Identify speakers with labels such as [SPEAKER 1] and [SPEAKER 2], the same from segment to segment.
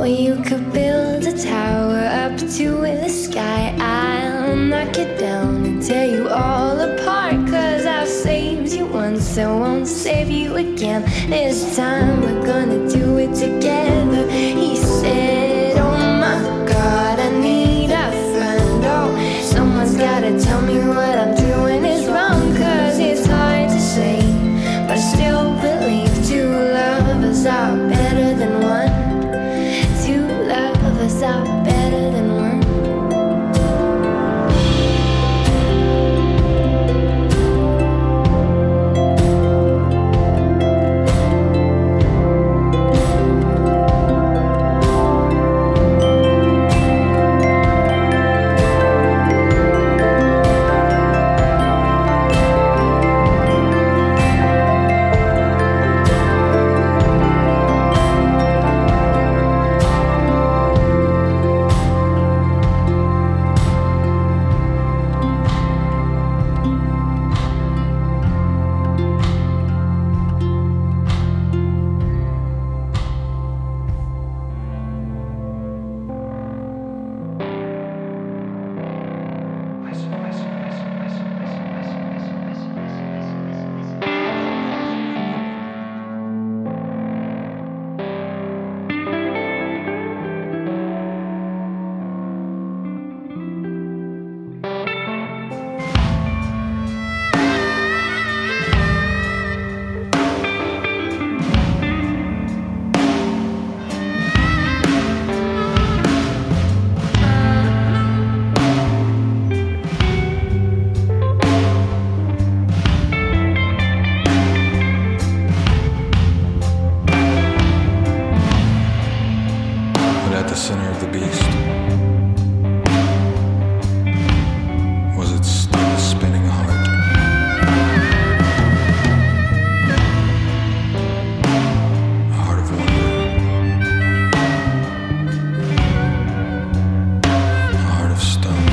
[SPEAKER 1] Or you could build a tower up to the sky. I'll knock it down and tear you all apart. Cause I've saved you once, I won't save you again. This time we're gonna do it together. He said, Oh my god, I need a friend. Oh, someone's gotta tell me what I'm doing is wrong. Cause it's hard to say, but I still believe two lovers are better than one. Two lovers are better than one.
[SPEAKER 2] But at the center of the beast was its still spinning heart. A heart of wonder. A heart of stone.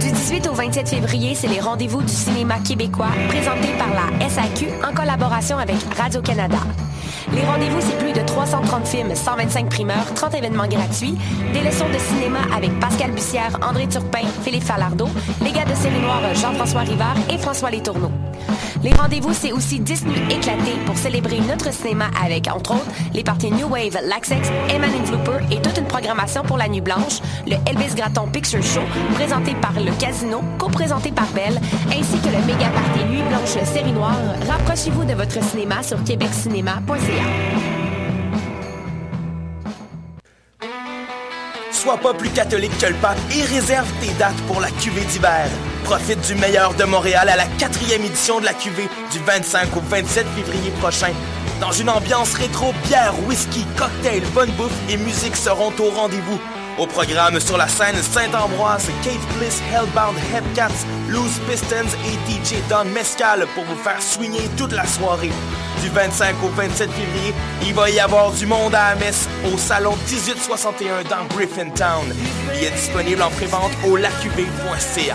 [SPEAKER 3] Du 18 au 27 février, c'est les rendez-vous du cinéma québécois présentés par la SAQ en collaboration avec Radio-Canada. Les rendez-vous, c'est plus de 330 films, 125 primeurs, 30 événements gratuits, des leçons de cinéma avec Pascal Bussière, André Turpin, Philippe Falardeau, les gars de série noire Jean-François Rivard et François Letourneau. Les rendez-vous, c'est aussi 10 nuits éclatées pour célébrer notre cinéma avec, entre autres, les parties New Wave, Laxex, Eman Flooper et toute une programmation pour la Nuit Blanche, le Elvis Gratton Picture Show, présenté par le Casino, co-présenté par Belle, ainsi que le méga party Nuit Blanche Série Noire. Rapprochez-vous de votre cinéma sur québeccinéma.ca.
[SPEAKER 4] Sois pas plus catholique que le pape et réserve tes dates pour la cuvée d'hiver. Profite du meilleur de Montréal à la quatrième édition de la cuvée du 25 au 27 février prochain. Dans une ambiance rétro, bière, whisky, cocktail, bonne bouffe et musique seront au rendez-vous. Au programme sur la scène Saint-Ambroise, Kate Bliss, Hellbound, Headcats, Loose Pistons et DJ Don Mescal pour vous faire swinguer toute la soirée. Du 25 au 27 février, il va y avoir du monde à la messe au salon 1861 dans Griffintown. Il est disponible en prévente au lacuv.ca.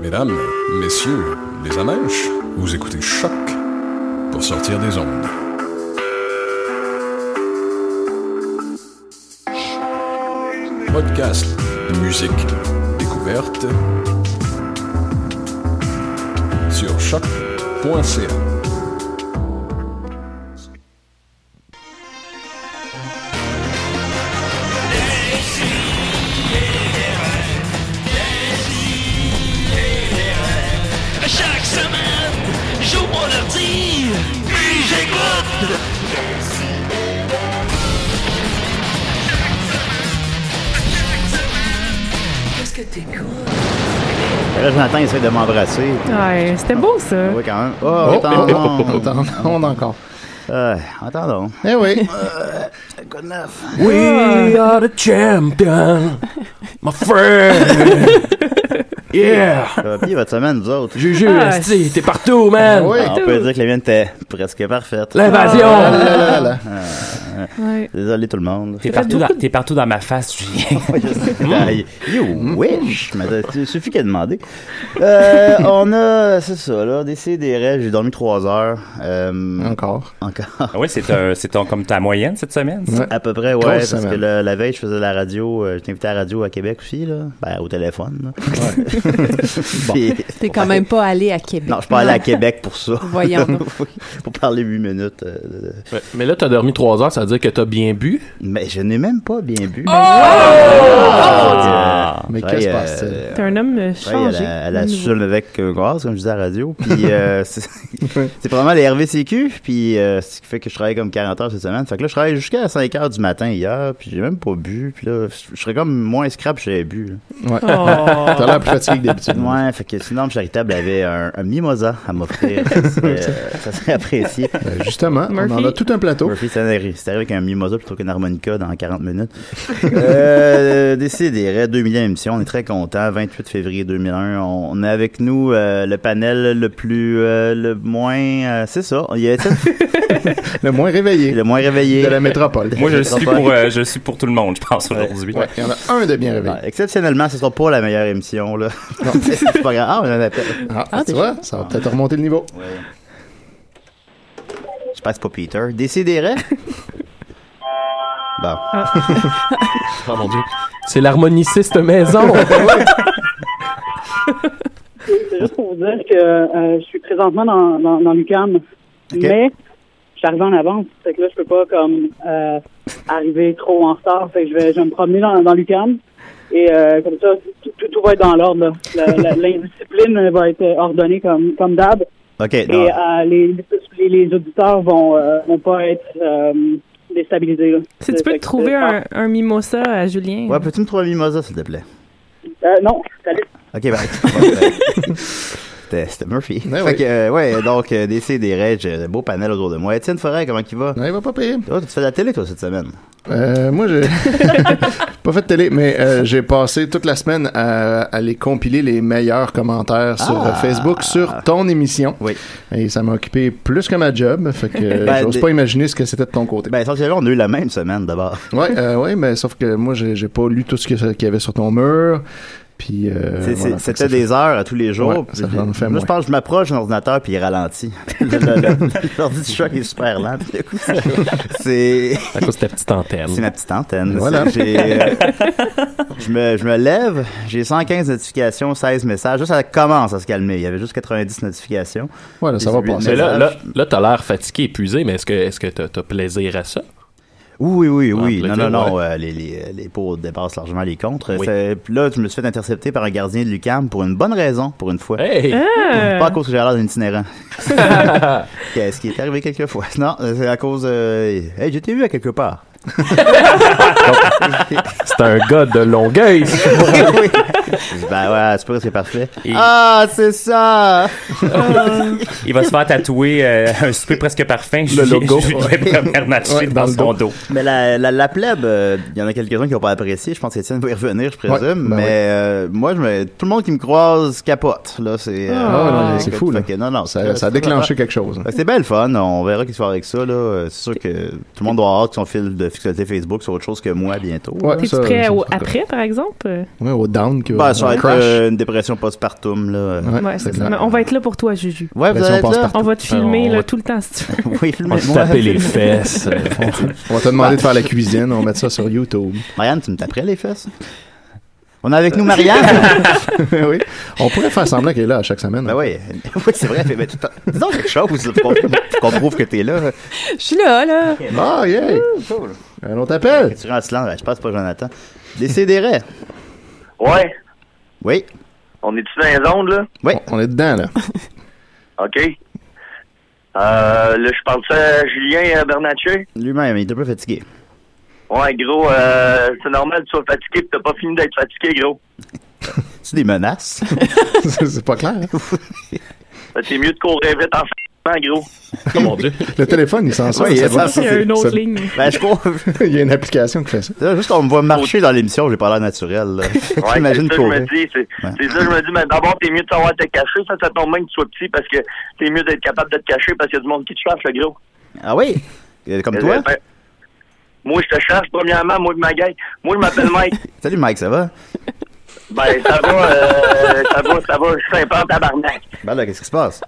[SPEAKER 5] Mesdames, messieurs, les amèches, vous écoutez Choc pour sortir des ondes. Podcast, musique, découverte sur choc.ca.
[SPEAKER 6] Chaque semaine, j'oublie Là, Jonathan essaie de m'embrasser.
[SPEAKER 7] Ouais, c'était beau ça.
[SPEAKER 6] Oui, quand même. Oh,
[SPEAKER 8] Oh,
[SPEAKER 6] attends,
[SPEAKER 8] oh, oh,
[SPEAKER 6] non.
[SPEAKER 8] attends, on encore.
[SPEAKER 6] Euh, attends donc.
[SPEAKER 8] Eh oui.
[SPEAKER 6] Quoi de neuf?
[SPEAKER 7] We
[SPEAKER 6] Ah.
[SPEAKER 9] are the champion, my friend. Yeah.
[SPEAKER 6] Ça va bien votre semaine, vous autres?
[SPEAKER 9] Juju,
[SPEAKER 7] Ah,
[SPEAKER 9] esti, t'es partout,
[SPEAKER 8] Eh
[SPEAKER 9] man.
[SPEAKER 8] oui.
[SPEAKER 6] Ah, on peut dire que la mienne était presque parfaite.
[SPEAKER 8] Ah
[SPEAKER 6] ah.
[SPEAKER 9] L'invasion.
[SPEAKER 8] là là là.
[SPEAKER 7] Ouais.
[SPEAKER 6] Désolé tout le monde.
[SPEAKER 7] T'as
[SPEAKER 10] T'es
[SPEAKER 7] fait
[SPEAKER 10] partout,
[SPEAKER 7] beaucoup
[SPEAKER 10] dans- t'es partout dans ma face, Julien. Mm.
[SPEAKER 6] Aïe. Ben, You
[SPEAKER 9] Mm.
[SPEAKER 6] wish! Mais ça- il suffit qu'à demander. Euh, on a, c'est ça, là, décidé des rêves. J'ai dormi trois heures. Euh,
[SPEAKER 8] Encore.
[SPEAKER 6] encore.
[SPEAKER 10] Ah ouais, c'est un- c'est ton- comme ta moyenne cette semaine. ça?
[SPEAKER 8] Ouais.
[SPEAKER 6] À peu près, ouais,
[SPEAKER 8] Grosse
[SPEAKER 6] parce que
[SPEAKER 8] semaine.
[SPEAKER 6] le- la veille, je faisais la radio, euh, j'étais invité à la radio à Québec aussi, là, ben, au téléphone. là. Puis-
[SPEAKER 7] T'es quand même pas allé à Québec.
[SPEAKER 6] Non, je suis pas allé à Québec pour ça.
[SPEAKER 7] Voyons donc.
[SPEAKER 6] Oui, pour parler huit minutes. euh, de- de-
[SPEAKER 9] Mais- Mais là, t'as dormi trois heures, ça veut dire que t'as bien bu.
[SPEAKER 6] Mais je n'ai même pas bien bu.
[SPEAKER 7] Oh!
[SPEAKER 6] Ah,
[SPEAKER 9] Ah!
[SPEAKER 8] Mais
[SPEAKER 6] Ouais,
[SPEAKER 8] que se
[SPEAKER 6] euh,
[SPEAKER 8] passe-t-il?
[SPEAKER 7] T'es Ah! un homme euh,
[SPEAKER 6] Ouais,
[SPEAKER 7] changé.
[SPEAKER 6] à la, à la
[SPEAKER 7] Un nouveau.
[SPEAKER 6] Sul avec euh, Grasse, comme je disais à la radio. Puis euh, c'est c'est probablement les RVCQ. Puis euh, ce qui fait que je travaille comme 40 heures cette semaine. Fait que là, je travaille jusqu'à 5 heures du matin hier. Puis j'ai même pas bu. Puis là, je je serais comme moins scrap que j'avais bu. là.
[SPEAKER 7] Oh.
[SPEAKER 8] T'as l'air plus fatigué que d'habitude.
[SPEAKER 6] Ouais, fait que sinon, charitable avait un, un mimosa à m'offrir. ça, serait- euh, ça serait apprécié.
[SPEAKER 8] Ben, justement, on en a
[SPEAKER 7] Murphy.
[SPEAKER 8] tout un plateau.
[SPEAKER 6] Murphy, c'est arrivé c'est arrivé avec un mimosa plutôt qu'une harmonica dans 40 minutes. euh, décidé, 2 millions d'émissions, on est très contents. 28 février 2001, on, on a avec nous euh, le panel le plus, euh, le moins, euh, c'est ça, il y a Étienne
[SPEAKER 8] Le moins
[SPEAKER 6] Fay,
[SPEAKER 8] réveillé
[SPEAKER 6] le moins réveillé.
[SPEAKER 8] de la métropole.
[SPEAKER 10] Moi, je le suis pour, euh, je le suis pour tout le monde, je pense aujourd'hui.
[SPEAKER 8] Ouais, il y en a un de bien réveillé.
[SPEAKER 6] Ouais, exceptionnellement, ce sera pas la meilleure émission, là. c'est pas grave. Ah, on en appelle.
[SPEAKER 8] Ah, tu vois, ça va peut-être remonter le niveau.
[SPEAKER 6] Je passe pas Peter. Décidérez. Bon.
[SPEAKER 11] Ah.
[SPEAKER 9] Oh mon dieu. C'est l'harmoniciste maison.
[SPEAKER 12] C'est juste pour vous dire que euh, je suis présentement dans, dans, dans l'UCAM, mais je suis arrivé en avance. Fait que là, je peux pas comme euh, arriver trop en retard. Fait que je vais, je vais me promener dans, dans l'UCAM. Et euh, comme ça, tout, tout- tout va être dans l'ordre. là. La- la- L'indiscipline va être ordonnée comme, comme d'hab.
[SPEAKER 6] OK.
[SPEAKER 12] Et
[SPEAKER 6] non.
[SPEAKER 12] euh, les, les, les auditeurs vont, euh, vont pas être euh, déstabilisés. là.
[SPEAKER 7] Si tu peux
[SPEAKER 12] Fait
[SPEAKER 7] te
[SPEAKER 12] que-
[SPEAKER 7] trouver un, un mimosa à Julien.
[SPEAKER 6] Ouais, peux-tu me trouver un mimosa, s'il te plaît?
[SPEAKER 12] Euh, non, salut.
[SPEAKER 6] Ok, ben. C'était- C'était Murphy.
[SPEAKER 8] Ouais,
[SPEAKER 6] fait
[SPEAKER 8] ouais.
[SPEAKER 6] que, euh, ouais, donc, euh, DC, des raids, j'ai un beau panel autour de moi. Étienne Forêt, comment tu vas?
[SPEAKER 8] Non, il va pas payer.
[SPEAKER 6] Toi, tu fais de la télé, toi, cette semaine.
[SPEAKER 8] Euh, moi, j'ai pas fait de télé, mais euh, j'ai passé toute la semaine à à aller compiler les meilleurs commentaires sur
[SPEAKER 6] Ah.
[SPEAKER 8] euh, Facebook sur ton émission.
[SPEAKER 6] Oui.
[SPEAKER 8] Et ça m'a occupé plus que ma job, fait que euh,
[SPEAKER 6] Ben,
[SPEAKER 8] j'ose
[SPEAKER 6] des-
[SPEAKER 8] pas imaginer ce que c'était de ton côté.
[SPEAKER 6] Ben, essentiellement, on a eu la même semaine, d'abord.
[SPEAKER 8] Ouais, euh, ouais, mais sauf que moi, j'ai j'ai pas lu tout ce que- qu'il y avait sur ton mur. Puis euh,
[SPEAKER 6] C'est- c'est-
[SPEAKER 8] voilà, fait que ça
[SPEAKER 6] C'était
[SPEAKER 8] fait-
[SPEAKER 6] des heures à tous les jours.
[SPEAKER 8] Ouais,
[SPEAKER 6] Puis
[SPEAKER 8] ça en fait
[SPEAKER 6] là,
[SPEAKER 8] moins.
[SPEAKER 6] je pense que je m'approche d'un ordinateur puis il ralentit. Le- le- le- L'ordi du choc est super lent. puis d'un coup, ça- C'est
[SPEAKER 9] à cause de ta petite antenne.
[SPEAKER 6] c'est ma petite antenne.
[SPEAKER 8] Voilà.
[SPEAKER 6] C'est- j'ai, euh, je, me, je me lève, j'ai 115 notifications, 16 messages. Là, ça commence à se calmer. Il y avait juste 90 notifications.
[SPEAKER 8] Ouais, là, ça va
[SPEAKER 6] Puis-
[SPEAKER 8] passer.
[SPEAKER 9] Mais là, là, là t'as l'air fatigué, épuisé, mais est-ce que est-ce que t'as t'as plaisir à ça?
[SPEAKER 6] Oui, oui, oui, oui.
[SPEAKER 9] Ah,
[SPEAKER 6] Non, non,
[SPEAKER 9] plaisir,
[SPEAKER 6] non. euh, les, les, les pots dépassent largement les contres.
[SPEAKER 9] Oui.
[SPEAKER 6] C'est- puis Là, je me suis fait intercepter par un gardien de Lucam pour une bonne raison, pour une fois.
[SPEAKER 9] Hey!
[SPEAKER 6] Pas à cause que j'ai l'air d'un itinérant. Qu'est-ce qui est arrivé quelquefois? Non, c'est à cause. Euh... Hey, je t'ai vu à quelque part.
[SPEAKER 9] C'est un gars de Longueuil!
[SPEAKER 6] Oui. ben ouais, c'est pas c'est parfait.
[SPEAKER 10] Et-
[SPEAKER 6] Ah, c'est ça!
[SPEAKER 10] Il va se faire tatouer euh, un souper presque parfait. Le
[SPEAKER 9] logo.
[SPEAKER 10] première matchée
[SPEAKER 8] Ouais,
[SPEAKER 10] dans,
[SPEAKER 8] dans le
[SPEAKER 10] son dos.
[SPEAKER 6] Mais la, la, la plèbe, euh, il y en a quelques-uns qui n'ont pas apprécié. Je pense qu'Étienne va y revenir, je présume.
[SPEAKER 8] Ouais, ben
[SPEAKER 6] mais
[SPEAKER 8] oui.
[SPEAKER 6] euh, moi, je me... tout le monde qui me croise capote. Là, c'est. euh,
[SPEAKER 8] Ah, non, c'est
[SPEAKER 6] écoute,
[SPEAKER 8] fou, là.
[SPEAKER 6] fait que non, non,
[SPEAKER 8] Ça, ça a déclenché quelque chose. hein.
[SPEAKER 6] Fait que C'est bien le fun, on verra qu'il soit avec ça. là. Euh, C'est sûr que tout le monde doit avoir son fil de fixité Facebook sur autre chose que moi bientôt.
[SPEAKER 8] Ouais,
[SPEAKER 7] T'es-tu
[SPEAKER 8] ça-
[SPEAKER 7] prêt
[SPEAKER 8] ça-
[SPEAKER 7] au-
[SPEAKER 8] ça-
[SPEAKER 7] après, par exemple?
[SPEAKER 8] Ouais, au down qui va-
[SPEAKER 6] Bah, ça va
[SPEAKER 8] un
[SPEAKER 6] être
[SPEAKER 8] crash.
[SPEAKER 6] euh, une dépression postpartum. Là.
[SPEAKER 8] Ouais,
[SPEAKER 7] Ouais,
[SPEAKER 8] c'est
[SPEAKER 7] c'est ça.
[SPEAKER 8] clair.
[SPEAKER 7] Mais On va être là pour toi, Juju.
[SPEAKER 6] Ouais, vous
[SPEAKER 8] Dépression
[SPEAKER 6] allez être là.
[SPEAKER 8] postpartum.
[SPEAKER 7] On va te
[SPEAKER 9] Ah,
[SPEAKER 7] filmer
[SPEAKER 9] on
[SPEAKER 7] là,
[SPEAKER 9] va-
[SPEAKER 7] tout le temps si tu veux.
[SPEAKER 6] Oui,
[SPEAKER 9] On
[SPEAKER 6] filmez-moi.
[SPEAKER 9] se tapait les fesses. euh,
[SPEAKER 8] On va te demander de faire la cuisine, on va mettre ça sur YouTube.
[SPEAKER 6] Marianne, tu me taperais les fesses? On est avec nous, Marianne?
[SPEAKER 8] oui. On pourrait faire semblant qu'elle est là à chaque semaine.
[SPEAKER 6] ben oui, oui c'est vrai. ben, Mais, dis donc quelque chose là, pour qu'on qu'on prouve que t'es là.
[SPEAKER 7] Je suis là, là.
[SPEAKER 8] Ah, yeah! Un autre appel!
[SPEAKER 6] Tu rentres là, je passe pas Jonathan. Décidérez.
[SPEAKER 12] Ouais,
[SPEAKER 6] Oui,
[SPEAKER 12] on est-tu dans les ondes, là?
[SPEAKER 6] oui.
[SPEAKER 8] On est dedans, là.
[SPEAKER 12] OK.
[SPEAKER 13] Euh, là, je parle ça à Julien euh, Bernatchez.
[SPEAKER 6] Lui-même, il est un peu fatigué.
[SPEAKER 13] Ouais, gros, euh, c'est normal que tu sois fatigué pis t'as pas fini d'être fatigué, gros.
[SPEAKER 6] C'est des menaces.
[SPEAKER 8] C'est pas clair. hein?
[SPEAKER 13] Ben, C'est mieux de courir vite en fait, gros.
[SPEAKER 8] mon Dieu. Le téléphone, il s'en sort.
[SPEAKER 6] Ouais, il
[SPEAKER 8] ça
[SPEAKER 6] s'en
[SPEAKER 8] va.
[SPEAKER 6] sort. Il y a une autre
[SPEAKER 8] Ça-
[SPEAKER 6] ligne. Ben, je crois-
[SPEAKER 8] il y a une application qui fait ça.
[SPEAKER 6] Là, juste on me voit marcher dans l'émission, j'ai pas l'air naturel. là.
[SPEAKER 13] Ouais,
[SPEAKER 6] J'imagine
[SPEAKER 13] c'est ça, je me
[SPEAKER 6] courir.
[SPEAKER 13] dis, c'est
[SPEAKER 6] Ouais.
[SPEAKER 13] c'est ça, je me dis, mais d'abord, t'es mieux de savoir te cacher, ça, ça tombe bien que tu sois petit, parce que t'es mieux d'être capable de te cacher, parce qu'il y a du monde qui te cherche, le gros.
[SPEAKER 6] Ah oui? Euh, Comme toi?
[SPEAKER 13] Ben, moi, je te cherche, premièrement, moi, de ma gueule. Moi, je m'appelle Mike.
[SPEAKER 6] Salut Mike, ça va?
[SPEAKER 13] Ben, ça va, euh, ça va, ça va, je suis sympa en tabarnak.
[SPEAKER 6] Ben là, qu'est-ce qui se passe?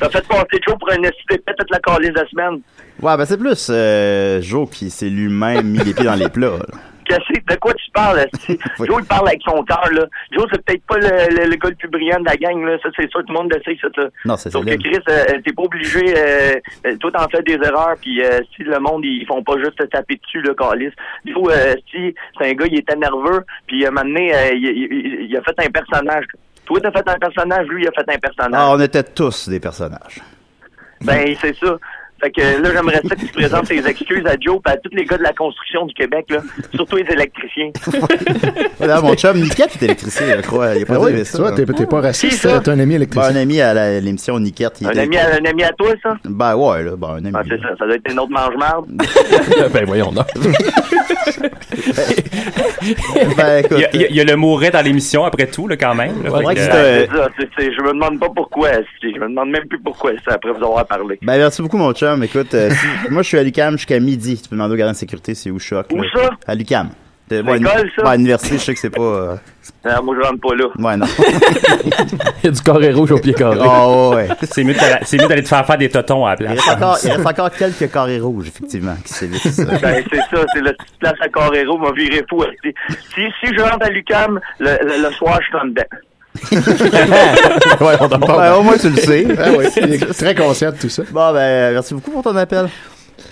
[SPEAKER 13] T'as fait passer Joe pour un esthétique toute la calise de la semaine.
[SPEAKER 6] Ouais, ben c'est plus euh, Joe qui s'est lui-même mis les pieds dans les plats. là.
[SPEAKER 13] Qu'est-ce que- de quoi tu parles, esti? Joe, il parle avec son cœur, là. Joe, c'est peut-être pas le, le, le gars le plus brillant de la gang, là. Ça, c'est sûr, tout le monde le sait, ça, ça.
[SPEAKER 6] Non, c'est
[SPEAKER 13] Sauf que
[SPEAKER 6] Céline.
[SPEAKER 13] Chris, euh, t'es pas obligé, euh, euh, toi t'en fais des erreurs, puis euh, si le monde, ils font pas juste te taper dessus, le calice. Du coup, euh, si c'est un gars, il était nerveux, puis euh, maintenant, euh, il, il- il- il a fait un personnage. Toi, t'as fait un personnage, lui, il a fait un personnage.
[SPEAKER 6] Ah, on était tous des personnages.
[SPEAKER 13] Ben, c'est ça. Fait que là, j'aimerais ça que tu présentes tes excuses à Joe, puis à tous les gars de la construction du Québec, là. Surtout les électriciens.
[SPEAKER 6] Là, mon chum Niquette est électricien, je crois. Il a pas
[SPEAKER 8] Ah
[SPEAKER 6] dit
[SPEAKER 8] oui,
[SPEAKER 6] mais
[SPEAKER 8] tu vois, t'es- t'es pas raciste,
[SPEAKER 6] Qui, ça?
[SPEAKER 8] t'as un ami électricien.
[SPEAKER 6] Ben, un ami à la- l'émission Niquette. il
[SPEAKER 13] Un
[SPEAKER 6] était-
[SPEAKER 13] ami, à, un ami à toi, ça?
[SPEAKER 6] Ben ouais, là, ben un ami.
[SPEAKER 13] Ah, c'est ça. Ça doit être une autre mange-marde.
[SPEAKER 6] ben voyons, non. Ben,
[SPEAKER 10] Il y a- il y, a- il y a le mouret dans l'émission, après tout, là, quand même. là. Fait
[SPEAKER 13] Ouais,
[SPEAKER 10] que,
[SPEAKER 13] c'est
[SPEAKER 10] euh,
[SPEAKER 13] ça, c'est- c'est- je me demande pas pourquoi, esti. je me demande même plus pourquoi, c'est après vous avoir parlé.
[SPEAKER 6] Ben merci beaucoup, mon chum. Écoute, euh, si- moi, je suis à l'UCAM jusqu'à midi. Tu peux demander au gardien de sécurité, c'est où choc.
[SPEAKER 13] Où
[SPEAKER 6] là.
[SPEAKER 13] ça?
[SPEAKER 6] À l'UCAM. C'est
[SPEAKER 13] L'école, ça?
[SPEAKER 6] À l'université, je sais que c'est pas. euh,
[SPEAKER 13] Ah, moi, je rentre pas là.
[SPEAKER 6] Ouais, non.
[SPEAKER 10] Il y a du carré rouge au pied carré.
[SPEAKER 6] Ah, Oh, ouais.
[SPEAKER 10] C'est mieux d'aller c'est mieux d'aller te faire faire des totons à la place.
[SPEAKER 6] Il reste, encore, il reste encore quelques carrés rouges, effectivement, qui s'évissent. euh.
[SPEAKER 13] Ben, c'est ça, c'est le petit place à Carrero m'a viré fou. esti. Si, si je rentre à l'UCAM, le, le- le soir, je suis en dedans.
[SPEAKER 6] Ben, au moins, tu le sais.
[SPEAKER 8] Ah oui, il est très conscient de tout ça.
[SPEAKER 6] Bon, ben, merci beaucoup pour ton appel.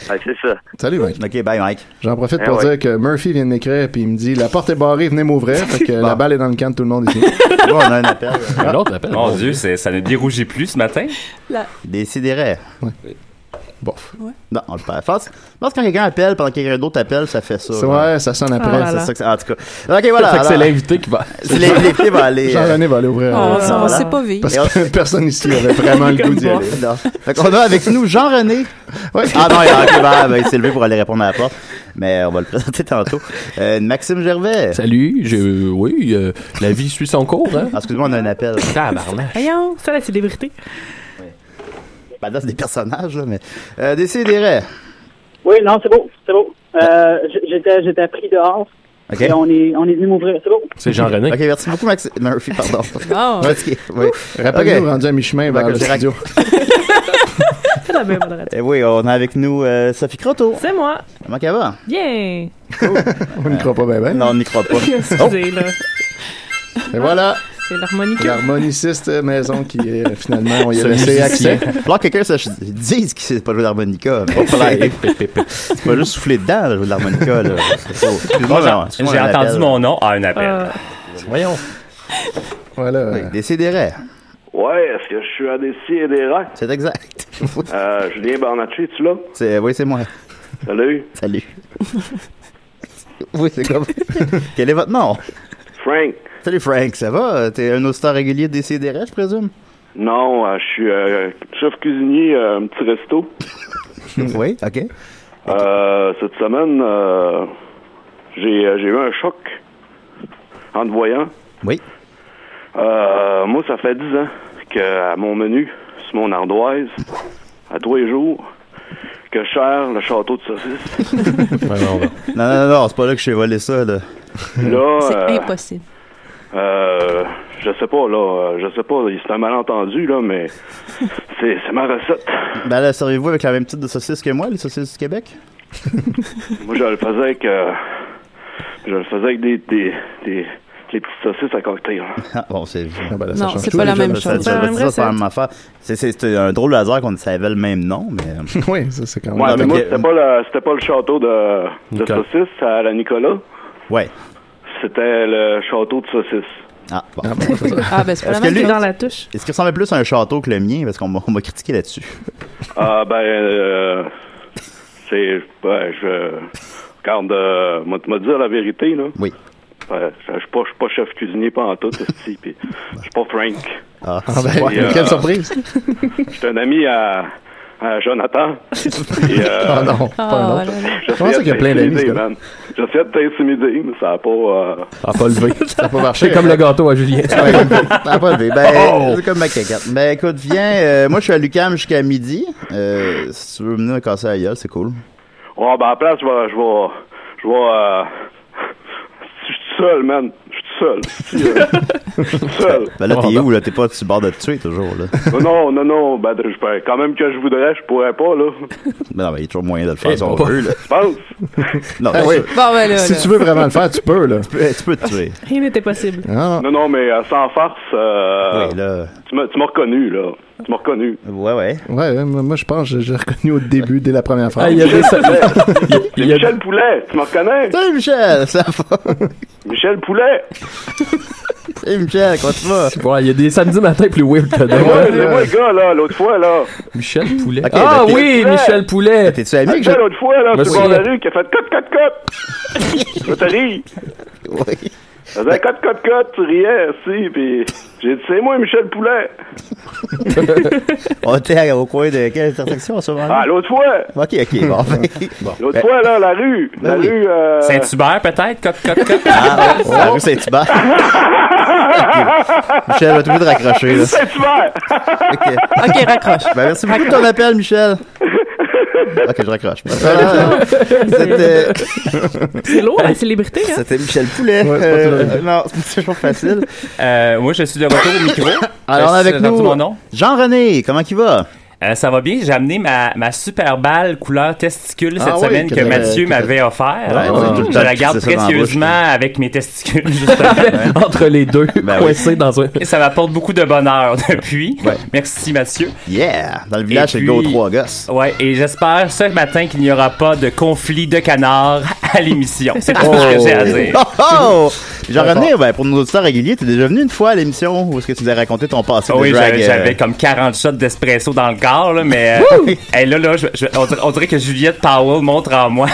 [SPEAKER 13] Ben, c'est ça.
[SPEAKER 8] Salut, Mike.
[SPEAKER 6] OK, bye, Mike.
[SPEAKER 8] J'en profite
[SPEAKER 6] Eh
[SPEAKER 8] pour
[SPEAKER 6] ouais.
[SPEAKER 8] dire que Murphy vient de m'écrire puis il me dit la porte est barrée, venez m'ouvrir. Fait que la balle est dans le camp de tout le monde ici.
[SPEAKER 6] on a un appel.
[SPEAKER 8] Un autre
[SPEAKER 6] appel.
[SPEAKER 10] Mon Dieu, c'est- ça ne dérougit plus ce matin.
[SPEAKER 7] La-
[SPEAKER 6] Décidérez.
[SPEAKER 8] Ouais.
[SPEAKER 6] Bof.
[SPEAKER 7] Ouais.
[SPEAKER 6] Non, on le perd. Je pense, je pense que quand quelqu'un appelle pendant que quelqu'un d'autre appelle, ça fait ça.
[SPEAKER 8] C'est-
[SPEAKER 6] genre.
[SPEAKER 8] ouais, ça sonne après. Ah là
[SPEAKER 6] c'est
[SPEAKER 8] là.
[SPEAKER 6] ça que ça- en tout cas. OK, voilà.
[SPEAKER 8] Fait que c'est
[SPEAKER 6] alors-
[SPEAKER 8] l'invité qui va-
[SPEAKER 6] C'est l'invité qui va aller. euh,
[SPEAKER 8] Jean-René va aller ouvrir.
[SPEAKER 6] Ah, ça, on s'est pas vu.
[SPEAKER 8] vu. Parce que personne ici avait vraiment le goût d'y aller.
[SPEAKER 6] Non. Fait qu'on a avec nous Jean-René. Ah non, il, a- ok, ben, ben, il s'est levé pour aller répondre à la porte. Mais on va le présenter tantôt. Euh, Maxime Gervais.
[SPEAKER 9] Salut, je, oui, euh, la vie suit son cours. Hein?
[SPEAKER 6] Excuse-moi, on a un appel.
[SPEAKER 9] Tabarnak.
[SPEAKER 7] Voyons, c'est ça la célébrité.
[SPEAKER 6] Ben là, c'est des personnages, là, mais. Euh, Décidérez.
[SPEAKER 12] Oui, non, c'est beau, c'est beau. Euh, j- j'étais, j'étais pris dehors.
[SPEAKER 6] OK.
[SPEAKER 12] Et on est, on est venu m'ouvrir, c'est beau.
[SPEAKER 6] C'est Jean-René. OK, merci beaucoup, Maxime. Murphy, pardon.
[SPEAKER 12] Ah.
[SPEAKER 6] Fatigué, oui.
[SPEAKER 8] Rappelle-nous,
[SPEAKER 6] Ok.
[SPEAKER 8] rendu à mi-chemin vers
[SPEAKER 6] Ben,
[SPEAKER 8] le
[SPEAKER 6] j'ai rac-
[SPEAKER 8] studio.
[SPEAKER 7] C'est la même adresse.
[SPEAKER 6] Eh oui, on a avec nous euh, Sophie Croteau.
[SPEAKER 7] C'est moi.
[SPEAKER 6] Comment qu'elle va?
[SPEAKER 7] Bien.
[SPEAKER 8] On n'y croit pas, ben ben.
[SPEAKER 6] Non, on n'y croit pas. Oh.
[SPEAKER 7] Excusez, là.
[SPEAKER 8] Et voilà.
[SPEAKER 7] C'est l'harmonica.
[SPEAKER 8] L'harmoniciste maison qui est euh, finalement, on y a
[SPEAKER 6] Ce
[SPEAKER 8] laissé
[SPEAKER 6] musicien.
[SPEAKER 8] accès.
[SPEAKER 6] Alors que quelqu'un se dise qu'il sait pas jouer d'harmonica. mais faut l'aider. Tu vas juste souffler dedans, là, jouer de l'harmonica. là. C'est ça. Excuse-moi,
[SPEAKER 10] Moi, j'ai-
[SPEAKER 6] non, excuse-moi,
[SPEAKER 10] j'ai
[SPEAKER 6] on a un
[SPEAKER 10] entendu
[SPEAKER 6] appel.
[SPEAKER 10] mon nom à un appel.
[SPEAKER 6] Euh.
[SPEAKER 10] Voyons.
[SPEAKER 8] Voilà.
[SPEAKER 6] Oui, Décidérez.
[SPEAKER 11] Ouais, est-ce que je suis à des et des rats?
[SPEAKER 6] C'est exact.
[SPEAKER 11] Euh, Julien Bernatchez, tu là?
[SPEAKER 6] C'est- Oui, c'est moi.
[SPEAKER 11] Salut.
[SPEAKER 6] Salut. Oui, c'est comme. Quel est votre nom?
[SPEAKER 11] Frank.
[SPEAKER 6] Salut Frank, ça va? T'es un auditeur régulier des CDR, je présume?
[SPEAKER 11] Non, euh, je suis euh, chef cuisinier à un petit resto.
[SPEAKER 6] oui, ok.
[SPEAKER 11] Euh, cette semaine, euh, j'ai euh, j'ai eu un choc en te voyant.
[SPEAKER 6] Oui.
[SPEAKER 11] Euh, moi, ça fait 10 ans que à mon menu, sur mon ardoise, à tous les jours, que je sers le château de saucisse.
[SPEAKER 6] Non, non, non, non, c'est pas là que je t'ai volé ça, là.
[SPEAKER 11] Là, euh,
[SPEAKER 14] Impossible.
[SPEAKER 11] Euh, je sais pas, là. euh, Je sais pas. C'est un malentendu, là, mais c'est c'est ma recette.
[SPEAKER 6] Ben là, servez-vous avec la même type de saucisse que moi, les saucisses du Québec?
[SPEAKER 11] Moi, je le faisais avec. euh, je le faisais avec des. des, des les petites saucisses à cocktail.
[SPEAKER 6] Ah, bon, c'est.
[SPEAKER 14] là, ça Non, change c'est tout, pas la déjà. même
[SPEAKER 6] Ça-
[SPEAKER 14] chose.
[SPEAKER 6] ça-
[SPEAKER 14] C'est la même
[SPEAKER 6] ça, c'est la
[SPEAKER 14] recette.
[SPEAKER 6] même affaire. C'est- C'est c'est un drôle de hasard qu'on savait le même nom, mais. euh,
[SPEAKER 8] oui, ça, c'est quand
[SPEAKER 11] Ouais, mais moi, c'était pas, le- c'était pas le château de, de
[SPEAKER 6] Nicolas.
[SPEAKER 11] saucisses à la Nicolas.
[SPEAKER 6] Ouais.
[SPEAKER 11] C'était le château de saucisses.
[SPEAKER 6] Ah, bon.
[SPEAKER 7] bon, c'est ça. Ah, ben, c'est pas la même
[SPEAKER 6] Est-ce que
[SPEAKER 7] qui est
[SPEAKER 6] lui-
[SPEAKER 7] dans la touche.
[SPEAKER 6] Est-ce qu'il ressemble plus à un château que le mien? Parce qu'on m'a on m'a critiqué là-dessus.
[SPEAKER 11] Ah, ben, euh, c'est. Ben, je. Regarde, euh, moi, tu m'as dit la vérité, là.
[SPEAKER 6] Oui.
[SPEAKER 11] Ben, je je suis pas, je suis pas chef cuisinier, pas en tout, esti, puis je suis pas Frank.
[SPEAKER 6] Ah,
[SPEAKER 8] ben,
[SPEAKER 11] Et, euh,
[SPEAKER 8] quelle surprise!
[SPEAKER 11] Je suis un ami à, à Jonathan. Et, euh,
[SPEAKER 8] Ah non, pas un autre.
[SPEAKER 11] j'essayais
[SPEAKER 8] Comment ça qu'il y a
[SPEAKER 11] de
[SPEAKER 8] plein d'amis,
[SPEAKER 11] t'intimider,
[SPEAKER 8] ce gars-là?
[SPEAKER 11] man. J'essayais de t'intimider, mais ça n'a pas. euh,
[SPEAKER 9] Ça n'a pas levé.
[SPEAKER 8] Ça a pas marché.
[SPEAKER 9] C'est comme le gâteau à Julien.
[SPEAKER 6] Ah, pas levé. Ben,
[SPEAKER 9] Oh!
[SPEAKER 6] c'est comme ma caquette. Ben, écoute, viens. euh, moi, je suis à Lucam jusqu'à midi. Euh, si tu veux venir me casser la gueule, c'est cool.
[SPEAKER 11] Ouais, ben, à la place, je vais. Je vais. Je vais. euh, Je suis tout seul, man. Je suis tout seul. Si, euh, Je suis tout seul.
[SPEAKER 6] Ben là, t'es où, là? T'es pas sur le bord de te tuer, toujours, là.
[SPEAKER 11] Non, Non, non, non. Ben, je- ben, quand même que je voudrais, je pourrais pas, là.
[SPEAKER 6] Ben non, mais il y a toujours moyen de le faire si on
[SPEAKER 11] bon.
[SPEAKER 6] veut, là.
[SPEAKER 11] Je pense.
[SPEAKER 6] Non,
[SPEAKER 11] Ah
[SPEAKER 6] c'est
[SPEAKER 11] oui.
[SPEAKER 6] sûr.
[SPEAKER 7] Bon, ben là, Si là. tu veux
[SPEAKER 8] vraiment le faire, tu peux, là. Tu
[SPEAKER 6] peux, tu peux te tuer.
[SPEAKER 7] Rien n'était
[SPEAKER 6] Ah,
[SPEAKER 7] possible.
[SPEAKER 11] Non, non, mais euh, sans farce, euh, tu m'as tu m'as reconnu, là. Tu m'as reconnu.
[SPEAKER 6] Ouais, ouais.
[SPEAKER 8] Ouais, ouais, moi, moi, je pense que j'ai reconnu au début, dès la première phrase.
[SPEAKER 11] Ah, il y a des- C'est Michel Poulet, tu me reconnais?
[SPEAKER 6] Salut, Michel, ça va?
[SPEAKER 11] Michel Poulet!
[SPEAKER 6] Hey, Michel, comment tu vas?
[SPEAKER 9] il y a des samedis matins plus weird que
[SPEAKER 11] C'est moi, c'est moi
[SPEAKER 9] d'autres.
[SPEAKER 11] le gars, là, l'autre fois, là.
[SPEAKER 9] Michel Poulet.
[SPEAKER 11] Ok,
[SPEAKER 9] ah
[SPEAKER 11] ben,
[SPEAKER 9] oui,
[SPEAKER 11] Michel Poulet.
[SPEAKER 9] Michel Poulet.
[SPEAKER 6] T'es-tu
[SPEAKER 11] Ah, tu sais, l'autre fois, là,
[SPEAKER 9] Je me
[SPEAKER 11] sur le bord de la
[SPEAKER 9] souviens.
[SPEAKER 11] rue, qui a fait cote, cote, cote! Je te ris.
[SPEAKER 6] Oui.
[SPEAKER 11] Ça faisait cote, cote, cote, tu riais, si, pis j'ai dit, c'est moi, Michel Poulet.
[SPEAKER 6] on était à- au coin de quelle intersection en ce moment?
[SPEAKER 11] Ah, l'autre fois!
[SPEAKER 6] Ok, ok, bon. ben,
[SPEAKER 11] L'autre
[SPEAKER 6] ben,
[SPEAKER 11] fois, là, la rue,
[SPEAKER 6] Ben
[SPEAKER 11] la
[SPEAKER 6] oui.
[SPEAKER 11] rue, euh...
[SPEAKER 10] Saint-Hubert, peut-être? Cop, cop, cop.
[SPEAKER 6] Ah, ouais, c'est
[SPEAKER 7] Oh.
[SPEAKER 6] la rue Saint-Hubert. Michel, va tout de raccrocher, là.
[SPEAKER 11] Saint-Hubert!
[SPEAKER 6] Ok, raccroche. Ben, merci beaucoup de ton appel, Michel. Ok, je
[SPEAKER 7] Ah,
[SPEAKER 6] raccroche.
[SPEAKER 15] Ah.
[SPEAKER 6] Voilà. C'était-
[SPEAKER 7] C'est lourd, la célébrité, hein?
[SPEAKER 6] C'était Michel Poulet.
[SPEAKER 7] Ouais, c'est pas
[SPEAKER 6] Euh,
[SPEAKER 7] toujours-
[SPEAKER 6] non, c'est toujours facile.
[SPEAKER 10] Euh, moi, je suis de retour au micro.
[SPEAKER 6] Alors, on a
[SPEAKER 10] Est-ce
[SPEAKER 6] avec
[SPEAKER 10] que j'ai entendu
[SPEAKER 6] nous,
[SPEAKER 10] mon nom?
[SPEAKER 6] Jean-René, comment il va?
[SPEAKER 10] Euh, ça va bien, j'ai amené ma, ma super balle couleur testicule
[SPEAKER 6] Ah
[SPEAKER 10] cette
[SPEAKER 6] oui,
[SPEAKER 10] semaine
[SPEAKER 6] que
[SPEAKER 10] que,
[SPEAKER 6] t'avais-
[SPEAKER 10] Mathieu
[SPEAKER 6] que
[SPEAKER 10] m'avait
[SPEAKER 6] t'as-
[SPEAKER 10] offert.
[SPEAKER 6] Ouais, ouais, tout le
[SPEAKER 10] je
[SPEAKER 6] temps,
[SPEAKER 10] la
[SPEAKER 6] tu
[SPEAKER 10] garde
[SPEAKER 6] sais ça dans la
[SPEAKER 10] précieusement avec mes testicules, justement.
[SPEAKER 9] Entre les deux,
[SPEAKER 6] Ben
[SPEAKER 9] coincés dans un.
[SPEAKER 10] Et ça m'apporte beaucoup de bonheur depuis. Merci Mathieu.
[SPEAKER 6] Yeah! Dans le village, c'est le gars aux trois gosses.
[SPEAKER 10] Ouais, et j'espère ce matin qu'il n'y aura pas de conflit de canards à l'émission. C'est tout ce que j'ai à dire.
[SPEAKER 6] Oh, oh! Jean-René, ben, pour nos auditeurs réguliers, t'es déjà venu une fois à l'émission où est-ce que tu nous as raconté ton passé
[SPEAKER 10] Ah oui,
[SPEAKER 6] de drag?
[SPEAKER 10] j'avais
[SPEAKER 6] euh,
[SPEAKER 10] j'avais comme 40 shots d'espresso dans le corps, là, mais euh, hey, là, là, je- je- on, dirait, on dirait que Juliette Powell montre en moi.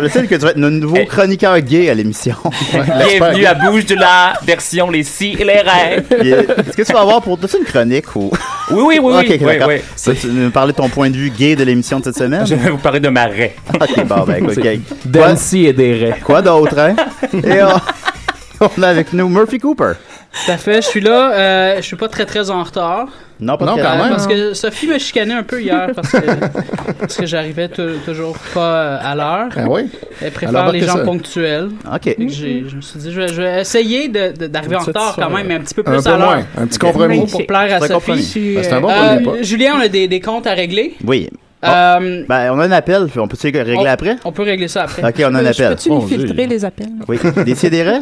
[SPEAKER 6] Le seul que tu vas être notre
[SPEAKER 10] Eh.
[SPEAKER 6] nouveau chroniqueur gay à l'émission.
[SPEAKER 10] Bienvenue à Bouge de la version les si et les rêves.
[SPEAKER 6] Puis, euh, Est-ce que tu vas avoir pour toi une chronique ou.
[SPEAKER 10] Oui, oui, oui,
[SPEAKER 6] Ok,
[SPEAKER 10] oui,
[SPEAKER 6] ok,
[SPEAKER 10] oui,
[SPEAKER 6] d'accord.
[SPEAKER 10] oui.
[SPEAKER 6] Ça, Tu veux nous parler de ton point de vue gay de l'émission de cette semaine?
[SPEAKER 10] Je vais vous parler de ma raie.
[SPEAKER 6] Ok, bon, ben, écoute,
[SPEAKER 9] C'est
[SPEAKER 6] ok.
[SPEAKER 9] Dancy et des raies.
[SPEAKER 6] Quoi d'autre, hein? Et on, on a avec nous Murphy Cooper.
[SPEAKER 14] Tout à fait, je suis là. Euh, je suis pas très très en retard.
[SPEAKER 6] Non, pas de
[SPEAKER 14] Euh,
[SPEAKER 6] problème.
[SPEAKER 14] Parce que Sophie me chicanait un peu hier parce que, parce que j'arrivais tou- toujours pas euh, à l'heure.
[SPEAKER 8] Ah oui?
[SPEAKER 14] Elle
[SPEAKER 8] Alors,
[SPEAKER 14] préfère les gens
[SPEAKER 8] marquez ça.
[SPEAKER 14] ponctuels.
[SPEAKER 6] OK.
[SPEAKER 14] Je me suis dit, je vais, je vais essayer de- de- d'arriver en retard quand même, mais un petit peu plus
[SPEAKER 8] euh, Un peu
[SPEAKER 14] à l'heure.
[SPEAKER 8] moins, un petit compromis.
[SPEAKER 14] Pour plaire à
[SPEAKER 6] C'est un compromis.
[SPEAKER 14] Sophie.
[SPEAKER 6] Ben, c'est un bon
[SPEAKER 14] Euh,
[SPEAKER 6] premier pas.
[SPEAKER 14] Julien, on a des, des comptes à régler.
[SPEAKER 6] Oui.
[SPEAKER 14] Euh,
[SPEAKER 6] Ben, on a un appel, on peut-tu le régler
[SPEAKER 14] on-
[SPEAKER 6] après?
[SPEAKER 14] On peut régler ça après.
[SPEAKER 6] Ok, on a un appel. Bon, Dieu.
[SPEAKER 14] les appels?
[SPEAKER 6] Oui, décidérez.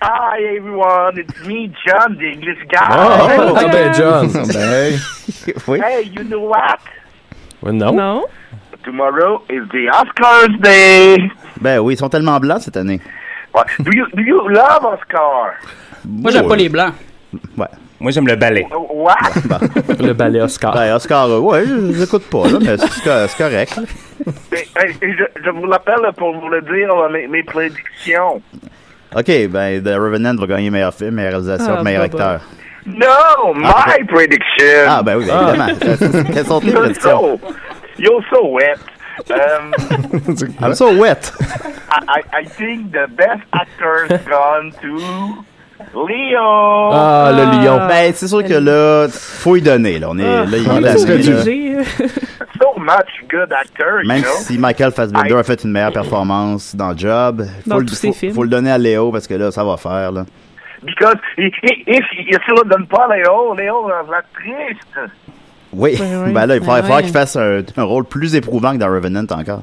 [SPEAKER 16] Hi everyone, it's me, John, the English
[SPEAKER 14] Ah,
[SPEAKER 16] guy.
[SPEAKER 6] Oh, Ah,
[SPEAKER 16] Ah,
[SPEAKER 8] ben,
[SPEAKER 6] oui.
[SPEAKER 16] Hey, you know what?
[SPEAKER 9] non.
[SPEAKER 7] Non.
[SPEAKER 16] Tomorrow is the Oscars day.
[SPEAKER 6] Ben oui, ils sont tellement blancs cette année.
[SPEAKER 16] What? Do you do you love Oscar?
[SPEAKER 14] Moi, j'aime pas les blancs.
[SPEAKER 6] Ouais.
[SPEAKER 10] Moi, j'aime le ballet.
[SPEAKER 16] What?
[SPEAKER 9] Le ballet Oscar.
[SPEAKER 6] Ben, Oscar, euh, ouais, je les écoute pas, là, mais c'est- c'est co- c'est correct.
[SPEAKER 16] Hey, hey, je, je vous l'appelle pour vous le dire euh, mes, mes prédictions.
[SPEAKER 6] OK, ben, The Revenant va gagner meilleur film, meilleure réalisation,
[SPEAKER 16] Ah,
[SPEAKER 6] meilleur
[SPEAKER 16] bah, bah.
[SPEAKER 6] acteur.
[SPEAKER 16] No, my prediction.
[SPEAKER 6] Ah, ben oui, ben,
[SPEAKER 16] Ah.
[SPEAKER 6] évidemment. C'est- Quelles sont tes
[SPEAKER 16] You're
[SPEAKER 6] prédictions?
[SPEAKER 16] so, you're so wet. Um,
[SPEAKER 6] I'm so wet.
[SPEAKER 16] I, I, I think the best actor's gone to Leo.
[SPEAKER 6] Ah, le lion. Ben, c'est sûr que là, faut y donner, là. On est, là, il est
[SPEAKER 16] Ah,
[SPEAKER 6] placé, là.
[SPEAKER 16] so much good actor, you
[SPEAKER 6] Même
[SPEAKER 16] know.
[SPEAKER 6] si Michael Fassbender a fait une meilleure performance dans Job,
[SPEAKER 16] Dans
[SPEAKER 6] faut, le,
[SPEAKER 16] tous ses
[SPEAKER 6] faut-
[SPEAKER 16] films.
[SPEAKER 6] faut le donner à Léo parce que là, ça va faire, là.
[SPEAKER 16] Because i- i- if you still donne pas Léo, Léo va être triste.
[SPEAKER 6] Oui,
[SPEAKER 16] Ben oui.
[SPEAKER 6] ben là, il
[SPEAKER 16] Ben
[SPEAKER 6] faudrait faudrait
[SPEAKER 16] ouais.
[SPEAKER 6] qu'il fasse un, un rôle plus éprouvant que dans Revenant encore.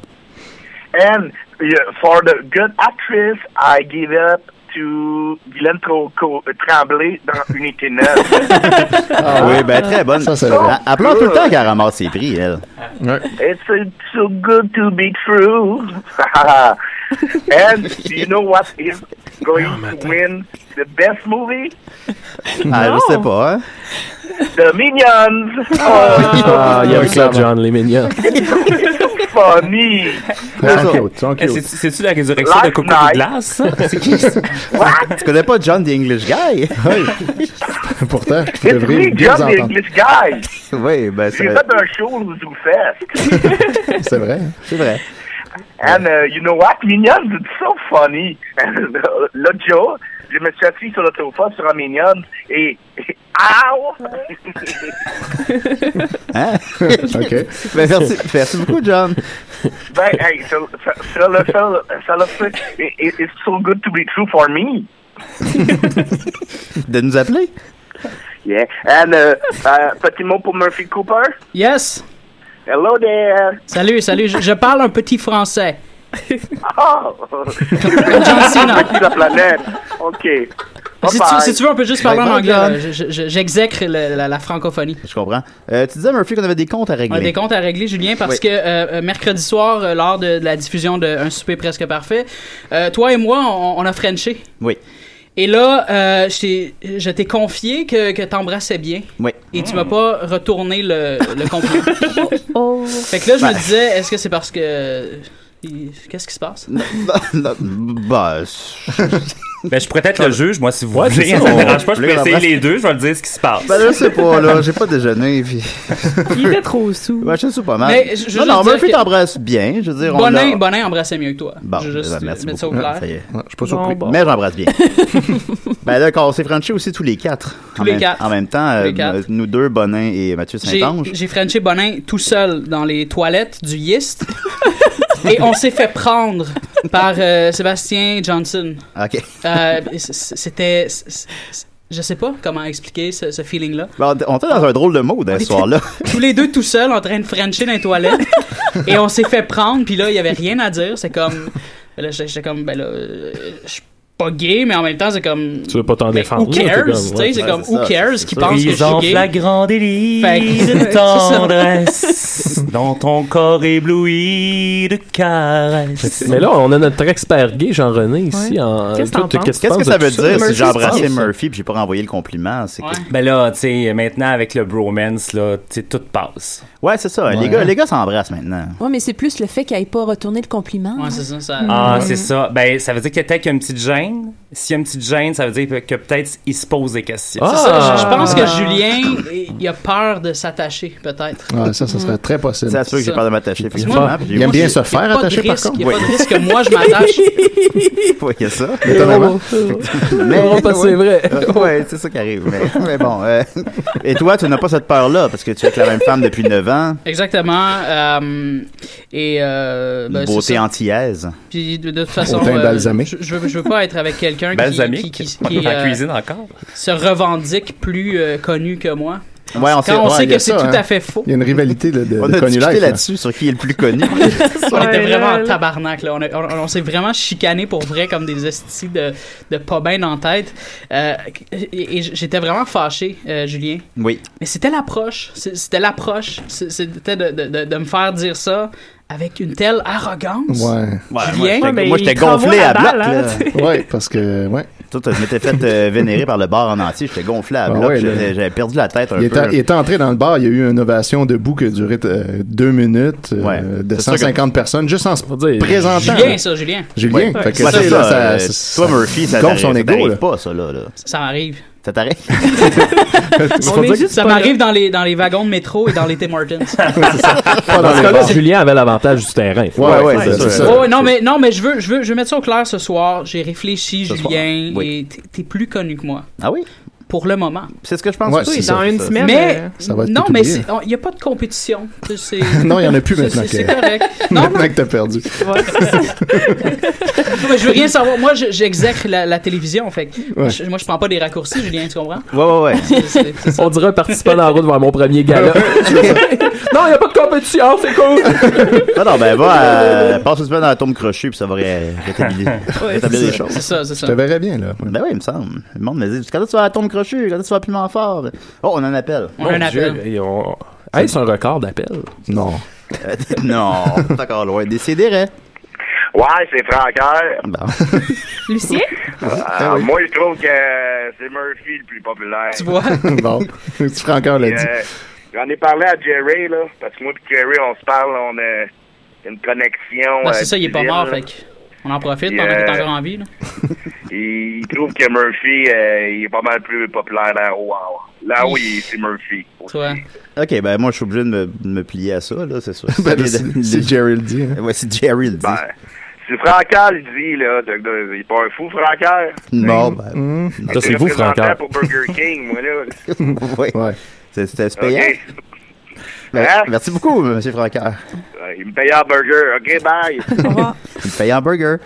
[SPEAKER 16] And yeah, for the good actress, I give up to Guylaine Tro- Co- Tremblay dans Unité 9.
[SPEAKER 6] Ah oui, ben très bonne.
[SPEAKER 16] Ça, c'est
[SPEAKER 6] elle,
[SPEAKER 16] vrai.
[SPEAKER 6] elle pleure tout le temps qu'elle ramasse ses prix, elle.
[SPEAKER 16] It's uh, so good to be true. and you know what? If going to win the best movie?
[SPEAKER 6] Ah,
[SPEAKER 16] Non.
[SPEAKER 6] je sais pas, hein?
[SPEAKER 16] The Minions!
[SPEAKER 9] Ah, il y avait ça, John, les mignons.
[SPEAKER 16] so funny!
[SPEAKER 10] Eh, c'est- C'est-tu la résurrection de
[SPEAKER 16] Last
[SPEAKER 10] Coco
[SPEAKER 16] night.
[SPEAKER 10] de glace? C'est qui ça?
[SPEAKER 6] tu connais pas John the English Guy?
[SPEAKER 8] Pourtant, tu
[SPEAKER 16] It's me, John the English Guy!
[SPEAKER 6] Oui, ben
[SPEAKER 16] J'ai
[SPEAKER 6] c'est
[SPEAKER 16] fait un show au Zoo Fest.
[SPEAKER 8] c'est vrai.
[SPEAKER 6] C'est vrai.
[SPEAKER 16] And uh, you know what? Minions, it's so funny. L'autre jour, je me suis assis sur le sofa sur un Minions et... et- Ow!
[SPEAKER 6] Hein?
[SPEAKER 8] OK.
[SPEAKER 6] Ben, merci, merci beaucoup, John.
[SPEAKER 16] ben, hey, ça, ça, ça, le- ça, le- ça, le fait- it- it- it's so good to be true for me.
[SPEAKER 6] De nous appeler?
[SPEAKER 16] Yeah. And, uh, uh, petit mot pour Murphy Cooper.
[SPEAKER 14] Yes!
[SPEAKER 16] Hello there.
[SPEAKER 14] Salut, salut. Je, je parle un petit français.
[SPEAKER 16] Oh!
[SPEAKER 14] John Cena.
[SPEAKER 16] Petit la planète. OK.
[SPEAKER 14] Si tu, si tu veux, on peut juste parler
[SPEAKER 6] Bye
[SPEAKER 14] en
[SPEAKER 6] bye,
[SPEAKER 14] anglais.
[SPEAKER 6] John.
[SPEAKER 14] là. Eh ben, Je- je- je- J'exècre le- la, la francophonie.
[SPEAKER 6] Je comprends. Euh, tu disais, Murphy, qu'on avait des comptes à régler.
[SPEAKER 14] On a des comptes à régler, Julien, parce
[SPEAKER 6] Oui.
[SPEAKER 14] que euh, euh, mercredi soir, euh, lors de, de la diffusion de Un souper presque parfait, euh, toi et moi, on, on a frenché.
[SPEAKER 6] Oui.
[SPEAKER 14] Et là, euh, je t'ai- je t'ai confié que, que t'embrassais bien.
[SPEAKER 6] Oui.
[SPEAKER 14] Et tu m'as pas retourné le, le compliment. Fait que là, je
[SPEAKER 6] Ben.
[SPEAKER 14] me disais, est-ce que c'est parce que. il- Qu'est-ce qui se passe?
[SPEAKER 6] Non, non, non, bah,
[SPEAKER 10] Ben, je pourrais être le juge, moi, si vous
[SPEAKER 6] Ouais,
[SPEAKER 10] voulez.
[SPEAKER 6] c'est ça,
[SPEAKER 10] Ça me
[SPEAKER 6] on-
[SPEAKER 10] dérange pas, je
[SPEAKER 6] on
[SPEAKER 10] peux
[SPEAKER 6] l'embrasse.
[SPEAKER 10] essayer les deux, je vais le dire ce qui se passe.
[SPEAKER 6] Ben, je sais pas, là. J'ai pas déjeuné, puis.
[SPEAKER 7] Il était trop sous.
[SPEAKER 6] Ben, je sais pas mal.
[SPEAKER 14] Mais je- je
[SPEAKER 6] non,
[SPEAKER 14] veux
[SPEAKER 6] non,
[SPEAKER 14] dire
[SPEAKER 6] Murphy
[SPEAKER 14] que-
[SPEAKER 6] t'embrasse bien. Je veux dire, on l'a-
[SPEAKER 14] Bonin, Bonin embrassait mieux que toi.
[SPEAKER 6] Bon,
[SPEAKER 14] Je veux juste
[SPEAKER 6] ben, merci
[SPEAKER 14] mettre ça au
[SPEAKER 6] beaucoup.
[SPEAKER 14] clair.
[SPEAKER 6] Ça y est.
[SPEAKER 8] Je suis pas
[SPEAKER 14] surpris. Bon, bon.
[SPEAKER 6] Mais j'embrasse bien. ben là, quand on s'est franchi aussi tous les quatre.
[SPEAKER 14] Tous
[SPEAKER 6] en
[SPEAKER 14] les
[SPEAKER 6] même,
[SPEAKER 14] quatre.
[SPEAKER 6] En même temps,
[SPEAKER 14] Les
[SPEAKER 6] euh,
[SPEAKER 14] quatre.
[SPEAKER 6] nous deux, Bonin et Mathieu
[SPEAKER 14] J'ai-
[SPEAKER 6] Saint-Ange.
[SPEAKER 14] J'ai frenché Bonin tout seul dans les toilettes du Yist. et on s'est fait prendre par euh, Sébastien Johnson.
[SPEAKER 6] OK.
[SPEAKER 14] Euh, c- c- C'était. c- c- Je sais pas comment expliquer ce, ce feeling-là.
[SPEAKER 6] Ben, on était dans
[SPEAKER 14] Ah.
[SPEAKER 6] un drôle de mode hein, ce soir-là.
[SPEAKER 14] Tous les deux tout seuls en train de frencher dans les toilettes. et on s'est fait prendre, puis là, il y avait rien à dire. C'est comme. ben Là, j'étais j'étais comme, ben là, euh, je suis pas gay, mais en même temps, c'est comme.
[SPEAKER 9] Tu veux pas t'en défendre.
[SPEAKER 14] Who
[SPEAKER 9] là, t'es
[SPEAKER 14] cares?
[SPEAKER 9] comme,
[SPEAKER 14] Tu sais, c'est
[SPEAKER 9] ouais,
[SPEAKER 14] comme,
[SPEAKER 9] c'est
[SPEAKER 14] who
[SPEAKER 9] ça,
[SPEAKER 14] cares
[SPEAKER 9] c'est
[SPEAKER 14] qui
[SPEAKER 9] ça.
[SPEAKER 14] pense que je
[SPEAKER 10] Ils ont
[SPEAKER 14] suis gay?
[SPEAKER 10] flagrant délit
[SPEAKER 14] Fait que-
[SPEAKER 10] de
[SPEAKER 14] c'est ça.
[SPEAKER 10] tendresse dans ton corps ébloui de caresses.
[SPEAKER 9] Mais là, on a notre expert gay, Jean-René, ici. En...
[SPEAKER 10] Qu'est-ce que
[SPEAKER 9] Toi,
[SPEAKER 10] t'en
[SPEAKER 9] tu-
[SPEAKER 10] penses?
[SPEAKER 9] qu'est-ce que
[SPEAKER 6] Qu'est-ce
[SPEAKER 9] tu
[SPEAKER 6] que
[SPEAKER 9] penses
[SPEAKER 6] ça
[SPEAKER 9] de
[SPEAKER 6] veut
[SPEAKER 9] tout
[SPEAKER 6] dire si j'ai embrassé
[SPEAKER 9] Qu'est-ce que tu penses?
[SPEAKER 6] Murphy puis j'ai pas renvoyé le compliment? C'est que-
[SPEAKER 10] Ben là, tu sais, maintenant, avec le bromance, là, tu sais, tout passe.
[SPEAKER 6] Ouais, c'est ça. Les gars, les gars s'embrassent maintenant.
[SPEAKER 15] Ouais, mais c'est plus le fait qu'elle ait pas retourné le compliment. hein. Hmm.
[SPEAKER 14] c'est ça,
[SPEAKER 10] Ah, c'est ça. Ben, ça veut dire qu'il y a peut-être qu'il y a une petite gêne. S'il y a une petite gêne, ça veut dire que peut-être il se pose des questions.
[SPEAKER 14] C'est ça, je,
[SPEAKER 6] Ah.
[SPEAKER 8] Ah.
[SPEAKER 14] je pense que Julien, il a peur de s'attacher, peut-être.
[SPEAKER 8] Ouais, ça, ça serait très possible.
[SPEAKER 6] C'est sûr que j'ai peur de m'attacher.
[SPEAKER 8] Moi, Il aime bien se faire
[SPEAKER 14] pas de
[SPEAKER 8] attacher, par
[SPEAKER 14] risque,
[SPEAKER 8] contre.
[SPEAKER 14] Il n'y a pas de risque que moi, je m'attache.
[SPEAKER 6] Oui, il y a ça.
[SPEAKER 8] Étonnamment.
[SPEAKER 6] Mais
[SPEAKER 9] parce que c'est
[SPEAKER 6] vrai. ouais, c'est ça qui arrive. Mais, mais bon. euh, et toi, tu n'as pas cette peur-là parce que tu es avec la même femme depuis 9 ans.
[SPEAKER 14] Exactement. euh, et euh, ben,
[SPEAKER 6] une
[SPEAKER 14] c'est
[SPEAKER 6] beauté
[SPEAKER 14] ça.
[SPEAKER 6] antillaise.
[SPEAKER 14] Puis de, de toute façon, euh,
[SPEAKER 6] Au teint balsamé.
[SPEAKER 14] je, je veux, je veux pas être avec quelqu'un qui, qui,
[SPEAKER 10] Balsamique,
[SPEAKER 14] qui-
[SPEAKER 10] en
[SPEAKER 14] qui, euh,
[SPEAKER 10] cuisine encore.
[SPEAKER 14] se revendique plus euh, connu que moi.
[SPEAKER 6] Ouais, on
[SPEAKER 14] Quand
[SPEAKER 6] sait-
[SPEAKER 14] on
[SPEAKER 6] ouais,
[SPEAKER 14] sait
[SPEAKER 6] il y
[SPEAKER 14] que
[SPEAKER 6] a
[SPEAKER 14] c'est
[SPEAKER 6] ça,
[SPEAKER 14] tout
[SPEAKER 6] hein.
[SPEAKER 14] à fait faux.
[SPEAKER 8] Il y a une rivalité de, de,
[SPEAKER 6] On
[SPEAKER 8] de
[SPEAKER 6] a
[SPEAKER 8] connu
[SPEAKER 6] discuté
[SPEAKER 8] life, hein. là.
[SPEAKER 6] là-dessus sur qui est le plus connu.
[SPEAKER 14] On était vraiment
[SPEAKER 6] là.
[SPEAKER 14] en tabarnak. Là. On, a- on- on s'est vraiment chicané pour vrai comme des estis de, de pas bien en tête. Euh, et et j'étais vraiment fâché, euh, Julien.
[SPEAKER 6] Oui.
[SPEAKER 14] Mais c'était l'approche. C'est- C'était l'approche. C'est- C'était de, de- de- de me faire dire ça avec une telle arrogance. Julien,
[SPEAKER 6] moi, j'étais gonflé à hein, bloc.
[SPEAKER 8] ouais, parce que. Ouais.
[SPEAKER 6] Toi, tu m'étais fait euh, vénérer par le bar en entier. J'étais gonflé à
[SPEAKER 8] Ah
[SPEAKER 6] bloc.
[SPEAKER 8] ouais,
[SPEAKER 6] j'étais-
[SPEAKER 8] là.
[SPEAKER 6] J'avais perdu la tête un
[SPEAKER 8] Il
[SPEAKER 6] peu.
[SPEAKER 8] était, il était entré dans le bar, il y a eu une ovation debout qui a duré euh, deux minutes euh, de
[SPEAKER 6] C'est sûr que-
[SPEAKER 8] 150 personnes, juste en se présentant.
[SPEAKER 14] Julien, ça, Julien.
[SPEAKER 8] Julien,
[SPEAKER 6] Ouais.
[SPEAKER 8] fait que
[SPEAKER 6] Ouais,
[SPEAKER 8] ça,
[SPEAKER 6] c'est
[SPEAKER 8] là,
[SPEAKER 6] ça,
[SPEAKER 8] ça-
[SPEAKER 6] euh,
[SPEAKER 8] ça-
[SPEAKER 6] toi, Murphy, ça
[SPEAKER 8] gonfle son
[SPEAKER 6] t'arrive- ça
[SPEAKER 8] ego,
[SPEAKER 6] t'arrive
[SPEAKER 8] là.
[SPEAKER 6] pas, ça, là. là.
[SPEAKER 14] ça m'arrive.
[SPEAKER 6] Ça t'arrête?
[SPEAKER 14] On est- ça m'arrive dans les, dans les wagons de métro et dans les Tim Hortons.
[SPEAKER 9] Dans ce cas-là, Julien avait l'avantage du terrain.
[SPEAKER 8] Ouais, ouais, c'est ça.
[SPEAKER 14] Ouais, ouais, non, mais, non, mais je veux, je veux, je veux mettre ça au clair ce soir. J'ai réfléchi, Julien, et t'es- t'es plus connu que moi.
[SPEAKER 6] Ah oui?
[SPEAKER 14] Pour le moment.
[SPEAKER 6] C'est ce que je pense
[SPEAKER 8] Ouais, aussi. c'est Dans ça, une ça. semaine,
[SPEAKER 14] Mais,
[SPEAKER 8] euh, ça va être
[SPEAKER 14] non,
[SPEAKER 8] tout
[SPEAKER 14] mais
[SPEAKER 8] oublié.
[SPEAKER 14] il n'y a pas de compétition. Tu sais,
[SPEAKER 8] Non, il n'y en a plus
[SPEAKER 14] c'est-
[SPEAKER 8] maintenant
[SPEAKER 14] c'est-
[SPEAKER 8] que,
[SPEAKER 14] C'est correct.
[SPEAKER 8] maintenant que t'as perdu.
[SPEAKER 14] Non, mais je veux rien savoir. Moi, je- j'exècre la, la télévision. Fait que
[SPEAKER 9] Ouais.
[SPEAKER 14] je- moi, je prends pas des raccourcis, Julien, tu comprends?
[SPEAKER 6] Ouais, ouais, ouais.
[SPEAKER 9] On dirait un participant en route vers mon premier gala. non, il n'y a pas de compétition, c'est cool.
[SPEAKER 6] Non, non, ben, va, euh, passe une semaine dans la tombe crochue, puis ça va ré- rétablir, rétablir
[SPEAKER 8] c'est
[SPEAKER 6] les
[SPEAKER 8] ça.
[SPEAKER 6] choses.
[SPEAKER 8] C'est ça,
[SPEAKER 14] c'est
[SPEAKER 8] ça. Je te verrais bien, là.
[SPEAKER 6] Ben oui, il me semble. Le monde me dit, quand est-ce que tu vas à la tombe crochue? Quand est-ce que tu vas à Piment Fort? Oh, on a un appel.
[SPEAKER 9] Mon Dieu, et on- Hey, c'est un record d'appel.
[SPEAKER 6] Euh,
[SPEAKER 8] Non.
[SPEAKER 6] non, c'est encore loin. Décidérez.
[SPEAKER 16] Ouais, c'est Francaire. Euh,
[SPEAKER 7] Lucien?
[SPEAKER 8] Ah oui.
[SPEAKER 16] Moi, je trouve que euh, c'est Murphy le plus populaire.
[SPEAKER 8] Tu vois? bon, tu Francaire l'a
[SPEAKER 16] Puis,
[SPEAKER 8] dit.
[SPEAKER 16] euh, J'en ai parlé à Jerry, là, parce que moi et Jerry, on se parle, on a une connexion.
[SPEAKER 14] Ben, c'est ça, il est pas
[SPEAKER 16] euh,
[SPEAKER 14] mort,
[SPEAKER 16] là.
[SPEAKER 14] fait que on en profite
[SPEAKER 16] Puis,
[SPEAKER 14] pendant qu'il est
[SPEAKER 16] euh,
[SPEAKER 14] encore en vie. Là.
[SPEAKER 16] Il il trouve que Murphy, euh, il est pas mal plus populaire là-haut. en haut. Là-haut, il- c'est Murphy.
[SPEAKER 6] Ok, ben moi, je suis obligé de me, de me plier à ça, là, c'est sûr.
[SPEAKER 8] Ben, là, si- si
[SPEAKER 6] Jerry le dit.
[SPEAKER 16] hein.
[SPEAKER 6] Ouais, si Jerry le dit.
[SPEAKER 16] Si Francaire le dit, là, de- de- il est pas un fou, Francaire.
[SPEAKER 6] non, ben.
[SPEAKER 16] Il était représentant pour Burger King, moi, là.
[SPEAKER 6] oui. C'est- C'était c'est payant.
[SPEAKER 16] Ok. Ah.
[SPEAKER 6] Ben, Merci beaucoup, M. Francaire.
[SPEAKER 16] Euh, Il me payait un burger. OK, bye.
[SPEAKER 6] Il paye en burger.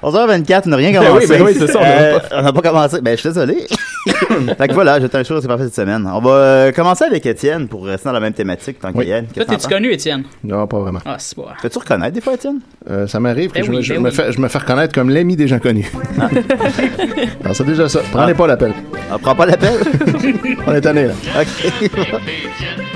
[SPEAKER 6] 11h24, on n'a rien
[SPEAKER 16] Ben oui,
[SPEAKER 6] commencé.
[SPEAKER 16] ben oui, c'est ça, on n'a
[SPEAKER 6] Euh, on n'a pas commencé. Ben, je suis désolé. fait que voilà, j'étais un show, c'est parfait cette semaine. On va euh, commencer avec Étienne pour rester dans la même thématique, tant qu'Étienne.
[SPEAKER 14] Toi, t'es-tu connu, Étienne?
[SPEAKER 8] Non, pas vraiment.
[SPEAKER 14] Ah, c'est bon.
[SPEAKER 6] Fais-tu reconnaître des fois, Étienne?
[SPEAKER 8] Euh, ça m'arrive que
[SPEAKER 14] Ben
[SPEAKER 8] je,
[SPEAKER 14] oui,
[SPEAKER 8] me- je
[SPEAKER 14] ben
[SPEAKER 8] me
[SPEAKER 14] oui.
[SPEAKER 8] fais, je me fais reconnaître comme l'ami des gens connus.
[SPEAKER 6] Ah.
[SPEAKER 8] Non, c'est déjà ça. Prenez pas l'appel.
[SPEAKER 6] On prend Ah. pas l'appel?
[SPEAKER 8] On est tanné, là.
[SPEAKER 6] OK.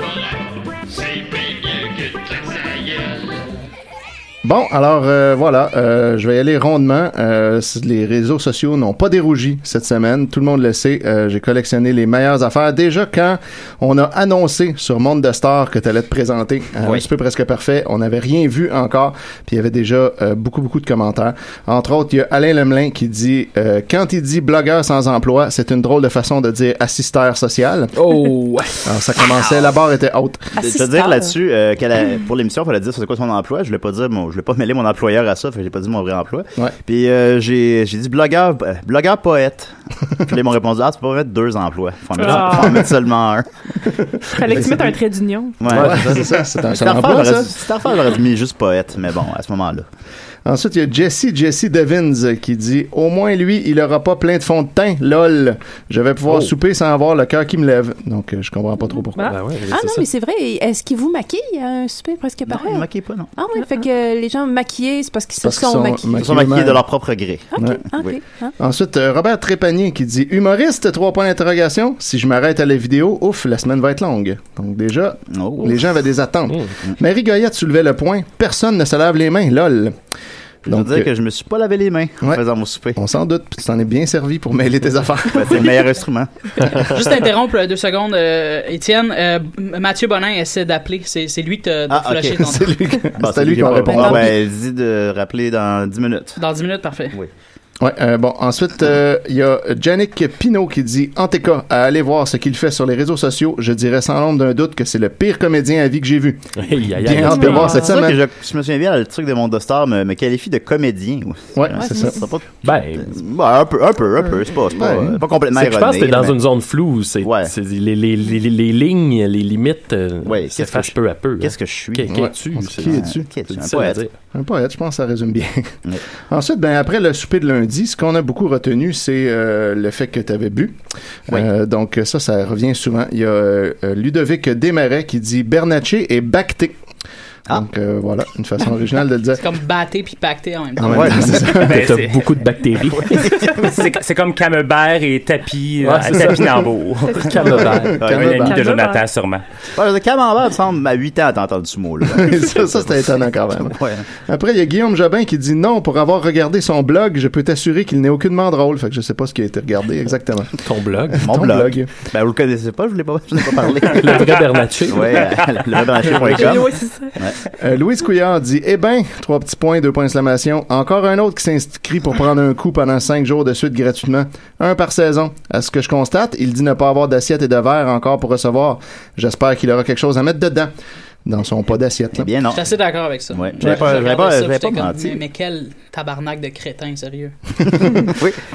[SPEAKER 8] Bon, alors euh, voilà, euh, je vais y aller rondement. Euh, c- les réseaux sociaux n'ont pas dérougi cette semaine. Tout le monde le sait, euh, j'ai collectionné les meilleures affaires. Déjà, quand on a annoncé sur Monde de Star que tu allais te présenter à un petit peu presque parfait, on n'avait rien vu encore, puis il y avait déjà euh, beaucoup, beaucoup de commentaires. Entre autres, il y a Alain Lemelin qui dit euh, Quand il dit blogueur sans emploi, c'est une drôle de façon de dire assisteur social. »
[SPEAKER 9] Oh!
[SPEAKER 8] Alors, ça commençait, la barre était haute.
[SPEAKER 7] Ah,
[SPEAKER 6] Je veux dire là-dessus, euh, qu'elle a- pour l'émission, il fallait dire c'est quoi son emploi. Je voulais pas dire, mon- je voulais pas mêler mon employeur à ça, fait que j'ai pas dit mon vrai emploi. Puis euh, j'ai j'ai dit blogueur, euh, blogueur poète. Puis là, ils m'ont répondu, ah, tu peux pas mettre deux emplois. Faut en mettre,
[SPEAKER 7] Ah.
[SPEAKER 6] faut en mettre seulement un.
[SPEAKER 7] Fallait que tu mettes un trait d'union.
[SPEAKER 6] Ouais,
[SPEAKER 8] Ouais, c'est ça, c'est un
[SPEAKER 6] Mais
[SPEAKER 8] seul
[SPEAKER 6] Starfire
[SPEAKER 8] emploi, ça.
[SPEAKER 6] aurait- Starfire aurait mis juste poète, mais bon, à ce moment-là.
[SPEAKER 8] Ensuite, il y a Jesse, Jesse Devins qui dit Au moins, lui, il aura pas plein de fond de teint, lol. Je vais pouvoir
[SPEAKER 15] Oh.
[SPEAKER 8] souper sans avoir le cœur qui me lève. Donc, euh, je comprends pas trop pourquoi.
[SPEAKER 15] ah non, mais c'est vrai. Est-ce qu'ils vous maquillent à un souper presque pareil? Non, ils ne
[SPEAKER 6] maquillent pas, non.
[SPEAKER 15] Ah oui, fait que les gens maquillés, c'est parce qu'ils se
[SPEAKER 8] Parce qu'ils
[SPEAKER 15] sont
[SPEAKER 8] sont
[SPEAKER 15] maquillés.
[SPEAKER 8] ma-
[SPEAKER 6] Ils sont maquillés de leur propre gré.
[SPEAKER 8] Ouais.
[SPEAKER 15] Ah, ok.
[SPEAKER 8] Oui.
[SPEAKER 15] Ah.
[SPEAKER 8] Ensuite, euh, Robert Trépanier qui dit Humoriste, trois points d'interrogation. Si je m'arrête à la vidéo, ouf, la semaine va être longue. Donc, déjà,
[SPEAKER 6] Oh.
[SPEAKER 8] les gens avaient des attentes. Marie Goyette soulevait le point Personne ne se lave les mains, lol. euh,
[SPEAKER 6] Donc, dire que je me suis pas lavé les mains en faisant mon souper.
[SPEAKER 8] On s'en doute, puis tu t'en es bien servi pour mêler tes affaires.
[SPEAKER 6] Ben, c'est le meilleur instrument.
[SPEAKER 14] Juste interrompre euh, deux secondes, euh, Étienne. euh, M- Mathieu Bonin essaie d'appeler. C'est c'est lui qui t'a t'a
[SPEAKER 6] Ah, ok.
[SPEAKER 14] flashé ton
[SPEAKER 6] C'est lui qui-
[SPEAKER 8] Bon, c'est lui qui va répondre.
[SPEAKER 6] Ah, ben, dis de rappeler dans 10 minutes.
[SPEAKER 14] Dans 10 minutes, parfait.
[SPEAKER 6] Oui.
[SPEAKER 8] Ouais, euh, bon, ensuite, euh, il y a Yannick Pinault qui dit En tout cas, à aller voir ce qu'il fait sur les réseaux sociaux, je dirais sans l'ombre d'un doute que c'est le pire comédien à vie que j'ai vu.
[SPEAKER 6] aïe,
[SPEAKER 8] Bien hâte de voir cette
[SPEAKER 6] C'est ça
[SPEAKER 8] semaine.
[SPEAKER 6] que je, je me souviens bien, le truc de Monde de Star me, me qualifie de comédien.
[SPEAKER 8] Ouais, c'est ça.
[SPEAKER 6] Ben, un peu, un peu, un peu. C'est pas, c'est pas, euh,
[SPEAKER 9] Ouais.
[SPEAKER 6] pas complètement
[SPEAKER 9] C'est que
[SPEAKER 6] erroné.
[SPEAKER 9] Je pense que t'es dans
[SPEAKER 6] mais-
[SPEAKER 9] une zone floue. où C'est c'est les, les, les, les- les lignes, les limites euh, s'effacent peu à peu. Qu'est-ce
[SPEAKER 6] que je suis?
[SPEAKER 9] Qui
[SPEAKER 8] Ouais.
[SPEAKER 9] es-tu?
[SPEAKER 8] Qui es-tu?
[SPEAKER 9] C'est difficile à dire.
[SPEAKER 8] Un poète, je pense que ça résume bien. Ensuite, ben, après le souper de lundi, ce qu'on a beaucoup retenu, c'est euh, le fait que tu avais bu. Euh, donc ça, ça revient souvent. Il y a euh, Ludovic Desmarais qui dit Bernacchi et Bacté. Donc euh, voilà, une façon originale de le dire.
[SPEAKER 14] C'est comme batté puis pacté en même temps.
[SPEAKER 8] Ah, Ouais, c'est ça.
[SPEAKER 10] Ben, T'as c'est-
[SPEAKER 9] beaucoup de bactéries.
[SPEAKER 10] c'est c'est comme Camembert et Tapi,
[SPEAKER 6] Ouais,
[SPEAKER 10] euh,
[SPEAKER 6] c'est ça.
[SPEAKER 10] Tapinambour.
[SPEAKER 6] Camembert.
[SPEAKER 10] Ouais, Un ami
[SPEAKER 6] Camembert.
[SPEAKER 10] de Jonathan, sûrement.
[SPEAKER 6] Ouais, le camembert, il me semble, à 8 ans, t'as entendu ce mot-là.
[SPEAKER 8] ça, ça c'était étonnant quand même.
[SPEAKER 6] Ouais.
[SPEAKER 8] Après, il y a Guillaume Jobin qui dit non, pour avoir regardé son blog, je peux t'assurer qu'il n'est aucunement drôle. Fait que je sais pas ce qui a été regardé exactement.
[SPEAKER 9] Ton blog.
[SPEAKER 6] Mon
[SPEAKER 8] Ton
[SPEAKER 6] blog.
[SPEAKER 8] blog.
[SPEAKER 6] Ben, vous le connaissez pas, je voulais pas, je voulais pas parler.
[SPEAKER 8] Le vrai Bernatchez.
[SPEAKER 6] Oui, euh, le vrai Bernatchez.com.
[SPEAKER 8] Ouais, c'est Euh, Louise Couillard dit Eh ben, trois petits points, deux points d'exclamation. Encore un autre qui s'inscrit pour prendre un coup pendant cinq jours de suite gratuitement, un par saison. À ce que je constate, il dit ne pas avoir d'assiette et de verre encore pour recevoir. J'espère qu'il aura quelque chose à mettre dedans dans son pas d'assiette. là.
[SPEAKER 6] Eh bien
[SPEAKER 14] Je suis assez d'accord avec ça.
[SPEAKER 8] Ouais.
[SPEAKER 14] Je-
[SPEAKER 8] J'avais pas-
[SPEAKER 14] je
[SPEAKER 8] j'avais
[SPEAKER 14] regardais
[SPEAKER 8] pas-
[SPEAKER 14] ça,
[SPEAKER 8] j'avais
[SPEAKER 14] j'étais
[SPEAKER 8] pas
[SPEAKER 14] comme,
[SPEAKER 8] menti.
[SPEAKER 14] Mais, mais quel tabarnak de crétin, sérieux.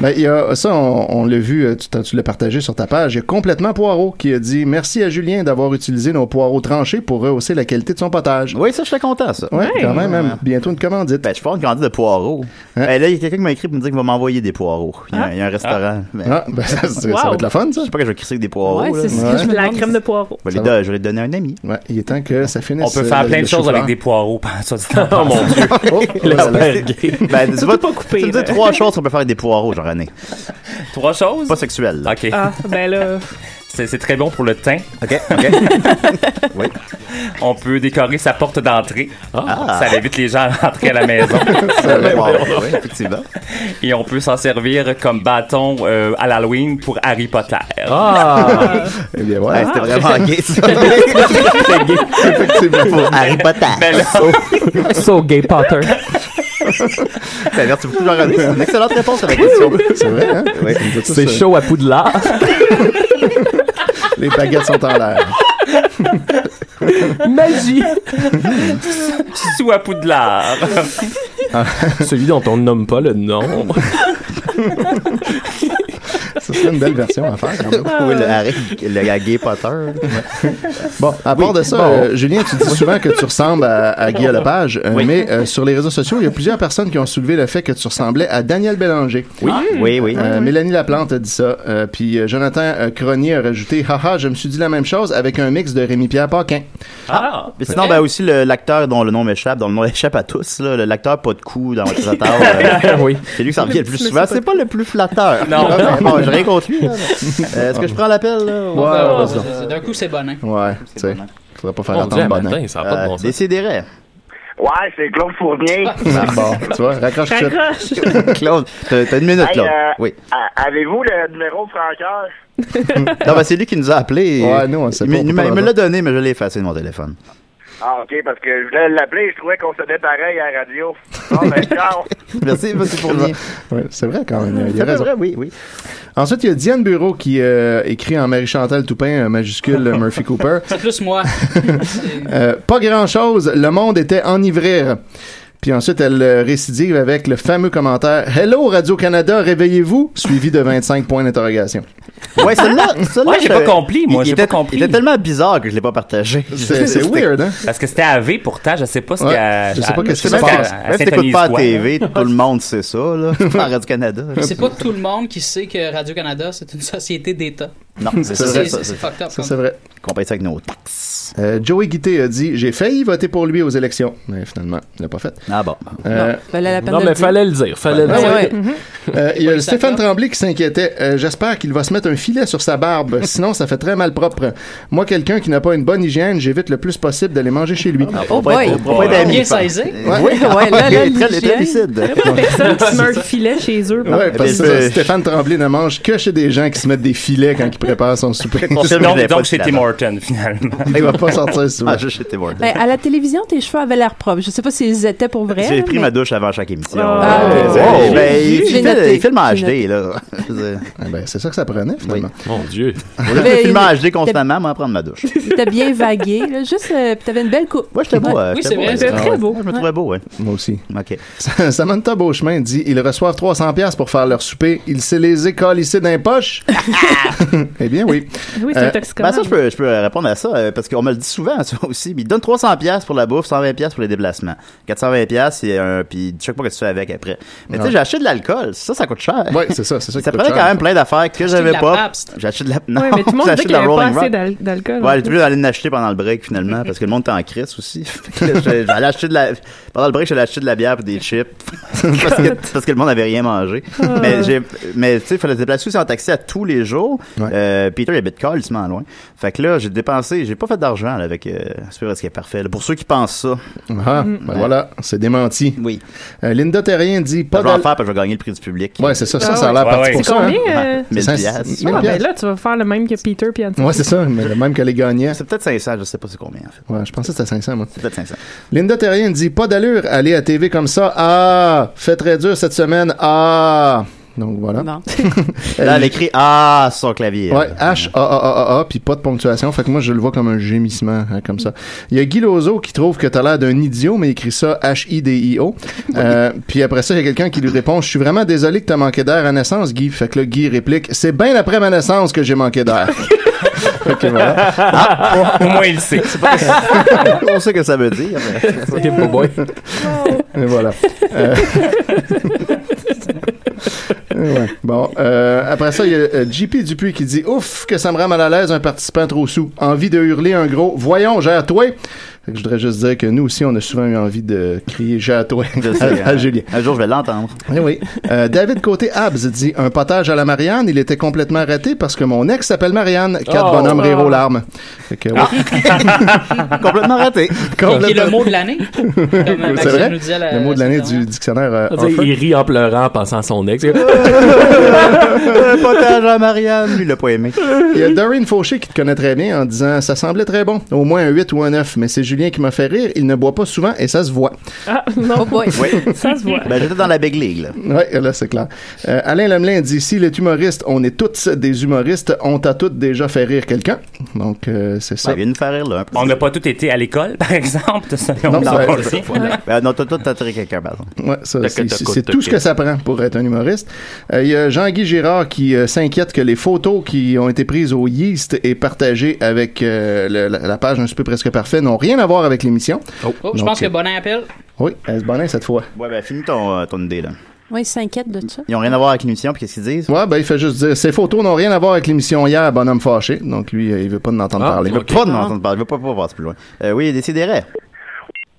[SPEAKER 8] Ben, il y a, ça, on, on l'a vu, euh, tu, t'as- tu l'as partagé sur ta page. Il y a complètement Poirot qui a dit Merci à Julien d'avoir utilisé nos poireaux tranchés pour rehausser la qualité de son potage.
[SPEAKER 6] Oui, ça, je suis content, ça.
[SPEAKER 8] Oui,
[SPEAKER 6] Ouais.
[SPEAKER 8] quand même, hein. bientôt une commandite. Hein?
[SPEAKER 6] Ben, je pense une commandite de poireaux. Ben, là, il y a quelqu'un qui m'a écrit pour me dire qu'il va m'envoyer des poireaux. Il y a, il y a un restaurant. Ben,
[SPEAKER 8] Ah, ben, ça, ça
[SPEAKER 7] Wow.
[SPEAKER 8] va être le fun, ça.
[SPEAKER 6] Je sais pas que je vais crisser avec des poireaux.
[SPEAKER 7] Ouais,
[SPEAKER 6] là.
[SPEAKER 7] c'est ce que je me La crème de poireau.
[SPEAKER 6] Je vais les don- ben, je vais les donner à un ami.
[SPEAKER 8] Ouais, il est temps que ça finisse.
[SPEAKER 10] On peut faire
[SPEAKER 8] euh,
[SPEAKER 10] plein
[SPEAKER 8] le-
[SPEAKER 10] de
[SPEAKER 8] le
[SPEAKER 10] choses avec
[SPEAKER 8] chou-fleur.
[SPEAKER 10] des poireaux pendant ça du temps. Oh mon dieu.
[SPEAKER 8] Oh,
[SPEAKER 6] Ben, tu vas pas
[SPEAKER 7] couper.
[SPEAKER 6] Tu me dis trois choses qu'on peut faire avec des poireaux, Jean-René.
[SPEAKER 10] Trois choses?
[SPEAKER 6] Pas sexuelles.
[SPEAKER 10] OK.
[SPEAKER 7] Ah, ben là.
[SPEAKER 10] C'est c'est très bon pour le teint.
[SPEAKER 6] OK, oui.
[SPEAKER 10] On peut décorer sa porte d'entrée.
[SPEAKER 6] Ah.
[SPEAKER 10] Ça évite les gens à rentrer à la maison.
[SPEAKER 6] Ça va, ouais, ouais, effectivement.
[SPEAKER 10] Et on peut s'en servir comme bâton euh, à l'Halloween pour Harry Potter.
[SPEAKER 6] Ah. Eh bien, voilà. Hey, c'était vraiment gay, ça.
[SPEAKER 10] C'était gay.
[SPEAKER 6] Effectivement. Pour Harry Potter.
[SPEAKER 10] Ben là.
[SPEAKER 9] So gay Potter.
[SPEAKER 6] Ben, merci beaucoup, Jean-René. C'est une excellente réponse à la question.
[SPEAKER 8] C'est vrai, hein?
[SPEAKER 6] Oui.
[SPEAKER 9] C'est chaud à Poudlard.
[SPEAKER 8] Les baguettes sont en l'air.
[SPEAKER 9] Magie.
[SPEAKER 10] Sous à Poudlard.
[SPEAKER 8] Ah.
[SPEAKER 9] Celui dont on ne nomme pas le nom.
[SPEAKER 8] Euh, Ce serait une belle version à faire, quand même.
[SPEAKER 6] Oui, le Harry, le Gay Potter.
[SPEAKER 8] Bon, à part de ça,
[SPEAKER 6] bon.
[SPEAKER 8] euh, Julien, tu dis souvent que tu ressembles à, à Guy Lepage, euh, mais euh, sur les réseaux sociaux, il y a plusieurs personnes qui ont soulevé le fait que tu ressemblais à Daniel Bélanger.
[SPEAKER 6] Oui. Ah. Oui, oui.
[SPEAKER 8] Euh, Mélanie Laplante a dit ça. Euh, puis euh, Jonathan euh, Cronier a rajouté Haha, je me suis dit la même chose avec un mix de Rémi-Pierre Paquin.
[SPEAKER 10] Ah!
[SPEAKER 6] Mais sinon, ben aussi, le- l'acteur dont le nom m'échappe, dont le nom échappe à tous, là, le- l'acteur pas de cou dans votre retard,
[SPEAKER 9] oui.
[SPEAKER 6] c'est lui qui s'en revient le plus souvent. C'est pas le plus flatteur.
[SPEAKER 10] Non.
[SPEAKER 6] Ben,
[SPEAKER 8] Ah,
[SPEAKER 6] bon, j'ai rien contre lui. là. Euh, Est-ce que je prends l'appel? là?
[SPEAKER 8] Ouais, ouais,
[SPEAKER 14] Ah,
[SPEAKER 8] ouais,
[SPEAKER 14] c'est- c'est- D'un coup, c'est bon, hein.
[SPEAKER 8] Ouais, tu sais. Faudrait pas faire
[SPEAKER 9] Mon Dieu,
[SPEAKER 8] attendre Bonin. Euh,
[SPEAKER 9] matin, ça a pas de bon sens.
[SPEAKER 6] Décidérez.
[SPEAKER 16] Ouais, c'est Claude Fournier.
[SPEAKER 8] Ah, bon, tu vois, raccroche tout de suite.
[SPEAKER 6] Claude, t'as t'as une minute,
[SPEAKER 16] Hey,
[SPEAKER 6] Claude.
[SPEAKER 16] euh,
[SPEAKER 6] Oui.
[SPEAKER 16] a- Avez-vous le numéro de Francoeur?
[SPEAKER 6] Non, ben, c'est lui qui nous a appelé.
[SPEAKER 8] Ouais, nous, on sait
[SPEAKER 6] Il
[SPEAKER 8] pas,
[SPEAKER 6] me-
[SPEAKER 8] on peut
[SPEAKER 6] il
[SPEAKER 8] pas
[SPEAKER 6] me il me
[SPEAKER 8] l'entendre.
[SPEAKER 6] l'a donné, mais je l'ai effacé de mon téléphone.
[SPEAKER 16] Ah, OK, parce que je voulais l'appeler, je trouvais qu'on sonnait pareil à la radio. Bon, ben, ciao!
[SPEAKER 6] Merci, M. Fournier.
[SPEAKER 8] Ouais, c'est vrai quand même, Euh, il
[SPEAKER 6] C'est
[SPEAKER 8] a
[SPEAKER 6] à peu
[SPEAKER 8] raison.
[SPEAKER 6] vrai, oui, oui.
[SPEAKER 8] Ensuite, il y a Diane Bureau qui euh, écrit en Marie-Chantal Toupin, euh, majuscule euh, Murphy Cooper.
[SPEAKER 14] C'est plus moi.
[SPEAKER 8] Euh, pas grand-chose, le monde était enivré. Puis ensuite, elle euh, récidive avec le fameux commentaire « Hello Radio-Canada, réveillez-vous », suivi de 25 points d'interrogation.
[SPEAKER 6] Ouais, celle-là, celle-là.
[SPEAKER 10] Ouais, j'ai
[SPEAKER 6] je-
[SPEAKER 10] pas compris, moi,
[SPEAKER 6] il
[SPEAKER 10] j'ai
[SPEAKER 6] était-
[SPEAKER 10] pas compris.
[SPEAKER 6] Il était tellement bizarre que je l'ai pas partagé.
[SPEAKER 8] C'est c'est
[SPEAKER 6] C'était-
[SPEAKER 8] weird, hein?
[SPEAKER 10] Parce que c'était à V pourtant, je sais pas ce
[SPEAKER 8] Ouais,
[SPEAKER 10] qu'à-
[SPEAKER 8] je sais pas
[SPEAKER 10] à-
[SPEAKER 8] qu'est-ce qui
[SPEAKER 10] sais
[SPEAKER 8] se
[SPEAKER 10] pas
[SPEAKER 8] passe.
[SPEAKER 10] qu'à- à
[SPEAKER 6] Même si t'écoutes pas à
[SPEAKER 10] Saint-Denis-de-Bois.
[SPEAKER 6] TV, tout le monde sait ça, là. À Radio-Canada.
[SPEAKER 14] C'est pas tout le monde qui sait que Radio-Canada, c'est une société d'État.
[SPEAKER 6] Non, c'est
[SPEAKER 8] C'est
[SPEAKER 6] ça.
[SPEAKER 8] vrai,
[SPEAKER 14] C'est
[SPEAKER 8] ça,
[SPEAKER 14] c'est- c'est fucked up. hein.
[SPEAKER 8] Ça,
[SPEAKER 14] comme-
[SPEAKER 8] c'est vrai.
[SPEAKER 6] Qu'on paye ça avec nos taxes.
[SPEAKER 8] Euh, Joey Guité a dit « J'ai failli voter pour lui aux élections ». Mais finalement, il l'a pas fait.
[SPEAKER 6] Ah bon.
[SPEAKER 8] Euh,
[SPEAKER 15] Valait la peine
[SPEAKER 9] Non,
[SPEAKER 15] de
[SPEAKER 9] mais
[SPEAKER 15] le dire. Mm-hmm.
[SPEAKER 9] fallait le dire. Fallait
[SPEAKER 8] Ouais, Ah
[SPEAKER 9] le
[SPEAKER 8] ouais.
[SPEAKER 9] dire.
[SPEAKER 8] Euh, il y a Stéphane Tremblay qui s'inquiétait. Euh, J'espère qu'il va se mettre un filet sur sa barbe, sinon ça fait très mal propre. Moi, quelqu'un qui n'a pas une bonne hygiène, j'évite le plus possible d'aller manger chez lui.
[SPEAKER 6] On va pas
[SPEAKER 15] Oh boy.
[SPEAKER 6] être- on va pas être amis,
[SPEAKER 14] Bien
[SPEAKER 6] je pense.
[SPEAKER 14] saisé.
[SPEAKER 6] Oui,
[SPEAKER 15] Ouais, ouais, là,
[SPEAKER 6] il
[SPEAKER 15] là,
[SPEAKER 6] est très- il est très
[SPEAKER 15] l'hygiène.
[SPEAKER 6] lucide.
[SPEAKER 7] Personne qui met un filet chez eux.
[SPEAKER 8] Ouais, parce que
[SPEAKER 6] Mais
[SPEAKER 8] ça,
[SPEAKER 6] je-
[SPEAKER 8] Stéphane Tremblay ne mange que chez des gens qui se mettent des filets quand ils préparent son souper.
[SPEAKER 6] Confirme, je l'avais
[SPEAKER 10] Donc,
[SPEAKER 6] pas
[SPEAKER 10] donc
[SPEAKER 6] dit
[SPEAKER 10] chez Tim
[SPEAKER 6] avant.
[SPEAKER 10] Horton, finalement.
[SPEAKER 8] Il va pas sortir souvent.
[SPEAKER 6] Ah, je j'étais mort.
[SPEAKER 15] Ben, à la télévision, tes cheveux avaient l'air propres. Je sais pas s'ils étaient pour vrai.
[SPEAKER 6] J'ai pris
[SPEAKER 15] mais-
[SPEAKER 6] ma douche avant chaque
[SPEAKER 10] Oh.
[SPEAKER 6] émission.
[SPEAKER 15] Ah, ok.
[SPEAKER 6] Euh,
[SPEAKER 9] Wow.
[SPEAKER 6] ben, il,
[SPEAKER 15] J'ai
[SPEAKER 6] filme-
[SPEAKER 15] noté.
[SPEAKER 6] il filme en
[SPEAKER 15] J'ai
[SPEAKER 6] HD, là. Je veux dire,
[SPEAKER 8] Ah ben, c'est ça que ça prenait, finalement.
[SPEAKER 9] Mon Dieu.
[SPEAKER 6] Au
[SPEAKER 10] Ben,
[SPEAKER 6] lieu de
[SPEAKER 15] Mais-
[SPEAKER 6] filmer en HD constamment, moi, prendre ma douche.
[SPEAKER 15] T'as bien vagué, là. Juste, euh, pis t'avais une belle coupe.
[SPEAKER 6] Moi, j'étais beau. euh,
[SPEAKER 14] Oui,
[SPEAKER 6] j'étais
[SPEAKER 14] c'est
[SPEAKER 6] beau,
[SPEAKER 14] vrai,
[SPEAKER 6] euh,
[SPEAKER 14] c'est
[SPEAKER 6] ah
[SPEAKER 14] très
[SPEAKER 6] ouais.
[SPEAKER 14] beau.
[SPEAKER 6] Moi, Je me trouvais beau, ouais.
[SPEAKER 8] Moi aussi.
[SPEAKER 6] OK.
[SPEAKER 8] Samantha Beauchemin dit Ils reçoivent 300$ piastres pour faire leur souper. Ils se les écolent ici dans les poches. eh bien, oui.
[SPEAKER 7] Oui, c'est
[SPEAKER 8] Euh,
[SPEAKER 7] un toxicomane.
[SPEAKER 6] Ben ça, je peux, je peux répondre à ça, euh, parce qu'on me le dit souvent, ça aussi. Mais il donne 300$ piastres pour la bouffe, 120$ piastres pour les déplacements. 420$, piastres, c'est un. Puis je sais pas ce que tu fais avec après. Mais tu
[SPEAKER 8] Ouais.
[SPEAKER 6] sais, j'ai acheté de l'alcool. Ça, ça coûte cher.
[SPEAKER 8] Ouais, c'est ça, c'est ça qui
[SPEAKER 6] Ça
[SPEAKER 8] coûte
[SPEAKER 6] prenait
[SPEAKER 8] cher.
[SPEAKER 6] quand même plein d'affaires
[SPEAKER 14] acheté
[SPEAKER 6] que
[SPEAKER 14] de
[SPEAKER 6] j'avais
[SPEAKER 14] la
[SPEAKER 6] pas.
[SPEAKER 14] Pabst.
[SPEAKER 6] J'ai acheté de la.
[SPEAKER 7] Ouais, mais tout le monde
[SPEAKER 6] j'ai
[SPEAKER 7] dit
[SPEAKER 6] acheté
[SPEAKER 7] qu'il
[SPEAKER 6] de
[SPEAKER 7] n'y
[SPEAKER 6] la
[SPEAKER 7] avait pas
[SPEAKER 6] Rolling
[SPEAKER 7] assez
[SPEAKER 6] Rock.
[SPEAKER 7] d'al- d'alcool.
[SPEAKER 6] Ouais, j'étais obligé d'aller en acheter pendant le break finalement parce que le monde était en crise aussi. Fait que là, je- J'allais acheter de la pendant le break, j'allais acheter de la bière et des chips parce que parce que le monde avait rien mangé. mais j'ai mais tu sais, il fallait se déplacer aussi en taxi à tous les jours.
[SPEAKER 8] Ouais.
[SPEAKER 6] Euh, Peter il habite calissement loin. Fait que là, j'ai dépensé, j'ai pas fait d'argent là, avec euh, c'est vrai, ce qui est parfait. là. Pour ceux qui pensent ça,
[SPEAKER 8] Ah, ben voilà, c'est démenti.
[SPEAKER 6] Mm. oui. Ben,
[SPEAKER 8] Euh, Linda Terrien dit
[SPEAKER 6] Je
[SPEAKER 8] Pas
[SPEAKER 6] vais en
[SPEAKER 8] d'al-
[SPEAKER 6] faire parce que je vais gagner le prix du public.
[SPEAKER 8] Ouais, c'est ça, ça,
[SPEAKER 7] Ah
[SPEAKER 8] ça a
[SPEAKER 7] ouais.
[SPEAKER 8] l'air
[SPEAKER 10] Ouais,
[SPEAKER 8] parti
[SPEAKER 10] ouais.
[SPEAKER 8] pour
[SPEAKER 7] C'est
[SPEAKER 8] ça.
[SPEAKER 7] combien?
[SPEAKER 8] hein.
[SPEAKER 7] euh,
[SPEAKER 6] 1000
[SPEAKER 8] C'est-
[SPEAKER 6] piastres.
[SPEAKER 8] mille
[SPEAKER 7] Ah, ben
[SPEAKER 8] piastres.
[SPEAKER 7] là, tu vas faire le même que Peter puis Anthony.
[SPEAKER 8] Ouais, c'est ça, mais le même que les gagnants.
[SPEAKER 6] C'est peut-être 500, je sais pas c'est combien en fait.
[SPEAKER 8] Ouais, je pensais que c'était 500, moi.
[SPEAKER 6] C'est peut-être 500.
[SPEAKER 8] Linda Terrien dit Pas d'allure, aller à TV comme ça. Ah, fait très dur cette semaine. Ah. Donc voilà.
[SPEAKER 15] Non.
[SPEAKER 6] Là, elle écrit ah sur son clavier.
[SPEAKER 8] Ouais,
[SPEAKER 6] là.
[SPEAKER 8] H A A A A, A puis pas de ponctuation. Fait que moi je le vois comme un gémissement hein, comme ça. Il y a Guy Lozo qui trouve que t'as l'air d'un idiot mais il écrit ça H I D I O. Euh, puis après ça il y a quelqu'un qui lui répond je suis vraiment désolé que t'as manqué d'air à naissance Guy. Fait que là Guy réplique c'est bien après ma naissance que j'ai manqué d'air. Fait que voilà.
[SPEAKER 6] Ah,
[SPEAKER 7] Ah,
[SPEAKER 10] Au moins, il le sait.
[SPEAKER 6] On sait que ça veut dire. mais-
[SPEAKER 9] Ok, beau boy.
[SPEAKER 8] Et voilà. Euh, ouais. Bon, euh, après ça, il y a euh, JP Dupuis qui dit Ouf, que ça me rend mal à l'aise un participant trop sous. Envie de hurler un gros Voyons, gère-toi. Fait que je voudrais juste dire que nous aussi, on a souvent eu envie de crier « J'ai à toi
[SPEAKER 6] sais,
[SPEAKER 8] à, à
[SPEAKER 6] hein.
[SPEAKER 8] Ah, Julien.
[SPEAKER 6] Un jour, je vais l'entendre.
[SPEAKER 8] Eh oui. Euh, David Côté Abs dit un potage à la Marianne. Il était complètement raté parce que mon ex s'appelle Marianne. Quatre
[SPEAKER 6] Oh.
[SPEAKER 8] bonhommes rire aux larmes. Fait que, oui.
[SPEAKER 6] Complètement raté.
[SPEAKER 14] Qui est le mot de l'année. Comme euh,
[SPEAKER 8] Oui,
[SPEAKER 14] Maxime
[SPEAKER 8] c'est vrai.
[SPEAKER 14] nous disait la-
[SPEAKER 8] le mot de l'année du dictionnaire. euh,
[SPEAKER 9] On dirait,
[SPEAKER 8] Orford.
[SPEAKER 9] il rit en pleurant, en pensant à son ex.
[SPEAKER 8] Ah.
[SPEAKER 14] Euh,
[SPEAKER 6] un potage à Marianne. Lui, il l'a pas aimé.
[SPEAKER 8] Il y a Doreen Fauché qui te connaît très bien en disant Ça semblait très bon, au moins un 8 ou un 9, mais c'est Julien qui m'a fait rire, il ne boit pas souvent et ça se voit.
[SPEAKER 7] Ah,
[SPEAKER 15] Oh,
[SPEAKER 7] non.
[SPEAKER 6] Oui.
[SPEAKER 7] Ça se voit.
[SPEAKER 6] Ben, j'étais dans la big league, là.
[SPEAKER 8] Oui, là, c'est clair. Euh, Alain Lemelin dit Si les humoristes, on est tous des humoristes, on t'a tous déjà fait rire quelqu'un. Donc, euh, c'est ça.
[SPEAKER 6] Ouais, il vient de faire rire, là, un peu.
[SPEAKER 10] Ben, On n'a pas tous été à l'école, par exemple. Ça, on
[SPEAKER 8] Non,
[SPEAKER 10] le
[SPEAKER 8] ben,
[SPEAKER 10] sait.
[SPEAKER 8] c'est-
[SPEAKER 6] Voilà. Ben, non, t'as tout attiré quelqu'un, par exemple.
[SPEAKER 8] Ouais, ça,
[SPEAKER 6] Tac,
[SPEAKER 8] c'est
[SPEAKER 6] tac,
[SPEAKER 8] c'est-
[SPEAKER 6] tac,
[SPEAKER 8] c'est
[SPEAKER 6] tac,
[SPEAKER 8] tout ce
[SPEAKER 6] tac.
[SPEAKER 8] que ça prend pour être un humoriste. Euh, Il y a Jean-Guy Girard qui euh, s'inquiète que les photos qui ont été prises au Yeast et partagées avec euh, le- la, la page Un peu presque parfait n'ont rien à voir avec l'émission.
[SPEAKER 14] Oh, je
[SPEAKER 8] Donc,
[SPEAKER 14] pense que
[SPEAKER 8] euh,
[SPEAKER 14] Bonin appelle.
[SPEAKER 8] Oui, est-ce Bonin cette fois?
[SPEAKER 6] Ouais, ben, finis ton, euh, ton idée, là.
[SPEAKER 15] Oui, ils s'inquiètent de ça.
[SPEAKER 6] Ils ont rien à voir avec l'émission, puis qu'est-ce qu'ils disent?
[SPEAKER 8] Ouais, ben il fait juste dire ces photos n'ont rien à voir avec l'émission hier, bonhomme fâché. Donc lui, euh, il veut pas en entendre parler.
[SPEAKER 6] Ah, Il veut pas
[SPEAKER 14] Ah.
[SPEAKER 6] nous entendre parler, il veut pas pouvoir passer plus loin. Euh, oui, décidérez.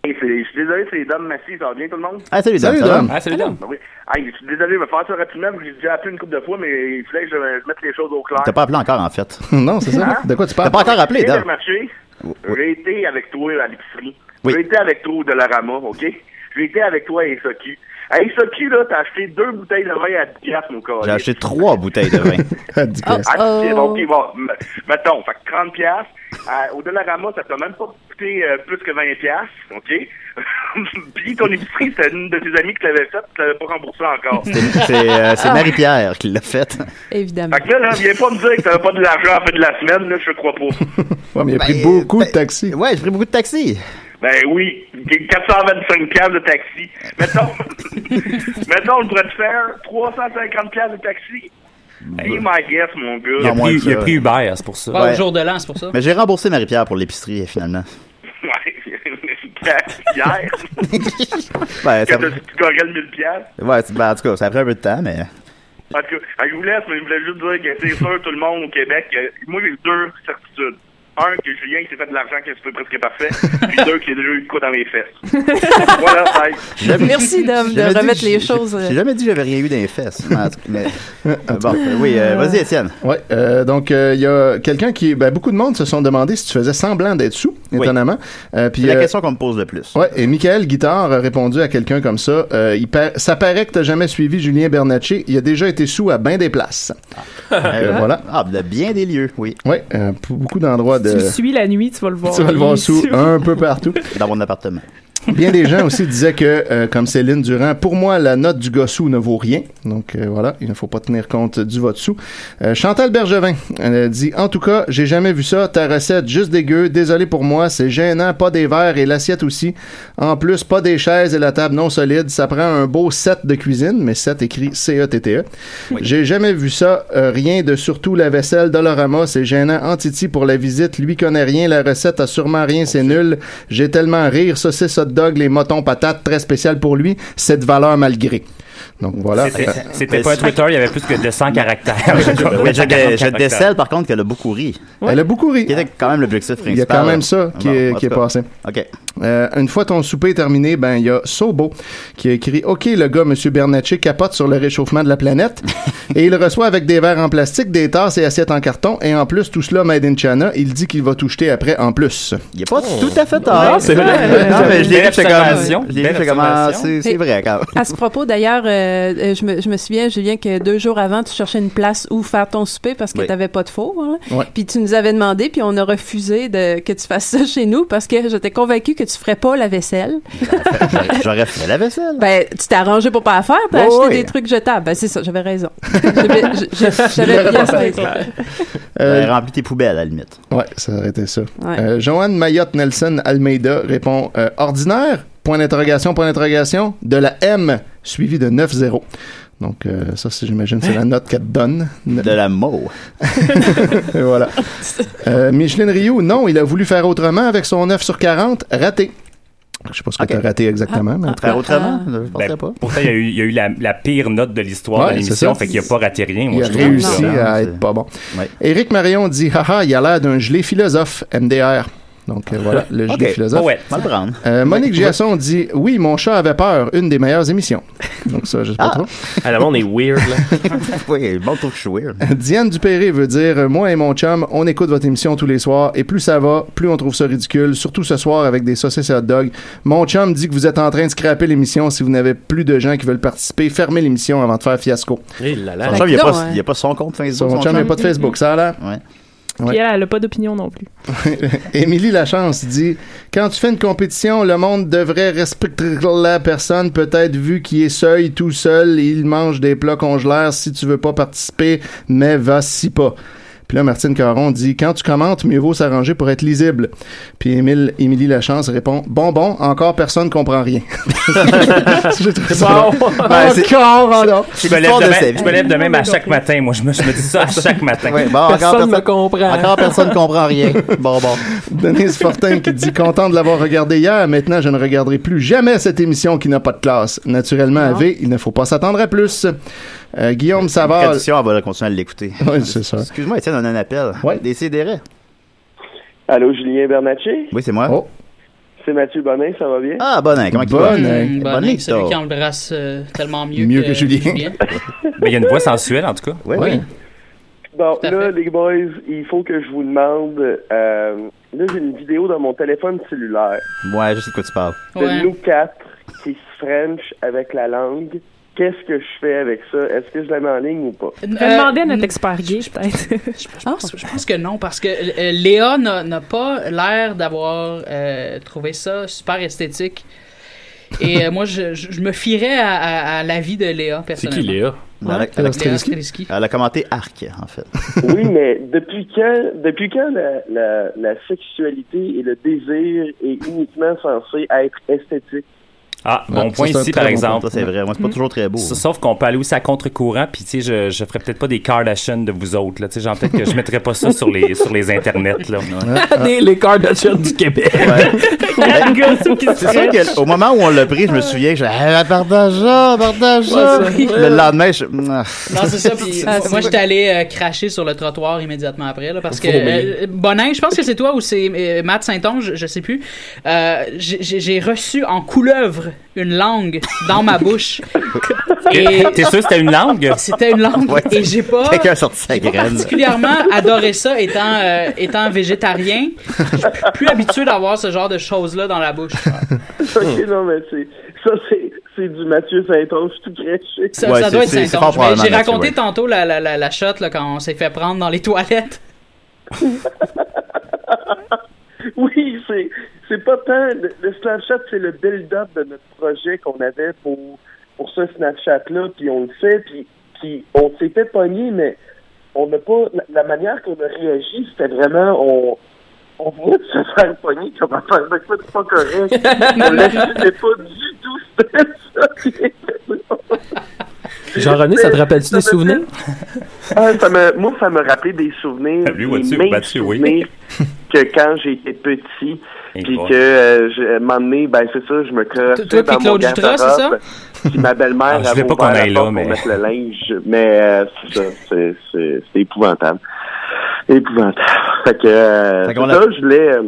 [SPEAKER 16] Hey, c'est- Je suis désolé, c'est les dames Massy, ça va bien tout le monde?
[SPEAKER 6] Ah, salut, Dom, Salut, ça va? Dom. Ah, salut, Dom.
[SPEAKER 16] Ah, oui. Hey, je suis désolé, je vais faire ça rapidement, parce que j'ai déjà appelé une couple de fois, mais il fallait que je, je mette les choses au clair.
[SPEAKER 6] T'as pas appelé encore, en fait.
[SPEAKER 8] non, c'est ça. De quoi tu parles?
[SPEAKER 6] T'as pas encore appelé,
[SPEAKER 16] Hein? J'ai
[SPEAKER 6] Dom.
[SPEAKER 16] marché, j'ai été avec toi à l'épicerie.
[SPEAKER 6] Oui.
[SPEAKER 16] J'ai été avec toi au Dollarama, OK? J'ai été avec toi à Isoki. À Isoki, là, t'as acheté deux bouteilles de vin à 10 piastres, mon corps.
[SPEAKER 6] J'ai acheté trois bouteilles de vin.
[SPEAKER 16] Ah, c'est bon, ok, bon, m- mettons, fait que 30 piastres. Euh, au Dollarama, ça t'a même pas coûté euh, plus que 20 piastres, OK? Puis ton épicerie, c'était une de tes amies qui l'avait faite, tu l'avais pas remboursée encore.
[SPEAKER 6] C'est euh,
[SPEAKER 16] Ah,
[SPEAKER 6] c'est Marie-Pierre qui l'a faite.
[SPEAKER 15] Évidemment.
[SPEAKER 16] Fait que là, là, viens pas me dire que t'avais pas de l'argent à la fin de la semaine, là, je te crois pas.
[SPEAKER 8] Ouais, mais il a pris beaucoup de taxis.
[SPEAKER 6] Ben, Ouais, j'ai pris beaucoup de taxis.
[SPEAKER 16] Ben oui, 425 piastres de taxi. Mettons, mettons, on pourrait te faire 350 piastres de taxi. Hey, my guess, mon gars.
[SPEAKER 6] Non, moins que ça.
[SPEAKER 10] Uber, c'est pour ça.
[SPEAKER 6] Ouais.
[SPEAKER 14] de l'an, c'est pour ça.
[SPEAKER 6] Mais j'ai remboursé Marie-Pierre pour l'épicerie, finalement.
[SPEAKER 16] Ouais, hier.
[SPEAKER 6] Ben, ça-
[SPEAKER 16] Quand t'as dit que tu gagnerais le 1000 piastres.
[SPEAKER 6] Ouais, c'est- ben, en tout cas, ça a pris un peu de temps, mais.
[SPEAKER 16] En tout cas, je vous laisse, mais je voulais juste dire que c'est sûr, tout le monde au Québec, euh, moi j'ai deux certitudes. Un, que Julien il s'est fait de l'argent, que c'est presque parfait. Puis deux, qu'il a déjà eu de quoi dans les fesses. voilà, bye.
[SPEAKER 6] J'ai jamais-
[SPEAKER 15] Merci, Dom,
[SPEAKER 6] j'ai
[SPEAKER 15] de
[SPEAKER 6] jamais dit-
[SPEAKER 15] remettre les
[SPEAKER 6] j'ai-
[SPEAKER 15] choses, euh.
[SPEAKER 6] J'ai jamais dit que j'avais rien eu dans les fesses. En tout cas, mais- bon, oui, euh, vas-y, Étienne.
[SPEAKER 8] Ouais, euh, donc euh, il y a quelqu'un qui, ben, beaucoup de monde se sont demandé si tu faisais semblant d'être sous, étonnamment. Euh, puis,
[SPEAKER 6] C'est la
[SPEAKER 8] euh,
[SPEAKER 6] question qu'on me pose le plus.
[SPEAKER 8] Ouais, et Michael Guitard a répondu à quelqu'un comme ça. euh, il pa- ça paraît que t'as jamais suivi Julien Bernatchez. Il a déjà été sous à bien des places. Euh, voilà.
[SPEAKER 6] Ah, de bien des lieux, oui.
[SPEAKER 8] Ouais, euh, pour beaucoup d'endroits
[SPEAKER 7] Tu
[SPEAKER 8] de.
[SPEAKER 7] le suis la nuit, tu vas le voir.
[SPEAKER 8] Tu vas le voir
[SPEAKER 7] Il est
[SPEAKER 8] sous un peu partout.
[SPEAKER 6] Dans mon appartement.
[SPEAKER 8] Bien des gens aussi disaient que, euh, comme Céline Durand, pour moi, la note du gossou ne vaut rien. Donc euh, voilà, il ne faut pas tenir compte du vote sous. Euh, Chantal Bergevin elle dit En tout cas, j'ai jamais vu ça. Ta recette, juste dégueu. Désolé pour moi, c'est gênant. Pas des verres et l'assiette aussi. En plus, pas des chaises et la table non solide. Ça prend un beau set de cuisine, mais set écrit E C-E-T-T-E. J'ai jamais vu ça. Euh, rien de surtout la vaisselle Dolorama. C'est gênant. Antiti pour la visite. Lui connaît rien. La recette a sûrement rien. C'est nul. J'ai tellement rire. Saucisse hot dog, les motons patates. Très spécial pour lui. C'est de valeur malgré. Donc voilà.
[SPEAKER 10] C'était-
[SPEAKER 8] Euh,
[SPEAKER 10] C'était pas un Twitter, il y avait plus que 200 caractères.
[SPEAKER 6] Oui, je, dé- je
[SPEAKER 10] caractères.
[SPEAKER 6] décèle par contre qu'elle a beaucoup ri.
[SPEAKER 8] Elle a beaucoup ri.
[SPEAKER 6] Qui était quand même l'objectif principal.
[SPEAKER 8] Il y a quand même ça qui
[SPEAKER 6] Ah Bon,
[SPEAKER 8] est,
[SPEAKER 6] en
[SPEAKER 8] qui est
[SPEAKER 6] tout cas.
[SPEAKER 8] passé.
[SPEAKER 6] OK.
[SPEAKER 8] Euh, une fois ton souper terminé, ben il y a Sobo qui a écrit OK, le gars, Monsieur Bernatchez, capote sur le réchauffement de la planète et il reçoit avec des verres en plastique, des tasses et assiettes en carton et en plus tout cela made in China. Il dit qu'il va tout jeter après en plus.
[SPEAKER 6] Il n'y a pas tout à fait tard.
[SPEAKER 8] Non, c'est vrai.
[SPEAKER 6] Oh. Non, mais je l'ai
[SPEAKER 8] Belle
[SPEAKER 6] vu, j'étais
[SPEAKER 8] observation.
[SPEAKER 6] comme. Je l'ai vu,
[SPEAKER 8] Belle
[SPEAKER 6] j'étais comme, ah,
[SPEAKER 8] observation.
[SPEAKER 6] c'est c'est vrai, quand même.
[SPEAKER 15] À ce propos, d'ailleurs, euh, euh, je, me, je me souviens, Julien, que deux jours avant, tu cherchais une place où faire ton souper parce que
[SPEAKER 6] Oui.
[SPEAKER 15] tu n'avais pas de four. hein.
[SPEAKER 6] Ouais.
[SPEAKER 15] Puis tu nous avais demandé, puis on a refusé de, que tu fasses ça chez nous parce que j'étais convaincue que tu ferais pas la vaisselle.
[SPEAKER 6] J'aurais- J'aurais fait la vaisselle. Oh,
[SPEAKER 15] Ben, tu t'es arrangé pour pas la faire, t'as
[SPEAKER 6] Ouais,
[SPEAKER 15] acheté
[SPEAKER 6] ouais.
[SPEAKER 15] des trucs jetables. Ben, c'est ça, j'avais raison. J'avais- je- je- J'avais bien
[SPEAKER 8] pensé.
[SPEAKER 15] raison.
[SPEAKER 6] Euh, remplis tes poubelles, à la limite.
[SPEAKER 8] Ouais, ça aurait été ça.
[SPEAKER 15] Ouais.
[SPEAKER 8] Euh, Joanne Mayotte Nelson Almeida répond euh, ordinaire point d'interrogation point d'interrogation de la M suivi de 9-0. Donc euh, ça, c'est- j'imagine, c'est la note qu'elle te donne.
[SPEAKER 6] De la mot.
[SPEAKER 8] Et voilà. Euh, Micheline Rioux, non, il a voulu faire autrement avec son 9 sur 40, raté. Je sais pas ce que t'as raté exactement.
[SPEAKER 10] ah,
[SPEAKER 8] mais en tout cas.
[SPEAKER 6] Faire autrement, je
[SPEAKER 10] Ben,
[SPEAKER 6] pensais pas.
[SPEAKER 10] Pourtant, il y a eu, il y a eu la, la pire note de l'histoire
[SPEAKER 8] Ouais,
[SPEAKER 10] de
[SPEAKER 8] c'est ça.
[SPEAKER 10] l'émission, fait qu'il a pas raté rien.
[SPEAKER 8] Il
[SPEAKER 10] moi,
[SPEAKER 8] a
[SPEAKER 10] je trouve,
[SPEAKER 8] réussi
[SPEAKER 10] là.
[SPEAKER 8] à être pas bon. Éric Marion dit Haha, il a l'air d'un gelé philosophe, MDR. Donc euh, voilà, le jeu
[SPEAKER 6] Ok,
[SPEAKER 8] des philosophes.
[SPEAKER 6] poète. Mal prendre.
[SPEAKER 8] Euh, Monique Giasson dit Oui, mon chat avait peur, une des meilleures émissions. Donc ça, je sais pas
[SPEAKER 6] Ah.
[SPEAKER 8] trop.
[SPEAKER 10] Ah, le monde est weird, là.
[SPEAKER 6] oui, le monde trouve que je suis weird.
[SPEAKER 8] Euh, Diane Dupéré veut dire euh, Moi et mon chum, on écoute votre émission tous les soirs et plus ça va, plus on trouve ça ridicule, surtout ce soir avec des saucisses et hot dogs. Mon chum dit que vous êtes en train de scraper l'émission si vous n'avez plus de gens qui veulent participer. Fermez l'émission avant de faire fiasco.
[SPEAKER 10] Eh là là.
[SPEAKER 8] Son
[SPEAKER 6] Son chum, il n'y a, pas- il y a pas son compte Facebook.
[SPEAKER 8] Son chum n'a pas de Facebook, ça a l'air.
[SPEAKER 7] Puis elle, elle a pas d'opinion non plus.
[SPEAKER 8] Émilie Lachance dit Quand tu fais une compétition, le monde devrait respecter la personne, peut-être vu qu'il est seul, tout seul, il mange des plats congelaires si tu veux pas participer, mais vas-y pas. Puis là, Martine Caron dit Quand tu commentes, mieux vaut s'arranger pour être lisible. Puis Émile- Émilie Lachance répond Bon, bon, encore personne comprend rien. Ben, J'ai trouvé ça
[SPEAKER 10] Bon.
[SPEAKER 8] drôle.
[SPEAKER 10] Ben, c'est-
[SPEAKER 8] encore, alors.
[SPEAKER 10] Je me, lève demain, je me lève de même à chaque matin. Moi, je me, je me dis ça à chaque matin.
[SPEAKER 6] Ouais, bon, Ah, encore Personne personne- me comprend. encore personne comprend rien. Bon, bon.
[SPEAKER 8] Denise Fortin qui dit content de l'avoir regardé hier. Maintenant, je ne regarderai plus jamais cette émission qui n'a pas de classe. Naturellement, à V, il ne faut pas s'attendre à plus. Euh, Guillaume Savard.
[SPEAKER 6] Tradition, on va continuer à l'écouter.
[SPEAKER 8] Oui, c'est ça.
[SPEAKER 6] Excuse-moi, Étienne, on a un appel. Oui. Décidérez.
[SPEAKER 17] Allô, Julien Bernatchez?
[SPEAKER 6] Oui, c'est moi.
[SPEAKER 8] Oh.
[SPEAKER 17] C'est Mathieu Bonin, ça va bien?
[SPEAKER 6] Ah, Bonin, comment il va?
[SPEAKER 17] Bonin.
[SPEAKER 14] Bonne
[SPEAKER 6] Bonne
[SPEAKER 14] année, celui
[SPEAKER 6] histoire.
[SPEAKER 14] qui embrasse euh, tellement mieux,
[SPEAKER 10] Mieux que Julien. Mais il y a une voix sensuelle, en tout cas.
[SPEAKER 6] oui.
[SPEAKER 17] Bon, là, les boys, il faut que je vous demande... euh, là, j'ai une vidéo dans mon téléphone cellulaire
[SPEAKER 6] Ouais, je sais de quoi tu parles.
[SPEAKER 17] de nous quatre qui se French avec la langue. Qu'est-ce que je fais avec ça? Est-ce que je la mets en ligne ou pas?
[SPEAKER 14] Euh,
[SPEAKER 7] Elle demandait à notre expert gay, peut-être.
[SPEAKER 14] Je pense, je pense que non, parce que euh, Léa n'a n'a pas l'air d'avoir euh, trouvé ça super esthétique. Et euh, moi, je, je- je me fierais à, à- à l'avis de Léa, personnellement.
[SPEAKER 6] Léa
[SPEAKER 14] Léa Streliski.
[SPEAKER 6] Streliski. Elle a commenté Arc, en fait.
[SPEAKER 17] oui, mais depuis quand, depuis quand la, la- la sexualité et le désir est uniquement censé être esthétique?
[SPEAKER 10] Ah,
[SPEAKER 6] Ouais,
[SPEAKER 10] bon
[SPEAKER 6] ça,
[SPEAKER 10] point
[SPEAKER 6] c'est un
[SPEAKER 10] ici,
[SPEAKER 6] très
[SPEAKER 10] par
[SPEAKER 6] bon
[SPEAKER 10] exemple.
[SPEAKER 6] point. Ça, c'est vrai. Moi, c'est pas toujours très beau. hein.
[SPEAKER 10] S- Sauf qu'on peut aller aussi à contre-courant, puis tu sais, je, je ferais peut-être pas des Kardashian de vous autres, là. Tu sais, genre, peut-être que je mettrais pas ça sur les, sur les internets, là.
[SPEAKER 6] Ah,
[SPEAKER 9] Des- les Kardashians du Québec.
[SPEAKER 6] C'est sûr qu'au moment où on l'a pris, je me souviens que j'ai ah, partage-la, partage-la.
[SPEAKER 14] Ouais, c'est vrai.
[SPEAKER 6] Le lendemain, je. ah. Non,
[SPEAKER 14] Non, c'est ça. Puis moi, j'étais allé euh, cracher sur le trottoir immédiatement après, là, parce que
[SPEAKER 6] Faut oublier.
[SPEAKER 14] euh, Bonin, je pense que c'est toi ou c'est euh, Matt Saint-Onge, je, je sais plus. euh, j'ai- j'ai j'ai reçu en couleuvre une langue dans ma bouche.
[SPEAKER 10] Et- T'es sûr que c'était une langue?
[SPEAKER 14] C'était une langue.
[SPEAKER 10] Ouais.
[SPEAKER 14] et j'ai pas.
[SPEAKER 10] Quelqu'un a sorti sa
[SPEAKER 14] j'ai pas
[SPEAKER 10] graine.
[SPEAKER 14] particulièrement adoré ça étant, euh, étant végétarien. Je suis plus- plus habitué d'avoir ce genre de choses-là dans la bouche.
[SPEAKER 17] ok, non, mais c'est, ça, c'est, c'est du Mathieu Saint-Onge tout craché.
[SPEAKER 14] Ça, ça doit être Saint-Onge. Mais J'ai raconté tantôt la, la, la, la shot là, quand on s'est fait prendre dans les toilettes.
[SPEAKER 17] Oui, c'est, c'est pas tant. Le, le Snapchat, c'est le build-up de notre projet qu'on avait pour, pour ce Snapchat-là, puis on le fait, puis, puis on s'est fait pogner, mais on n'a pas. La, la manière qu'on a réagi, c'était vraiment. On, on voulait se faire pogner comme affaire de quoi de pas correct. on l'assumait pas du tout, c'était ça. qui était drôle.
[SPEAKER 9] Jean-René, ça te rappelle-tu des souvenirs?
[SPEAKER 17] Ah, ça me, moi, ça m'a rappelé des souvenirs. des mêmes souvenirs que quand j'étais petit. Puis que, euh, je, à un moment donné, ben, c'est ça, je me crassais
[SPEAKER 14] toi puis
[SPEAKER 17] dans mon
[SPEAKER 14] Claude Jutras,
[SPEAKER 17] garde-robe. Puis ma belle-mère
[SPEAKER 10] Ah, je
[SPEAKER 17] avait
[SPEAKER 10] voulais pas
[SPEAKER 17] ouvert
[SPEAKER 10] qu'on
[SPEAKER 17] la
[SPEAKER 10] aille là,
[SPEAKER 17] porte
[SPEAKER 10] mais-
[SPEAKER 17] ben, pour mettre le linge. Mais euh, c'est ça, c'est- c'est c'est épouvantable. Épouvantable. Fait que, euh,
[SPEAKER 6] Fait
[SPEAKER 17] c'est
[SPEAKER 6] qu'on
[SPEAKER 17] ça, je voulais... euh,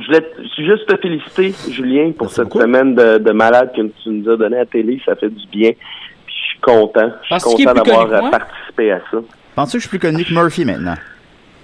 [SPEAKER 17] je voulais t- juste te féliciter, Julien, pour cette semaine de, de malade que tu nous as donnée à la télé. Ça fait du bien. Puis je suis content. Je
[SPEAKER 6] Parce
[SPEAKER 17] suis
[SPEAKER 6] qu'il est
[SPEAKER 17] content
[SPEAKER 6] plus
[SPEAKER 17] d'avoir
[SPEAKER 6] connu que
[SPEAKER 17] euh,
[SPEAKER 6] moi.
[SPEAKER 17] participé à ça.
[SPEAKER 6] Penses-tu que je suis plus connu que Murphy maintenant?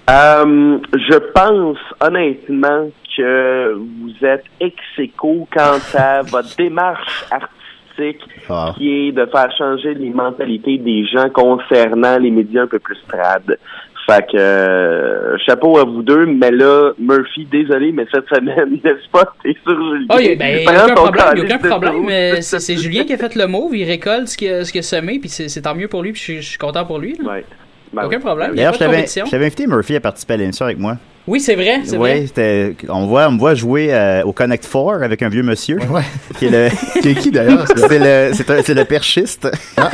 [SPEAKER 17] Euh, je pense honnêtement que vous êtes ex aequo quant à votre démarche artistique
[SPEAKER 6] Ah.
[SPEAKER 17] qui est de faire changer les mentalités des gens concernant les médias un peu plus trad. Fait que euh, chapeau à vous deux, mais là, Murphy, désolé, mais cette semaine, n'est-ce pas? T'es sur Julien.
[SPEAKER 14] Oh, il y a, ben, y a
[SPEAKER 17] Prends
[SPEAKER 14] aucun
[SPEAKER 17] ton
[SPEAKER 14] problème, y a
[SPEAKER 17] calice
[SPEAKER 14] aucun
[SPEAKER 17] de
[SPEAKER 14] problème.
[SPEAKER 17] pause.
[SPEAKER 14] mais C'est c'est Julien qui a fait le move, il récolte ce qu'il a, ce qu'il a semé, puis c'est c'est tant mieux pour lui, puis je suis- je suis content pour lui. là. aucun problème. Il y a
[SPEAKER 6] D'ailleurs,
[SPEAKER 14] pas
[SPEAKER 6] je
[SPEAKER 14] de
[SPEAKER 6] t'avais
[SPEAKER 14] compétition.
[SPEAKER 6] je t'avais invité Murphy à participer à l'émission avec moi.
[SPEAKER 14] Oui, c'est vrai, c'est vrai.
[SPEAKER 6] Oui, c'était- on, voit, on me voit jouer euh, au Connect 4 avec un vieux monsieur. Qui est, le...
[SPEAKER 8] qui, d'ailleurs?
[SPEAKER 6] C'est le, c'est un- c'est le perchiste.
[SPEAKER 8] Ah.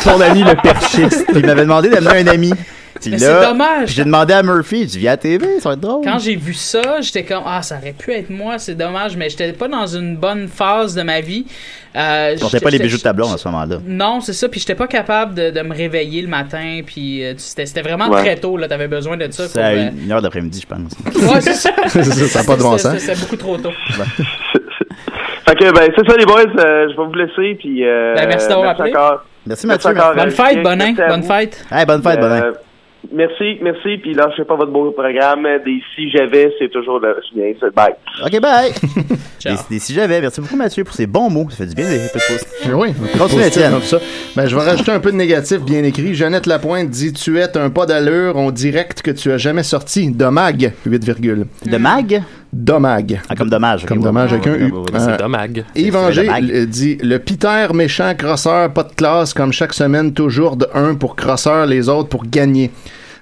[SPEAKER 9] Son ami, le perchiste.
[SPEAKER 6] Puis il m'avait demandé d'amener un ami. Puis
[SPEAKER 14] Mais
[SPEAKER 6] là,
[SPEAKER 14] c'est dommage.
[SPEAKER 6] puis J'ai demandé à Murphy, je viens à la TV, ça va être drôle.
[SPEAKER 14] Quand j'ai vu ça, j'étais comme ah ça aurait pu être moi, c'est dommage, mais j'étais pas dans une bonne phase de ma vie. Euh,
[SPEAKER 6] Je portais
[SPEAKER 14] j'étais-
[SPEAKER 6] pas les
[SPEAKER 14] j'étais-
[SPEAKER 6] bijoux de ta blonde à ce moment-là.
[SPEAKER 14] Non, c'est ça. Puis j'étais pas capable de, de me réveiller le matin. Puis euh, c'était c'était vraiment
[SPEAKER 6] Ouais.
[SPEAKER 14] très tôt. Là, t'avais besoin de ça.
[SPEAKER 6] C'est
[SPEAKER 14] pour,
[SPEAKER 6] à
[SPEAKER 14] euh,
[SPEAKER 6] une heure d'après-midi, je pense.
[SPEAKER 14] Ouais, c'est ça.
[SPEAKER 6] Ça a pas de bon
[SPEAKER 14] C'est-
[SPEAKER 6] sens.
[SPEAKER 14] c'est- C'est beaucoup trop tôt.
[SPEAKER 13] Fait que, ben, c'est ça, les boys. euh, je vais vous laisser. Puis, euh,
[SPEAKER 14] Ben, merci d'avoir appelé.
[SPEAKER 13] encore.
[SPEAKER 6] Merci, Mathieu.
[SPEAKER 13] encore,
[SPEAKER 6] Bonne
[SPEAKER 13] euh,
[SPEAKER 6] fête,
[SPEAKER 13] Julien,
[SPEAKER 6] Bonin.
[SPEAKER 13] merci à
[SPEAKER 6] Bonne
[SPEAKER 13] vous.
[SPEAKER 14] fête.
[SPEAKER 6] Hey, bonne fête, Bonin.
[SPEAKER 13] Euh, Merci, merci. Puis, lâchez pas votre beau programme. Des si j'avais, c'est toujours le Julien. c'est- Bye.
[SPEAKER 6] OK, bye. Des, des si j'avais. Merci beaucoup, Mathieu, pour ces bons mots. Ça fait du bien des peu de pouces.
[SPEAKER 8] Eh Oui,
[SPEAKER 6] Continue,
[SPEAKER 8] Positif
[SPEAKER 6] Étienne.
[SPEAKER 8] comme ça. Ben, je vais rajouter un peu de négatif bien écrit. Jeannette Lapointe dit Tu es un pas d'allure, on direct que tu as jamais sorti. Domag, 8, virgule.
[SPEAKER 6] De mag Ah,
[SPEAKER 8] Domag.
[SPEAKER 6] comme dommage. Ah,
[SPEAKER 8] Comme dommage avec un U. Euh,
[SPEAKER 9] dommage.
[SPEAKER 8] Yves Angers l- dit Le pitère méchant crosseur, pas de classe, comme chaque semaine, toujours de 1 pour crosseur, les autres pour gagner.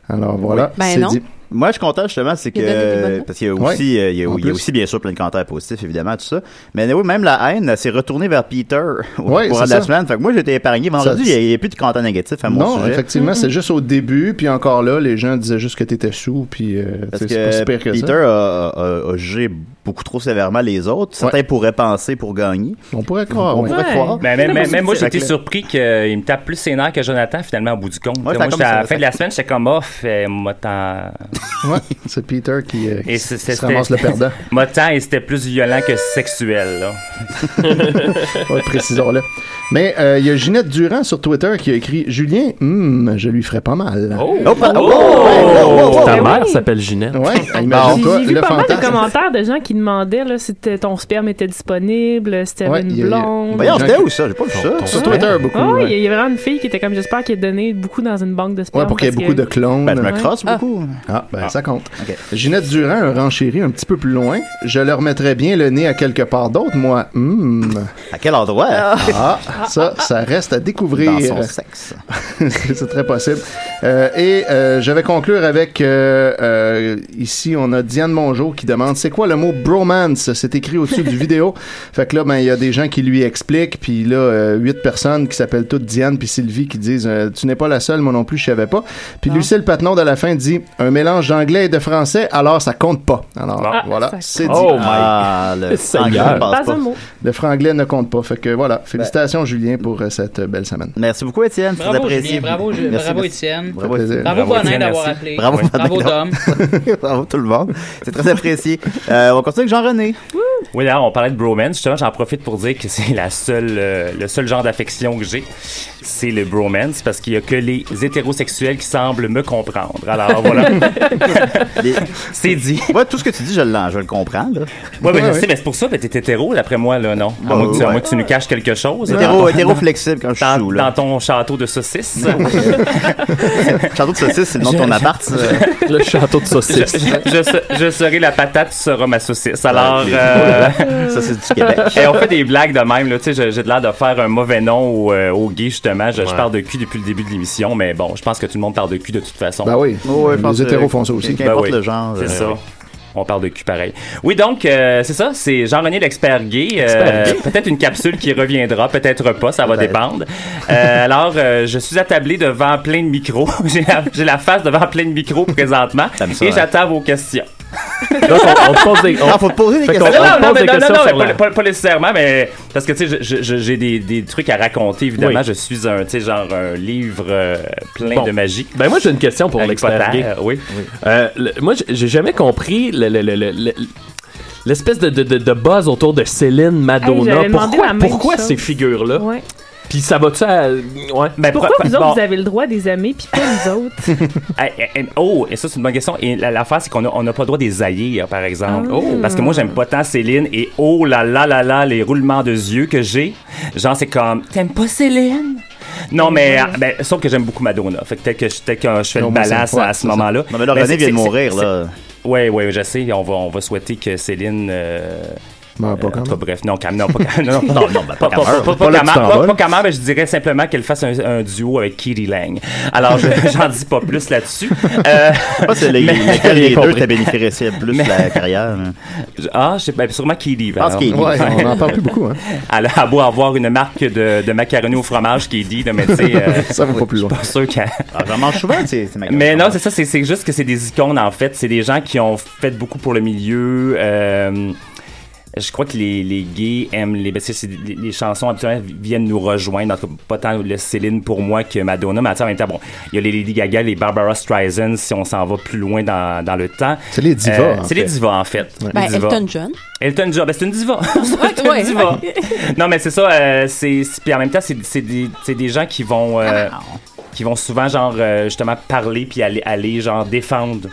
[SPEAKER 8] Alors voilà,
[SPEAKER 6] Ben
[SPEAKER 8] c'est
[SPEAKER 6] non.
[SPEAKER 8] dit.
[SPEAKER 6] Moi, je suis content justement, c'est que.
[SPEAKER 8] Il a donné des bonnes notes.
[SPEAKER 6] Parce qu'il y a
[SPEAKER 8] Ouais,
[SPEAKER 6] aussi, euh, il y a,
[SPEAKER 8] en
[SPEAKER 6] il y a
[SPEAKER 8] plus.
[SPEAKER 6] aussi, bien sûr, plein de commentaires positifs, évidemment, tout ça. Mais oui, même la haine, elle s'est retournée vers Peter au
[SPEAKER 8] Ouais,
[SPEAKER 6] courant
[SPEAKER 8] c'est
[SPEAKER 6] de la
[SPEAKER 8] ça.
[SPEAKER 6] semaine. Fait que moi, j'étais épargné. Vendredi,
[SPEAKER 8] Ça-
[SPEAKER 6] il n'y a, plus de commentaires négatifs à mon
[SPEAKER 8] non,
[SPEAKER 6] sujet.
[SPEAKER 8] effectivement,
[SPEAKER 14] Mm-hmm.
[SPEAKER 8] c'est juste au début, puis encore là, les gens disaient juste que t'étais sous, puis euh,
[SPEAKER 6] Parce
[SPEAKER 8] c'est c'est pas si
[SPEAKER 6] que
[SPEAKER 8] pire que
[SPEAKER 6] Peter
[SPEAKER 8] ça.
[SPEAKER 6] a, a- a jugé beaucoup trop sévèrement les autres. Certains pourraient penser pour gagner.
[SPEAKER 8] On pourrait croire.
[SPEAKER 6] On pourrait croire.
[SPEAKER 10] Ben, même, même- même moi,
[SPEAKER 6] Fait
[SPEAKER 10] j'étais
[SPEAKER 6] que-
[SPEAKER 10] surpris qu'il me tape plus ses nerfs que Jonathan, finalement, au bout du compte.
[SPEAKER 6] Ouais, ça
[SPEAKER 10] moi,
[SPEAKER 6] a
[SPEAKER 10] j'étais
[SPEAKER 6] comme
[SPEAKER 10] à la fin
[SPEAKER 6] ça, ça-
[SPEAKER 10] de la semaine, j'étais comme off. euh, moi, tant-
[SPEAKER 8] Ouais, c'est Peter qui, euh, qui
[SPEAKER 10] Et
[SPEAKER 8] se qui
[SPEAKER 10] c'est-
[SPEAKER 8] se
[SPEAKER 10] c'était-
[SPEAKER 8] ramasse le perdant.
[SPEAKER 10] Moi, tant, et c'était plus violent que sexuel, là.
[SPEAKER 8] Ouais, précisons-le. Mais euh, il y a Ginette Durand sur Twitter qui a écrit Julien, hmm, je lui ferais pas mal.
[SPEAKER 9] Oh!
[SPEAKER 8] pa-
[SPEAKER 9] Oh!
[SPEAKER 8] oh, oh,
[SPEAKER 9] Ta
[SPEAKER 8] oh,
[SPEAKER 9] mère
[SPEAKER 8] oui.
[SPEAKER 9] s'appelle Ginette.
[SPEAKER 8] Ouais,
[SPEAKER 7] J'ai-
[SPEAKER 8] imagine-toi
[SPEAKER 7] J'ai vu
[SPEAKER 8] le
[SPEAKER 7] pas mal de
[SPEAKER 8] fantasme.
[SPEAKER 7] commentaires de gens qui demandaient là, si t- ton sperme était disponible, si t'avais
[SPEAKER 8] Ouais, il
[SPEAKER 7] une
[SPEAKER 8] y a-
[SPEAKER 7] blonde.
[SPEAKER 8] Voyons, c'était où
[SPEAKER 6] ça? J'ai pas vu
[SPEAKER 8] ça. Sur
[SPEAKER 7] Ouais.
[SPEAKER 8] Twitter, beaucoup.
[SPEAKER 7] Ah oui,
[SPEAKER 8] ouais.
[SPEAKER 7] il y a vraiment une fille qui était comme j'espère qu'elle a donné beaucoup dans une banque de sperme.
[SPEAKER 8] Ouais, pour qu'il y ait
[SPEAKER 7] parce
[SPEAKER 8] beaucoup
[SPEAKER 7] que-
[SPEAKER 8] de clones.
[SPEAKER 6] Ben, je me crosse
[SPEAKER 7] Ah.
[SPEAKER 6] beaucoup.
[SPEAKER 8] Ah, ben ça compte. Ginette Durand a renchéri un petit peu plus loin. Je leur mettrais bien le nez à quelque part d'autre, moi. Hmm.
[SPEAKER 6] À quel endroit?
[SPEAKER 8] Ah, euh, ça, ça reste à découvrir.
[SPEAKER 6] Dans son sexe.
[SPEAKER 8] C'est très possible. Euh, et euh, je vais conclure avec, euh, euh, ici, on a Diane Mongeau qui demande, c'est quoi le mot bromance? C'est écrit au-dessus du vidéo. Fait que là, ben, il y a des gens qui lui expliquent, puis là, euh, huit personnes qui s'appellent toutes Diane puis Sylvie qui disent, euh, tu n'es pas la seule, moi non plus, je savais pas. Puis
[SPEAKER 6] Ah.
[SPEAKER 8] Lucille Patnaud, à la fin, dit, un mélange d'anglais et de français, alors ça compte pas. Alors,
[SPEAKER 6] Ah,
[SPEAKER 8] voilà,
[SPEAKER 6] ça
[SPEAKER 8] c'est dit.
[SPEAKER 6] compte. Oh my- Ah, le Seigneur. anglais ne passe Pas un pas. mot.
[SPEAKER 8] Le franglais ne compte pas. Fait que voilà, félicitations, Julien, pour euh, cette euh, belle semaine.
[SPEAKER 6] Ben. Merci beaucoup, Étienne. C'est très
[SPEAKER 14] Bravo,
[SPEAKER 6] apprécié.
[SPEAKER 14] Julien. Bravo, Ju-
[SPEAKER 6] Merci,
[SPEAKER 14] bravo,
[SPEAKER 6] merci.
[SPEAKER 14] Étienne.
[SPEAKER 6] Bravo,
[SPEAKER 14] Bravo,
[SPEAKER 6] Étienne.
[SPEAKER 14] Bravo, Bonin,
[SPEAKER 6] Étienne,
[SPEAKER 14] d'avoir
[SPEAKER 6] merci.
[SPEAKER 14] appelé.
[SPEAKER 6] Bravo,
[SPEAKER 14] Oui. Bravo,
[SPEAKER 6] Bonin. bravo, tout le monde. C'est très apprécié. Euh, on continue avec Jean-René.
[SPEAKER 10] Oui, d'ailleurs, on parlait de bromance. Justement, j'en profite pour dire que c'est la seule, euh, le seul genre d'affection que j'ai. C'est le bromance parce qu'il y a que les hétérosexuels qui semblent me comprendre. Alors, voilà. c'est dit.
[SPEAKER 6] Ouais, tout ce que tu dis, je le, je le comprends. Là.
[SPEAKER 10] Ouais, ben,
[SPEAKER 6] Ouais,
[SPEAKER 10] je
[SPEAKER 6] ouais.
[SPEAKER 10] sais, mais c'est pour ça, ben, t'es hétéro, d'après moi, là, non?
[SPEAKER 6] Bah,
[SPEAKER 10] à, moins que tu, à
[SPEAKER 6] ouais.
[SPEAKER 10] moins que tu nous caches quelque chose.
[SPEAKER 6] Hétéro-
[SPEAKER 10] Dans ton-
[SPEAKER 6] hétéro flexible quand je suis
[SPEAKER 10] dans,
[SPEAKER 6] sous, là.
[SPEAKER 10] dans ton château de saucisses.
[SPEAKER 6] Château de saucisse, c'est le nom de
[SPEAKER 10] Je-
[SPEAKER 6] ton
[SPEAKER 10] je-
[SPEAKER 6] appart. ça.
[SPEAKER 9] Le château de saucisses.
[SPEAKER 10] Je, je se- je serai la patate, tu seras ma saucisse. Alors,
[SPEAKER 9] Ok.
[SPEAKER 10] euh,
[SPEAKER 6] Ça, c'est du Québec.
[SPEAKER 10] Et on fait des blagues de même. Là, tu sais, j'ai j'ai l'air de faire un mauvais nom au, euh, au gay, justement. Je, je
[SPEAKER 9] Ouais.
[SPEAKER 10] parle de cul depuis le début de l'émission, mais bon, je pense que tout le monde parle de cul de toute façon. Ben
[SPEAKER 8] Ben oui. Oh ouais, je Les pense que- hétéros font ça aussi. qu'importe le genre,
[SPEAKER 10] C'est
[SPEAKER 8] euh,
[SPEAKER 10] ça.
[SPEAKER 8] ouais.
[SPEAKER 10] On parle de cul pareil. Oui, donc, euh, c'est ça, c'est Jean-René l'expert gay. Euh,
[SPEAKER 9] Expert gay.
[SPEAKER 10] peut-être une capsule qui reviendra, peut-être pas, ça va dépendre. Euh, alors, euh, je suis attablé devant plein de micros. j'ai, la, j'ai la face devant plein de micros présentement.
[SPEAKER 9] ça,
[SPEAKER 10] et
[SPEAKER 9] hein?
[SPEAKER 10] j'attends vos questions.
[SPEAKER 9] Donc, on, on te pose des, on-
[SPEAKER 6] Non, Ah, faut te poser des
[SPEAKER 9] Fait qu'on- on
[SPEAKER 10] Non,
[SPEAKER 9] te
[SPEAKER 10] non, non,
[SPEAKER 9] pose
[SPEAKER 10] mais
[SPEAKER 9] des
[SPEAKER 10] non, non,
[SPEAKER 9] questions
[SPEAKER 10] non,
[SPEAKER 9] sur
[SPEAKER 10] mais
[SPEAKER 9] la-
[SPEAKER 10] pas, pas nécessairement, mais parce que tu sais, je- je- j'ai des, des trucs à raconter, évidemment.
[SPEAKER 9] Oui.
[SPEAKER 10] Je suis un, tu sais, genre un livre euh, plein
[SPEAKER 9] Bon.
[SPEAKER 10] de magie.
[SPEAKER 9] Ben moi j'ai une question pour
[SPEAKER 10] Harry
[SPEAKER 9] l'expert
[SPEAKER 10] Potter,
[SPEAKER 9] gay.
[SPEAKER 10] euh, oui.
[SPEAKER 9] Euh, le- moi j'ai- j'ai jamais compris le- le- le- le- le- l'espèce de, de, de- de buzz autour de Céline,
[SPEAKER 7] Hey,
[SPEAKER 9] Madonna.
[SPEAKER 7] j'avais demandé
[SPEAKER 9] pourquoi
[SPEAKER 7] la même
[SPEAKER 9] pourquoi
[SPEAKER 7] chose.
[SPEAKER 9] ces figures là
[SPEAKER 7] Ouais.
[SPEAKER 9] Puis ça va-tu à ouais.
[SPEAKER 6] Ben,
[SPEAKER 10] Ben,
[SPEAKER 7] Pourquoi vous autres, vous avez le droit des amis, puis pas les autres?
[SPEAKER 10] Hey, hey, hey, oh, et ça, c'est une bonne question. Et la- l'affaire, c'est qu'on n'a on n'a pas le droit des haïr, par exemple.
[SPEAKER 9] Ah. Oh.
[SPEAKER 10] Parce que moi, j'aime pas tant Céline et oh là là là là, les roulements de yeux que j'ai. Genre, c'est comme, t'aimes pas Céline? Non, mais ah, ben, sauf que j'aime beaucoup Madonna. Fait que peut-être que je, peut-être que je fais
[SPEAKER 6] Non,
[SPEAKER 10] une
[SPEAKER 6] moi, c'est-
[SPEAKER 10] balance
[SPEAKER 6] ouais,
[SPEAKER 10] à, ce
[SPEAKER 6] c'est ça.
[SPEAKER 10] moment-là. Ben,
[SPEAKER 6] Non, mais là, René
[SPEAKER 10] c'est-
[SPEAKER 6] vient de
[SPEAKER 10] c'est-
[SPEAKER 6] mourir,
[SPEAKER 10] c'est-
[SPEAKER 6] là.
[SPEAKER 10] c'est- Ouais, ouais, je sais. On va, on va souhaiter que Céline. euh,
[SPEAKER 6] Bah,
[SPEAKER 8] Ben, pas quand
[SPEAKER 10] même. bref, non, Cam, non, pas Cam. Non, non,
[SPEAKER 6] Non, non, ben,
[SPEAKER 10] pas, pas,
[SPEAKER 6] pas Cam
[SPEAKER 10] pas,
[SPEAKER 6] Earl.
[SPEAKER 10] pas,
[SPEAKER 6] Pas là,
[SPEAKER 10] Cam
[SPEAKER 6] tu
[SPEAKER 10] Earl,
[SPEAKER 6] t'en
[SPEAKER 10] pas-
[SPEAKER 6] vas.
[SPEAKER 10] pas Cam Earl, mais je dirais simplement qu'elle fasse un, un duo avec Kitty Lang. Alors, je- j'en dis pas plus là-dessus. Euh,
[SPEAKER 6] pas c'est les-
[SPEAKER 10] mais-
[SPEAKER 6] lequel des
[SPEAKER 10] j'ai
[SPEAKER 6] deux
[SPEAKER 10] compris.
[SPEAKER 6] t'a bénéficié plus
[SPEAKER 10] Mais-
[SPEAKER 6] la carrière. hein.
[SPEAKER 10] Je- Ah, je sais pas, sûrement ben, Kitty.
[SPEAKER 6] pense
[SPEAKER 10] qu'il
[SPEAKER 6] Kitty. Ouais, on en parle plus
[SPEAKER 8] beaucoup. Hein.
[SPEAKER 10] Elle a beau avoir une marque de, de macaroni au fromage Kitty, de mais tu sais, euh,
[SPEAKER 8] Ça va pas plus loin.
[SPEAKER 10] Je suis pas sûr qu'elle.
[SPEAKER 6] Ah, J'en mange souvent, c'est c'est ma
[SPEAKER 10] Mais non, c'est ça, c'est- c'est juste que c'est des icônes en fait. C'est des gens qui ont fait beaucoup pour le milieu. Euh, je crois que les, les gays aiment les, ben, c'est- c'est- les, les chansons habituellement vi- viennent nous rejoindre. En tout cas, pas tant le Céline pour moi que Madonna, mais attends, en même temps, bon, il y a les Lady Gaga, les Barbara Streisand si on s'en va plus loin dans, dans le temps. Euh,
[SPEAKER 8] C'est les divas, en
[SPEAKER 10] c'est
[SPEAKER 8] fait.
[SPEAKER 10] les divas en fait. Les
[SPEAKER 15] Ben,
[SPEAKER 10] divas.
[SPEAKER 15] Elton John.
[SPEAKER 10] Elton John, ben, c'est une diva.
[SPEAKER 15] Ouais, ouais.
[SPEAKER 10] diva. non, mais c'est ça. euh, c'est, c'est- puis en même temps, c'est, c'est des, c'est des gens qui vont, euh, qui vont souvent, genre, euh, justement, parler puis aller, aller, genre, défendre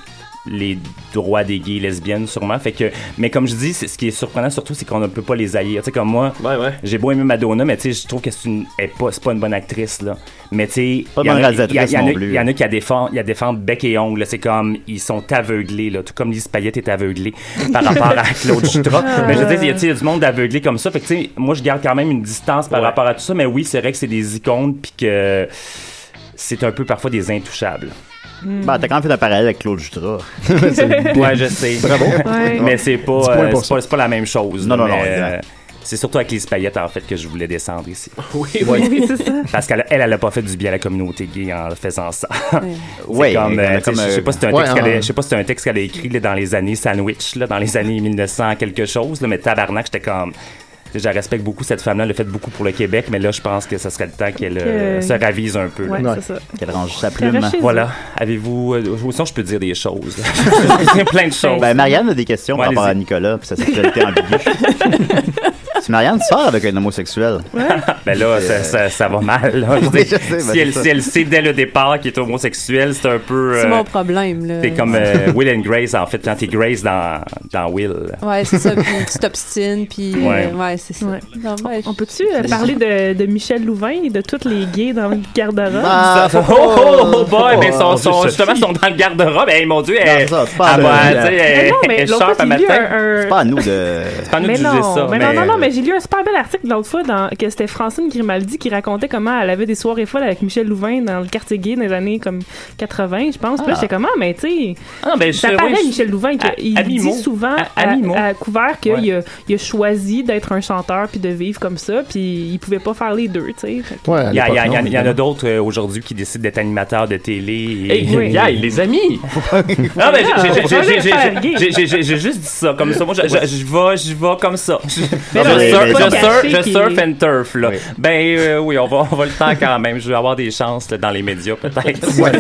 [SPEAKER 10] les droits des gays et lesbiennes, sûrement. Fait que, mais comme je dis, c'est- ce qui est surprenant surtout, c'est qu'on ne peut pas les haïr. Tu sais, comme moi, j'ai beau aimer Madonna, mais tu sais, je trouve que c'est, une, elle est pas, c'est pas une bonne actrice, là. Mais tu sais,
[SPEAKER 6] Pas
[SPEAKER 10] il y en a-
[SPEAKER 6] bonne
[SPEAKER 10] il y a-
[SPEAKER 6] réalisatrice
[SPEAKER 10] il y en a-
[SPEAKER 6] non plus.
[SPEAKER 10] il y en a qui a défend, il a défendre bec et ongle. là. C'est comme, ils sont aveuglés, là. Tout comme Lise Payette est aveuglée par rapport à Claude Jutras. Mais je veux dire, il y a- tu sais, il y a du monde aveuglé comme ça. Fait que, tu sais, moi, je garde quand même une distance par rapport à tout ça. Mais oui, c'est vrai que c'est des icônes, puis que c'est un peu parfois des intouchables.
[SPEAKER 6] Bah, t'as quand même fait un parallèle avec Claude Jutras.
[SPEAKER 10] ouais, je sais.
[SPEAKER 6] Bravo.
[SPEAKER 10] Ouais. Mais c'est pas,
[SPEAKER 6] Petit point
[SPEAKER 10] euh,
[SPEAKER 6] pour
[SPEAKER 10] c'est pas, c'est pas la même chose.
[SPEAKER 6] Non,
[SPEAKER 10] là,
[SPEAKER 6] non, non,
[SPEAKER 10] mais,
[SPEAKER 6] exact.
[SPEAKER 10] euh, c'est surtout avec Lise Payette, en fait, que je voulais descendre ici. Oui,
[SPEAKER 6] oui. Oui, c'est ça.
[SPEAKER 10] Parce qu'elle, elle, elle a pas fait du bien à la communauté gay en faisant ça.
[SPEAKER 6] Ouais,
[SPEAKER 10] C'est comme,
[SPEAKER 6] elle a
[SPEAKER 10] euh, tu
[SPEAKER 6] comme,
[SPEAKER 10] sais, je sais pas si c'est un
[SPEAKER 6] euh,
[SPEAKER 10] texte
[SPEAKER 6] ouais,
[SPEAKER 10] qu'elle a-
[SPEAKER 6] en-
[SPEAKER 10] je sais pas si c'est un texte qu'elle a écrit là, dans les années sandwich, là, dans les années 1900 quelque chose, là, mais tabarnak, j'étais comme... tu sais, Je respecte beaucoup cette femme-là, elle a fait beaucoup pour le Québec, mais là, je pense que ce serait le temps qu'elle euh,
[SPEAKER 6] Que-
[SPEAKER 10] se ravise un peu. là.
[SPEAKER 6] Ouais, c'est ça. Qu'elle range sa plume. Qu'elle reste chez eux.
[SPEAKER 10] Voilà. Avez-vous. euh, ou sinon, je peux dire des choses. plein de choses.
[SPEAKER 6] Ben, Marianne a des questions
[SPEAKER 10] Ouais,
[SPEAKER 6] par rapport à
[SPEAKER 10] allez-y.
[SPEAKER 6] Nicolas, puis sa sexualité ambiguë. si Marianne sort avec un homosexuel,
[SPEAKER 10] Ben là, ça, ça- ça va mal. là. Je veux
[SPEAKER 6] Euh, Oui,
[SPEAKER 10] dire,
[SPEAKER 6] je sais, ben,
[SPEAKER 10] si,
[SPEAKER 6] c'est
[SPEAKER 10] elle,
[SPEAKER 6] ça.
[SPEAKER 10] si elle sait dès le départ qu'il est homosexuel, c'est un peu.
[SPEAKER 15] C'est
[SPEAKER 10] euh,
[SPEAKER 15] mon problème, là.
[SPEAKER 10] T'es comme euh, Will and Grace, en fait, quand t'es Grace dans, dans Will.
[SPEAKER 15] Ouais, c'est ça. Puis tu t'obstines, puis. euh,
[SPEAKER 10] Ouais.
[SPEAKER 15] Ouais, c'est ça. Non, ben, je-
[SPEAKER 7] On peut-tu euh, parler de, de Michel Louvain et de toutes les gays dans le garde-robe?
[SPEAKER 6] Ah.
[SPEAKER 10] Ça- oh, oh, oh, boy! mais son, son, justement, son dans le garde-robe. Hey, mon Dieu, elle,
[SPEAKER 6] pas
[SPEAKER 10] elle va,
[SPEAKER 6] à-
[SPEAKER 10] Eh, tu sais,
[SPEAKER 7] Mais
[SPEAKER 10] elle,
[SPEAKER 7] non, mais
[SPEAKER 10] elle
[SPEAKER 7] l'autre
[SPEAKER 10] sharp
[SPEAKER 7] fois,
[SPEAKER 10] à
[SPEAKER 7] j'ai lu
[SPEAKER 10] matin.
[SPEAKER 7] un- un-
[SPEAKER 6] c'est pas à nous de.
[SPEAKER 10] C'est pas à nous
[SPEAKER 7] mais
[SPEAKER 10] de
[SPEAKER 7] non,
[SPEAKER 10] juger ça. euh,
[SPEAKER 7] mais, non, non, non, mais j'ai lu un super bel article l'autre fois dans, que c'était Francine Grimaldi qui racontait comment elle avait des soirées folles avec Michel Louvain dans le quartier gay dans les années comme 80, je pense. Puis là,
[SPEAKER 10] Ah.
[SPEAKER 7] j'étais comme, ah, mais tu sais,
[SPEAKER 10] Ah, ben, je
[SPEAKER 7] ça
[SPEAKER 10] sais,
[SPEAKER 7] paraît
[SPEAKER 10] oui, je-
[SPEAKER 7] Michel Louvain
[SPEAKER 10] À-
[SPEAKER 7] qu'il
[SPEAKER 10] à
[SPEAKER 7] dit
[SPEAKER 10] mi-mot.
[SPEAKER 7] souvent
[SPEAKER 10] À- à mi-mot.
[SPEAKER 7] à, à couvert qu'il
[SPEAKER 10] Ouais.
[SPEAKER 7] a, il a choisi d'être un chanteur puis de vivre comme ça, puis il pouvait pas faire les deux, tu sais. Fait que-
[SPEAKER 10] il y, a- il y a- il y a- il y en a d'autres euh, aujourd'hui qui décident d'être animateurs de télé. Et...
[SPEAKER 9] Hey, oui. yeah, les amis!
[SPEAKER 10] Non, mais j'ai- j'ai-
[SPEAKER 9] Faut
[SPEAKER 10] j'ai-
[SPEAKER 9] pas
[SPEAKER 10] j'ai-
[SPEAKER 9] le faire
[SPEAKER 10] j'ai-
[SPEAKER 9] gay.
[SPEAKER 10] j'ai- j'ai- j'ai- j'ai juste dit ça, comme ça. Moi, je, je, je vais, je vais comme ça. Je,
[SPEAKER 9] Mais
[SPEAKER 10] je
[SPEAKER 9] non, mais
[SPEAKER 10] surf-
[SPEAKER 9] c'est pas
[SPEAKER 10] je
[SPEAKER 9] caché
[SPEAKER 10] surf-
[SPEAKER 9] qu'il
[SPEAKER 10] je
[SPEAKER 9] est-
[SPEAKER 10] surf and turf, là. Ben euh, oui, on va, on va le temps quand même. Je vais avoir des chances là, dans les médias, peut-être.
[SPEAKER 6] Ouais,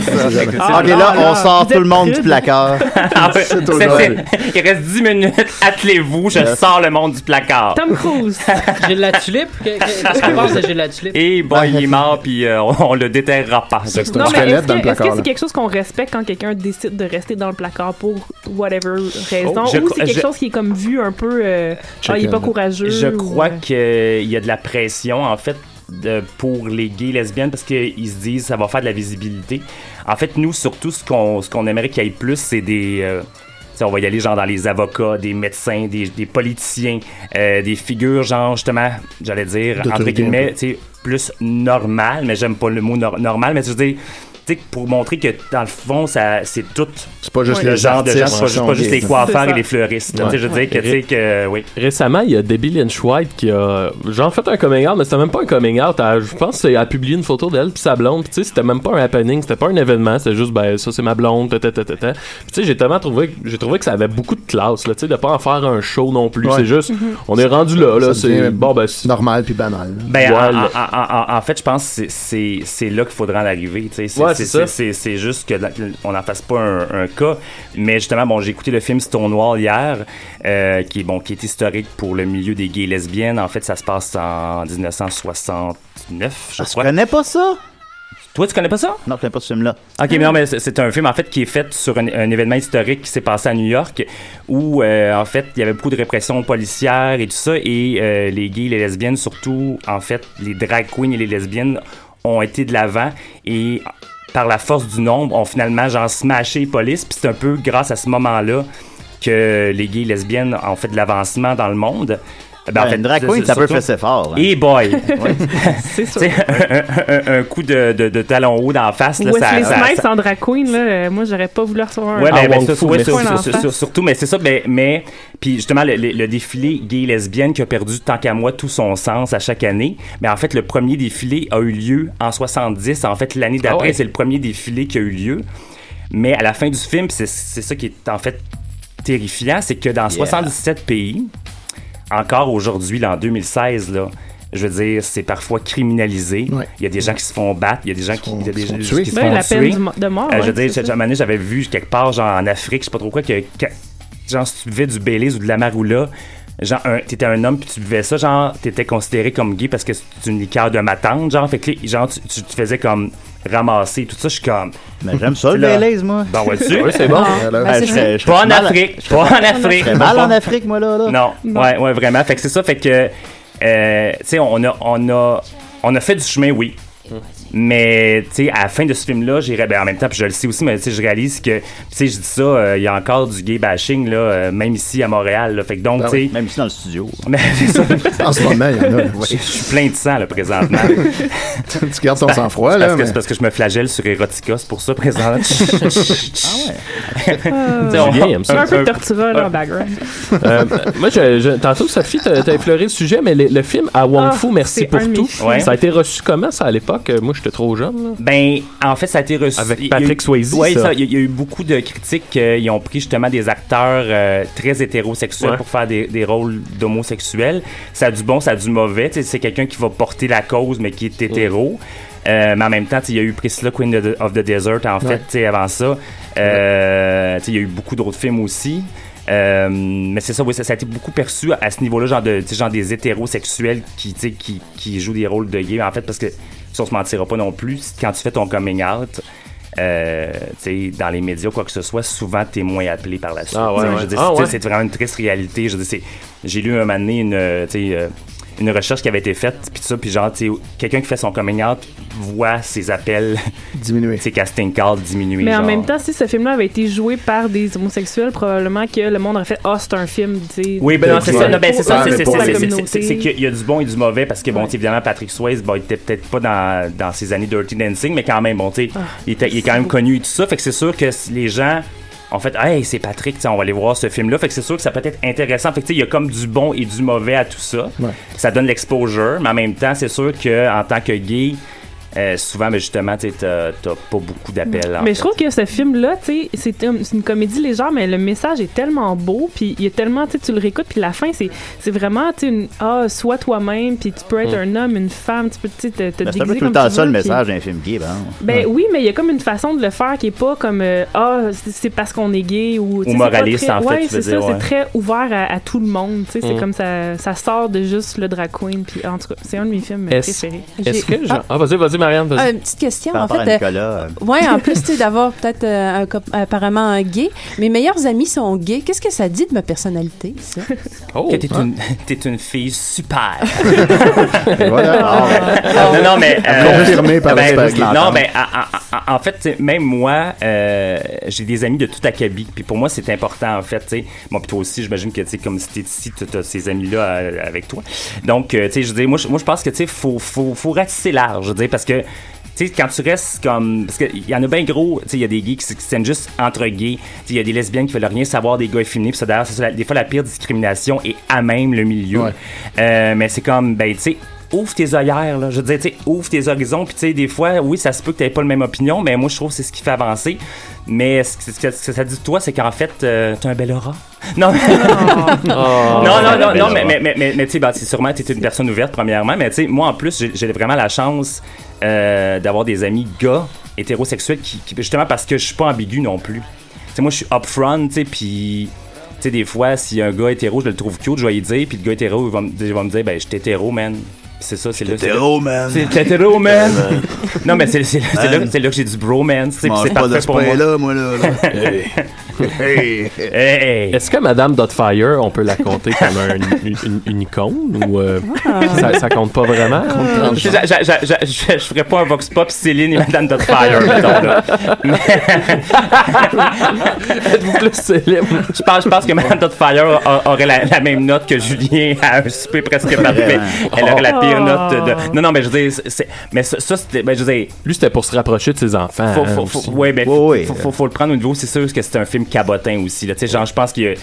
[SPEAKER 6] Ah, ok, là, on sort tout le monde du placard.
[SPEAKER 10] Ah ouais,
[SPEAKER 6] C'est
[SPEAKER 10] c'est-
[SPEAKER 6] aujourd'hui.
[SPEAKER 10] c'est- Il reste 10 minutes, attelez-vous, je
[SPEAKER 6] Yes.
[SPEAKER 10] sors le monde du placard.
[SPEAKER 7] Tom Cruise.
[SPEAKER 14] J'ai de la tulipe. Que- que- Qu'est-ce qu'on pense de J'ai de la tulipe?
[SPEAKER 10] Et bon, Eh il est mort, puis euh, on, on le déterrera pas. C'est
[SPEAKER 7] Non, mais est-ce que- Est-ce que c'est quelque chose qu'on respecte quand quelqu'un décide de rester dans le placard pour whatever raison?
[SPEAKER 10] Oh, je
[SPEAKER 7] ou
[SPEAKER 10] cro-
[SPEAKER 7] c'est quelque
[SPEAKER 10] je-
[SPEAKER 7] chose qui est comme vu un peu. euh, ah, il est pas courageux.
[SPEAKER 10] Je
[SPEAKER 7] ou-
[SPEAKER 10] crois
[SPEAKER 9] euh?
[SPEAKER 10] qu'il y a de la pression, en fait, de- pour les gays et lesbiennes, parce qu'ils se disent ça va faire de la visibilité. En fait, nous, surtout, ce qu'on ce qu'on aimerait qu'il y ait plus, c'est des. euh, tu sais, on va y aller genre dans les avocats, des médecins, des, des politiciens, euh, des figures genre justement, j'allais dire,
[SPEAKER 9] D'autorité,
[SPEAKER 10] entre
[SPEAKER 9] un
[SPEAKER 10] guillemets,
[SPEAKER 9] peu.
[SPEAKER 10] tu sais, plus normal, mais j'aime pas le mot nor- normal, mais tu dis, tu sais, pour montrer que dans le fond, ça, c'est tout.
[SPEAKER 8] C'est pas
[SPEAKER 9] juste
[SPEAKER 10] le
[SPEAKER 9] les
[SPEAKER 10] genre de gens,
[SPEAKER 9] artistes
[SPEAKER 10] c'est pas, juste- pas juste
[SPEAKER 9] qui
[SPEAKER 10] les
[SPEAKER 9] sont gays.
[SPEAKER 10] coiffeurs
[SPEAKER 9] C'est
[SPEAKER 10] et
[SPEAKER 9] ça.
[SPEAKER 10] les fleuristes. là. Tu sais, je veux dire que, tu sais, que, oui.
[SPEAKER 9] Récemment, il y a Debbie Lynch White qui a, genre, fait un coming out, mais c'était même pas un coming out. Elle- je pense qu'elle a publié une photo d'elle puis sa blonde. Puis, tu sais, c'était même pas un happening, c'était pas un événement. C'était juste, ben, ça, c'est ma blonde, ta, ta, ta, ta, ta. Puis, tu sais, j'ai tellement trouvé, j'ai trouvé que ça avait beaucoup de classe, là, tu sais, de pas en faire un show non plus.
[SPEAKER 8] Ouais.
[SPEAKER 9] C'est juste,
[SPEAKER 8] Mhm.
[SPEAKER 9] on est rendu là, là.
[SPEAKER 8] Ça
[SPEAKER 9] C'est,
[SPEAKER 8] devient
[SPEAKER 9] bon, ben, c'est
[SPEAKER 8] normal puis banal.
[SPEAKER 10] Ben, en-
[SPEAKER 9] Voilà.
[SPEAKER 10] en, en- en- en fait, je pense que c'est- c'est c'est là qu'il faudra en arriver. tu sais. C'est
[SPEAKER 9] Ouais, c'est
[SPEAKER 10] c'est-
[SPEAKER 9] ça.
[SPEAKER 10] c'est- c'est- c'est juste que la- on n'en fasse pas un, un cas. Mais justement, bon, j'ai écouté le film Stone Wall hier, euh, qui, est, bon, qui est historique pour le milieu des gays et lesbiennes. En fait, ça se passe en 1969, je crois.
[SPEAKER 6] Ah, connais pas ça?
[SPEAKER 10] Toi, tu connais pas ça?
[SPEAKER 6] Non, je connais pas ce film-là.
[SPEAKER 10] Ok, mais non, mais c'est- c'est un film en fait qui est fait sur un, un événement historique qui s'est passé à New York, où euh, en fait il y avait beaucoup de répression policière et tout ça, et euh, les gays, les lesbiennes, surtout en fait les drag queens et les lesbiennes ont été de l'avant et par la force du nombre ont finalement genre smashé les polices, puis c'est un peu grâce à ce moment-là que les gays et lesbiennes ont fait de l'avancement dans le monde. Eh
[SPEAKER 6] Ben, une drag queen, ça peut faire ses forts, hein.
[SPEAKER 10] Et boy!
[SPEAKER 7] C'est
[SPEAKER 10] Tu sais, un, un- un- un coup de, de, de talon haut dans la face, là,
[SPEAKER 7] euh,
[SPEAKER 10] ça,
[SPEAKER 7] Wesley
[SPEAKER 10] ça-
[SPEAKER 7] Snipes
[SPEAKER 10] ça-
[SPEAKER 7] en drag queen, là, euh, moi, j'aurais pas voulu recevoir un
[SPEAKER 10] Ouais, ben, ben,
[SPEAKER 7] un
[SPEAKER 10] ça,
[SPEAKER 7] coup
[SPEAKER 10] ouais,
[SPEAKER 7] de
[SPEAKER 10] ça,
[SPEAKER 7] poing
[SPEAKER 10] ça,
[SPEAKER 7] en
[SPEAKER 10] ça,
[SPEAKER 7] face.
[SPEAKER 10] sur- surtout, mais c'est ça, ben, mais, puis justement, le, le- le défilé gay-lesbienne qui a perdu tant qu'à moi tout son sens à chaque année, mais en fait, le premier défilé a eu lieu en 70, en fait, l'année d'après, c'est le premier défilé qui a eu lieu, mais à la fin du film, puis c'est c'est ça qui est en fait terrifiant, c'est que dans 77 pays, encore aujourd'hui, là, en 2016, là, je veux dire, c'est parfois criminalisé. Il y a des gens qui se font battre, il y a des gens qui, il y a des gens
[SPEAKER 7] tuer.
[SPEAKER 10] qui se
[SPEAKER 7] Ben,
[SPEAKER 10] font
[SPEAKER 7] la peine
[SPEAKER 10] tuer.
[SPEAKER 7] du mo- de mort,
[SPEAKER 10] Euh, je
[SPEAKER 7] ouais,
[SPEAKER 10] veux dire, cette année, j'avais vu quelque part, genre en Afrique, je sais pas trop quoi, que que- genre si tu buvais du Baileys ou de la Maroula, genre un- t'étais un homme puis tu buvais ça, genre t'étais considéré comme gay parce que c'est une liqueur de ma tante, genre fait que les- genre tu, tu te faisais comme ramasser tout ça, je suis comme.
[SPEAKER 6] Mais j'aime ça, le
[SPEAKER 10] Là.
[SPEAKER 6] Baileys, moi.
[SPEAKER 10] Ben ouais, tu.
[SPEAKER 6] Oui, c'est bon. Ah, ben,
[SPEAKER 10] Ben,
[SPEAKER 6] c'est
[SPEAKER 10] je-
[SPEAKER 6] vrai. Je
[SPEAKER 10] pas
[SPEAKER 6] serais
[SPEAKER 10] en
[SPEAKER 6] mal-
[SPEAKER 10] Afrique,
[SPEAKER 6] je serais
[SPEAKER 10] pas
[SPEAKER 6] mal-
[SPEAKER 10] en Afrique.
[SPEAKER 6] je serais mal en Afrique, moi, là, là.
[SPEAKER 10] Non. Ouais, ouais, vraiment. Fait que c'est ça. Fait que, euh, tu sais, on a, on a, on a fait du chemin, oui. Mais, tu sais, à la fin de ce film-là, j'irais, ben, en même temps, puis je le sais aussi, mais tu sais, je réalise que, tu sais, je dis ça, euh, il y a encore du gay bashing, là, euh, même ici à Montréal, là. Fait que donc,
[SPEAKER 6] Ben
[SPEAKER 10] tu sais.
[SPEAKER 6] oui, Même ici dans le studio.
[SPEAKER 8] En ce moment, il y en a.
[SPEAKER 10] Je suis plein de sang, là, présentement.
[SPEAKER 8] tu gardes ton sang-froid,
[SPEAKER 10] C'est
[SPEAKER 8] là.
[SPEAKER 10] parce, que,
[SPEAKER 8] mais-
[SPEAKER 10] c'est parce que je me flagelle sur Erotica, c'est pour ça, présentement.
[SPEAKER 8] Ah
[SPEAKER 7] Euh,
[SPEAKER 10] T'sais, on-
[SPEAKER 7] c'est un peu de
[SPEAKER 9] un-
[SPEAKER 7] tortura, là, en
[SPEAKER 9] un-
[SPEAKER 7] background.
[SPEAKER 9] Euh, moi, je, je- tantôt, Sophie, t'as t'as effleuré le sujet, mais le, le film à Wong
[SPEAKER 10] Ah,
[SPEAKER 9] Fu, merci
[SPEAKER 10] c'est
[SPEAKER 9] pour
[SPEAKER 10] un de mes
[SPEAKER 9] tout.
[SPEAKER 10] films. Ouais.
[SPEAKER 9] Ça a été reçu comment, ça, à l'époque? Euh, Moi, j'étais trop jeune. là.
[SPEAKER 10] Ben, en fait, ça a été reçu.
[SPEAKER 9] Avec
[SPEAKER 10] il y a
[SPEAKER 9] Patrick
[SPEAKER 10] eu-
[SPEAKER 9] Swayze,
[SPEAKER 10] Ouais,
[SPEAKER 9] ça.
[SPEAKER 10] ça, il y, a- il y a eu beaucoup de critiques. euh, ils ont pris justement des acteurs euh, très hétérosexuels
[SPEAKER 9] Ouais.
[SPEAKER 10] pour faire des, des rôles d'homosexuels. Ça a du bon, ça a du mauvais. Tu sais, C'est quelqu'un qui va porter la cause, mais qui est hétéro. Euh, mais en même temps, tu sais, il y a eu Priscilla, Queen of the- of the Desert, en
[SPEAKER 9] Ouais.
[SPEAKER 10] fait, tu sais, avant ça. Euh, tu sais, Il y a eu beaucoup d'autres films aussi. Euh, mais c'est ça, oui, ça, ça a été beaucoup perçu à ce niveau-là, genre, de, tu sais, genre des hétérosexuels qui, tu sais, qui, qui jouent des rôles de gays, en fait, parce que si on se mentira pas non plus, quand tu fais ton coming out, euh, tu sais, dans les médias, quoi que ce soit, souvent t'es moins appelé par la suite.
[SPEAKER 9] Ah ouais,
[SPEAKER 10] Tu sais,
[SPEAKER 9] ouais.
[SPEAKER 10] Je veux dire,
[SPEAKER 9] Ah
[SPEAKER 10] tu sais,
[SPEAKER 9] ouais.
[SPEAKER 10] c'est vraiment une triste réalité. Je veux dire, c'est- j'ai lu un moment donné une, euh, tu sais, euh, une recherche qui avait été faite, puis tout ça, puis genre, tu sais, quelqu'un qui fait son coming out voit ses appels
[SPEAKER 8] diminuer,
[SPEAKER 10] ses casting calls diminuer.
[SPEAKER 7] Mais en
[SPEAKER 10] genre.
[SPEAKER 7] même temps, si ce film-là avait été joué par des homosexuels, probablement que le monde aurait fait Ah, c'est un film. tu sais.
[SPEAKER 10] Oui, ben non, c'est ça. non, ben, c'est ça.
[SPEAKER 7] Pour-
[SPEAKER 10] c'est- c'est-
[SPEAKER 7] pour la
[SPEAKER 10] c'est- c'est-
[SPEAKER 7] communauté.
[SPEAKER 10] c'est- C'est qu'il y a du bon et du mauvais parce que, bon, tu sais, évidemment, Patrick Swayze, bon, il était peut-être pas dans, dans ses années Dirty Dancing, mais quand même, bon, tu sais,
[SPEAKER 7] Ah.
[SPEAKER 10] il, était- il est quand même connu et tout ça. Fait que c'est sûr que c- les gens ont fait, hey, c'est Patrick, tu sais, on va aller voir ce film-là. Fait que c'est sûr que ça peut être intéressant. Fait que, tu sais, il y a comme du bon et du mauvais à tout ça.
[SPEAKER 8] Ouais.
[SPEAKER 10] Ça donne l'exposure, mais en même temps, c'est sûr que en tant que gay, euh, souvent, mais justement, tu sais, t'as t'as pas beaucoup d'appels. en
[SPEAKER 7] Mais
[SPEAKER 10] fait.
[SPEAKER 7] je trouve que ce film-là, tu sais, c'est un- c'est une comédie légère, mais le message est tellement beau, puis il est tellement, tu sais, tu le réécoutes, puis la fin, c'est c'est vraiment, tu sais, une ah, sois toi-même, puis tu peux être un
[SPEAKER 6] Mm.
[SPEAKER 7] homme, une femme, tu peux, tu sais, te, te
[SPEAKER 6] Mais Ben, C'est un peu
[SPEAKER 7] déguiser
[SPEAKER 6] tout le
[SPEAKER 7] comme
[SPEAKER 6] temps
[SPEAKER 7] tu
[SPEAKER 6] ça,
[SPEAKER 7] veux,
[SPEAKER 6] le
[SPEAKER 7] puis-
[SPEAKER 6] message d'un film gay, ben.
[SPEAKER 7] Ben oui, mais il y a comme une façon de le faire qui est pas comme euh, ah c'est- c'est parce qu'on est gay ou tu sais, c'est pas
[SPEAKER 10] moraliste,
[SPEAKER 7] très-
[SPEAKER 10] en fait,
[SPEAKER 7] ouais,
[SPEAKER 10] tu veux
[SPEAKER 7] c'est
[SPEAKER 10] dire,
[SPEAKER 7] ça,
[SPEAKER 10] ouais.
[SPEAKER 7] c'est très ouvert à, à tout le monde, tu sais, c'est
[SPEAKER 9] Mm.
[SPEAKER 7] comme ça ça sort de juste le drag queen puis en tout cas, c'est un de mes films
[SPEAKER 9] Est-ce
[SPEAKER 7] préférés.
[SPEAKER 9] est-ce que...
[SPEAKER 7] J'ai-
[SPEAKER 9] Jean- Ah, vas-y, vas-y, Marianne, vas-y.
[SPEAKER 15] Ah, une petite question,
[SPEAKER 9] Par
[SPEAKER 15] en
[SPEAKER 9] rapport
[SPEAKER 15] fait.
[SPEAKER 9] à
[SPEAKER 15] euh,
[SPEAKER 9] Nicolas, euh.
[SPEAKER 15] ouais, en plus, tu sais, d'avoir peut-être euh, un cop- apparemment un gay. Mes meilleurs amis sont gays. Qu'est-ce que ça dit de ma personnalité, ça?
[SPEAKER 10] que t'es
[SPEAKER 15] Hein?
[SPEAKER 10] une, t'es une fille super.
[SPEAKER 8] voilà.
[SPEAKER 10] non, non, mais.
[SPEAKER 8] Ah,
[SPEAKER 10] euh,
[SPEAKER 8] Confirmé par
[SPEAKER 10] ben,
[SPEAKER 8] l'expert Guy.
[SPEAKER 10] Non, mais en, en- en fait, tu sais, même moi, euh, j'ai des amis de tout acabit. Puis pour moi, c'est important, en fait. tu sais. Bon, puis toi aussi, j'imagine que, tu sais, comme si t'es ici, tu as ces amis-là euh, avec toi. Donc, euh, tu sais, je dis, moi, je- moi, je pense que, tu sais, faut, faut, faut ratisser large, je veux dire, parce que. Tu sais, quand tu restes comme. Parce qu'il y en a bien gros, tu sais, il y a des gays qui s- qui s'aiment juste entre gays. Tu sais, Il y a des lesbiennes qui veulent rien savoir des gars efféminés. Puis ça, d'ailleurs, c'est ça, la- des fois la pire discrimination est à même le milieu. Euh, mais c'est comme, ben, tu sais, ouvre tes œillères, là. Je veux dire, tu sais, ouvre tes horizons. Puis, tu sais, des fois, oui, ça se peut que t'aies pas le même opinion, mais moi, je trouve que c'est ce qui fait avancer. Mais ce que, ce que- ce que ça dit de toi, c'est qu'en fait, euh, t'as un bel aura. Non, non, non, non, non, mais, mais, mais, mais, mais tu sais, ben, c'est sûrement tu es une personne ouverte, premièrement, mais tu sais, moi, en plus, j'ai- j'ai vraiment la chance euh, d'avoir des amis gars hétérosexuels qui, qui- justement, parce que je suis pas ambigu non plus. Tu sais, moi, je suis upfront, tu sais, puis. Tu sais, des fois, si un gars hétéro, je le trouve cute, je vais lui dire, puis le gars hétéro, il va me, il va me dire, ben, je suis hétéro, man. Puis C'est ça, c'est là. c'est là-
[SPEAKER 6] hétéro, man.
[SPEAKER 10] C'est t'es hétéro, man.
[SPEAKER 6] Ouais, man.
[SPEAKER 10] non, mais c'est c'est là, c'est là-
[SPEAKER 6] Man.
[SPEAKER 10] c'est là que j'ai du bromance, tu sais, puis
[SPEAKER 6] mange
[SPEAKER 10] c'est
[SPEAKER 6] pas de
[SPEAKER 10] parfait
[SPEAKER 6] ce
[SPEAKER 10] pour moi.
[SPEAKER 6] Euh, pain-là, moi, là. là. Hey.
[SPEAKER 9] Est-ce que Madame Dotfire, on peut la compter comme un- une, une- une icône ou euh, ça, ça compte pas vraiment?
[SPEAKER 10] Je, je- je- je- je- je ferais pas un vox pop Céline et Madame Dotfire, mettons, là. Mais- Je pense, je pense que Madame Dotfire a- aurait la, la même note que Julien à un souper presque parfait. Elle aurait la pire
[SPEAKER 9] Oh.
[SPEAKER 10] note de... Non, non, mais je veux dire, c'est- c'est- mais ça, ça, c'était... ben, je veux dire,
[SPEAKER 9] Lui, c'était pour se rapprocher de ses
[SPEAKER 6] Ah,
[SPEAKER 9] enfants.
[SPEAKER 10] faut,
[SPEAKER 9] hein,
[SPEAKER 10] faut,
[SPEAKER 9] aussi. euh,
[SPEAKER 10] faut- ouais, ben, faut, faut- faut le prendre au niveau, c'est sûr que c'est un film cabotin aussi. Là. Tu sais, Genre, je pense qu'il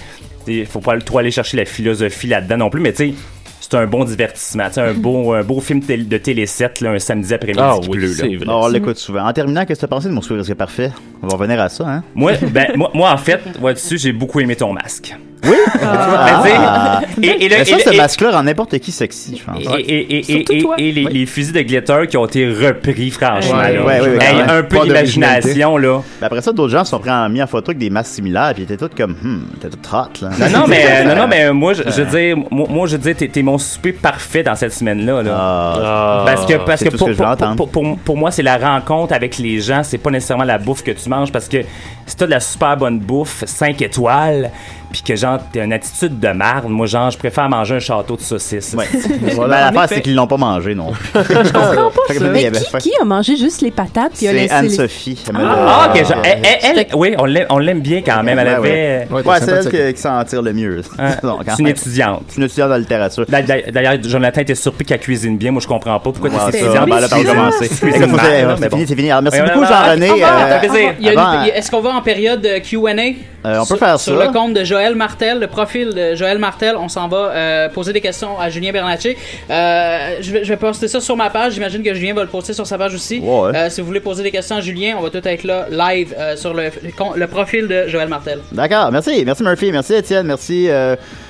[SPEAKER 10] ne faut pas trop aller chercher la philosophie là-dedans non plus, mais tu sais, c'est un bon divertissement. Tu sais, Un beau, un beau film tél- de télé 7 là, un samedi après-midi
[SPEAKER 6] Ah
[SPEAKER 10] qui
[SPEAKER 6] oui,
[SPEAKER 10] pleut. là.
[SPEAKER 6] c'est vrai. On l'écoute souvent. En terminant, qu'est-ce que tu as pensé de mon sourire risque parfait? On va revenir à ça, hein?
[SPEAKER 10] Moi, ben, moi, moi, en fait, ouais, dessus, j'ai beaucoup aimé ton masque.
[SPEAKER 6] Oui?
[SPEAKER 10] Ah. Et- et le-
[SPEAKER 6] Mais ça,
[SPEAKER 10] et le-
[SPEAKER 6] ce
[SPEAKER 10] et-
[SPEAKER 6] masque-là rend n'importe qui sexy, je pense.
[SPEAKER 10] Et, et- et- et- et- et les, les fusils de glitter qui ont été repris, franchement.
[SPEAKER 6] Ouais,
[SPEAKER 10] là.
[SPEAKER 6] ouais, ouais, ouais,
[SPEAKER 10] Hey,
[SPEAKER 6] quand même.
[SPEAKER 10] un peu
[SPEAKER 6] Pas
[SPEAKER 10] d'imagination, là.
[SPEAKER 6] Ben après ça, d'autres gens se sont pris en, mis en photo avec des masques similaires, puis ils étaient tous comme, hum, t'es tout hot, là.
[SPEAKER 10] Non, non, mais, euh, non, non, mais euh, moi, je, je veux dire, moi, moi, je veux dire, t'es, t'es mon souper parfait dans cette semaine-là. là. parce que, parce
[SPEAKER 6] Ah. c'est
[SPEAKER 10] que,
[SPEAKER 6] tout ce
[SPEAKER 10] pour,
[SPEAKER 6] que je
[SPEAKER 10] pour-
[SPEAKER 6] veux entendre.
[SPEAKER 10] pour- pour- pour moi, c'est la rencontre avec les gens. C'est pas nécessairement la bouffe que tu manges. Parce que si t'as de la super bonne bouffe, 5 étoiles, puis que genre, t'as une attitude de marde, moi, genre, je préfère manger un château de saucisses. Ouais.
[SPEAKER 6] Voilà, l'affaire, c'est qu'ils l'ont pas mangé, non.
[SPEAKER 10] Je comprends
[SPEAKER 6] Fait que, il y
[SPEAKER 15] Mais
[SPEAKER 6] avait faim.
[SPEAKER 15] qui, qui a mangé juste les patates puis a
[SPEAKER 6] C'est
[SPEAKER 15] laissé les-
[SPEAKER 6] Anne-Sophie. elle me l'a-
[SPEAKER 10] Ah, ok, genre, elle- elle- elle- oui, on l'aime, on l'aime bien quand même. Elle
[SPEAKER 6] Ouais,
[SPEAKER 10] avait.
[SPEAKER 6] ouais. Ouais, c'est elle qui, qui s'en tire le mieux. Donc,
[SPEAKER 10] C'est
[SPEAKER 6] quand
[SPEAKER 10] une
[SPEAKER 6] même.
[SPEAKER 10] étudiante.
[SPEAKER 6] C'est une étudiante en littérature.
[SPEAKER 10] D'a- d'a- D'ailleurs, Jonathan était surpris qu'elle cuisine bien. Moi, je comprends pas pourquoi
[SPEAKER 6] Ouais,
[SPEAKER 10] t'es
[SPEAKER 6] ça,
[SPEAKER 10] étudiante.
[SPEAKER 6] ben là, par où commencer.
[SPEAKER 10] Cuisine
[SPEAKER 6] Écoute,
[SPEAKER 10] mal,
[SPEAKER 6] c'est-
[SPEAKER 10] là,
[SPEAKER 6] c'est
[SPEAKER 10] mais bon.
[SPEAKER 6] fini, c'est fini. Alors, merci
[SPEAKER 10] Ouais,
[SPEAKER 6] beaucoup,
[SPEAKER 10] ouais,
[SPEAKER 6] Jean-René.
[SPEAKER 10] ouais,
[SPEAKER 6] Euh,
[SPEAKER 10] Ah, ça fait plaisir.
[SPEAKER 14] Il y a une-
[SPEAKER 6] avant-
[SPEAKER 14] il y a- Est-ce qu'on va en période euh, Q&A?
[SPEAKER 6] Euh, on
[SPEAKER 14] sur,
[SPEAKER 6] peut faire
[SPEAKER 14] Sur
[SPEAKER 6] ça.
[SPEAKER 14] le compte de Joël Martel, le profil de Joël Martel, on s'en va euh, poser des questions à Julien Bernatchez. Euh, je, vais, je vais poster ça sur ma page. J'imagine que Julien va le poster sur sa page aussi.
[SPEAKER 6] Ouais.
[SPEAKER 14] Euh, si vous voulez poser des questions à Julien, on va tout être là, live, euh, sur le, le compte- le profil de Joël Martel.
[SPEAKER 6] D'accord, merci. Merci Murphy, merci Étienne, merci euh,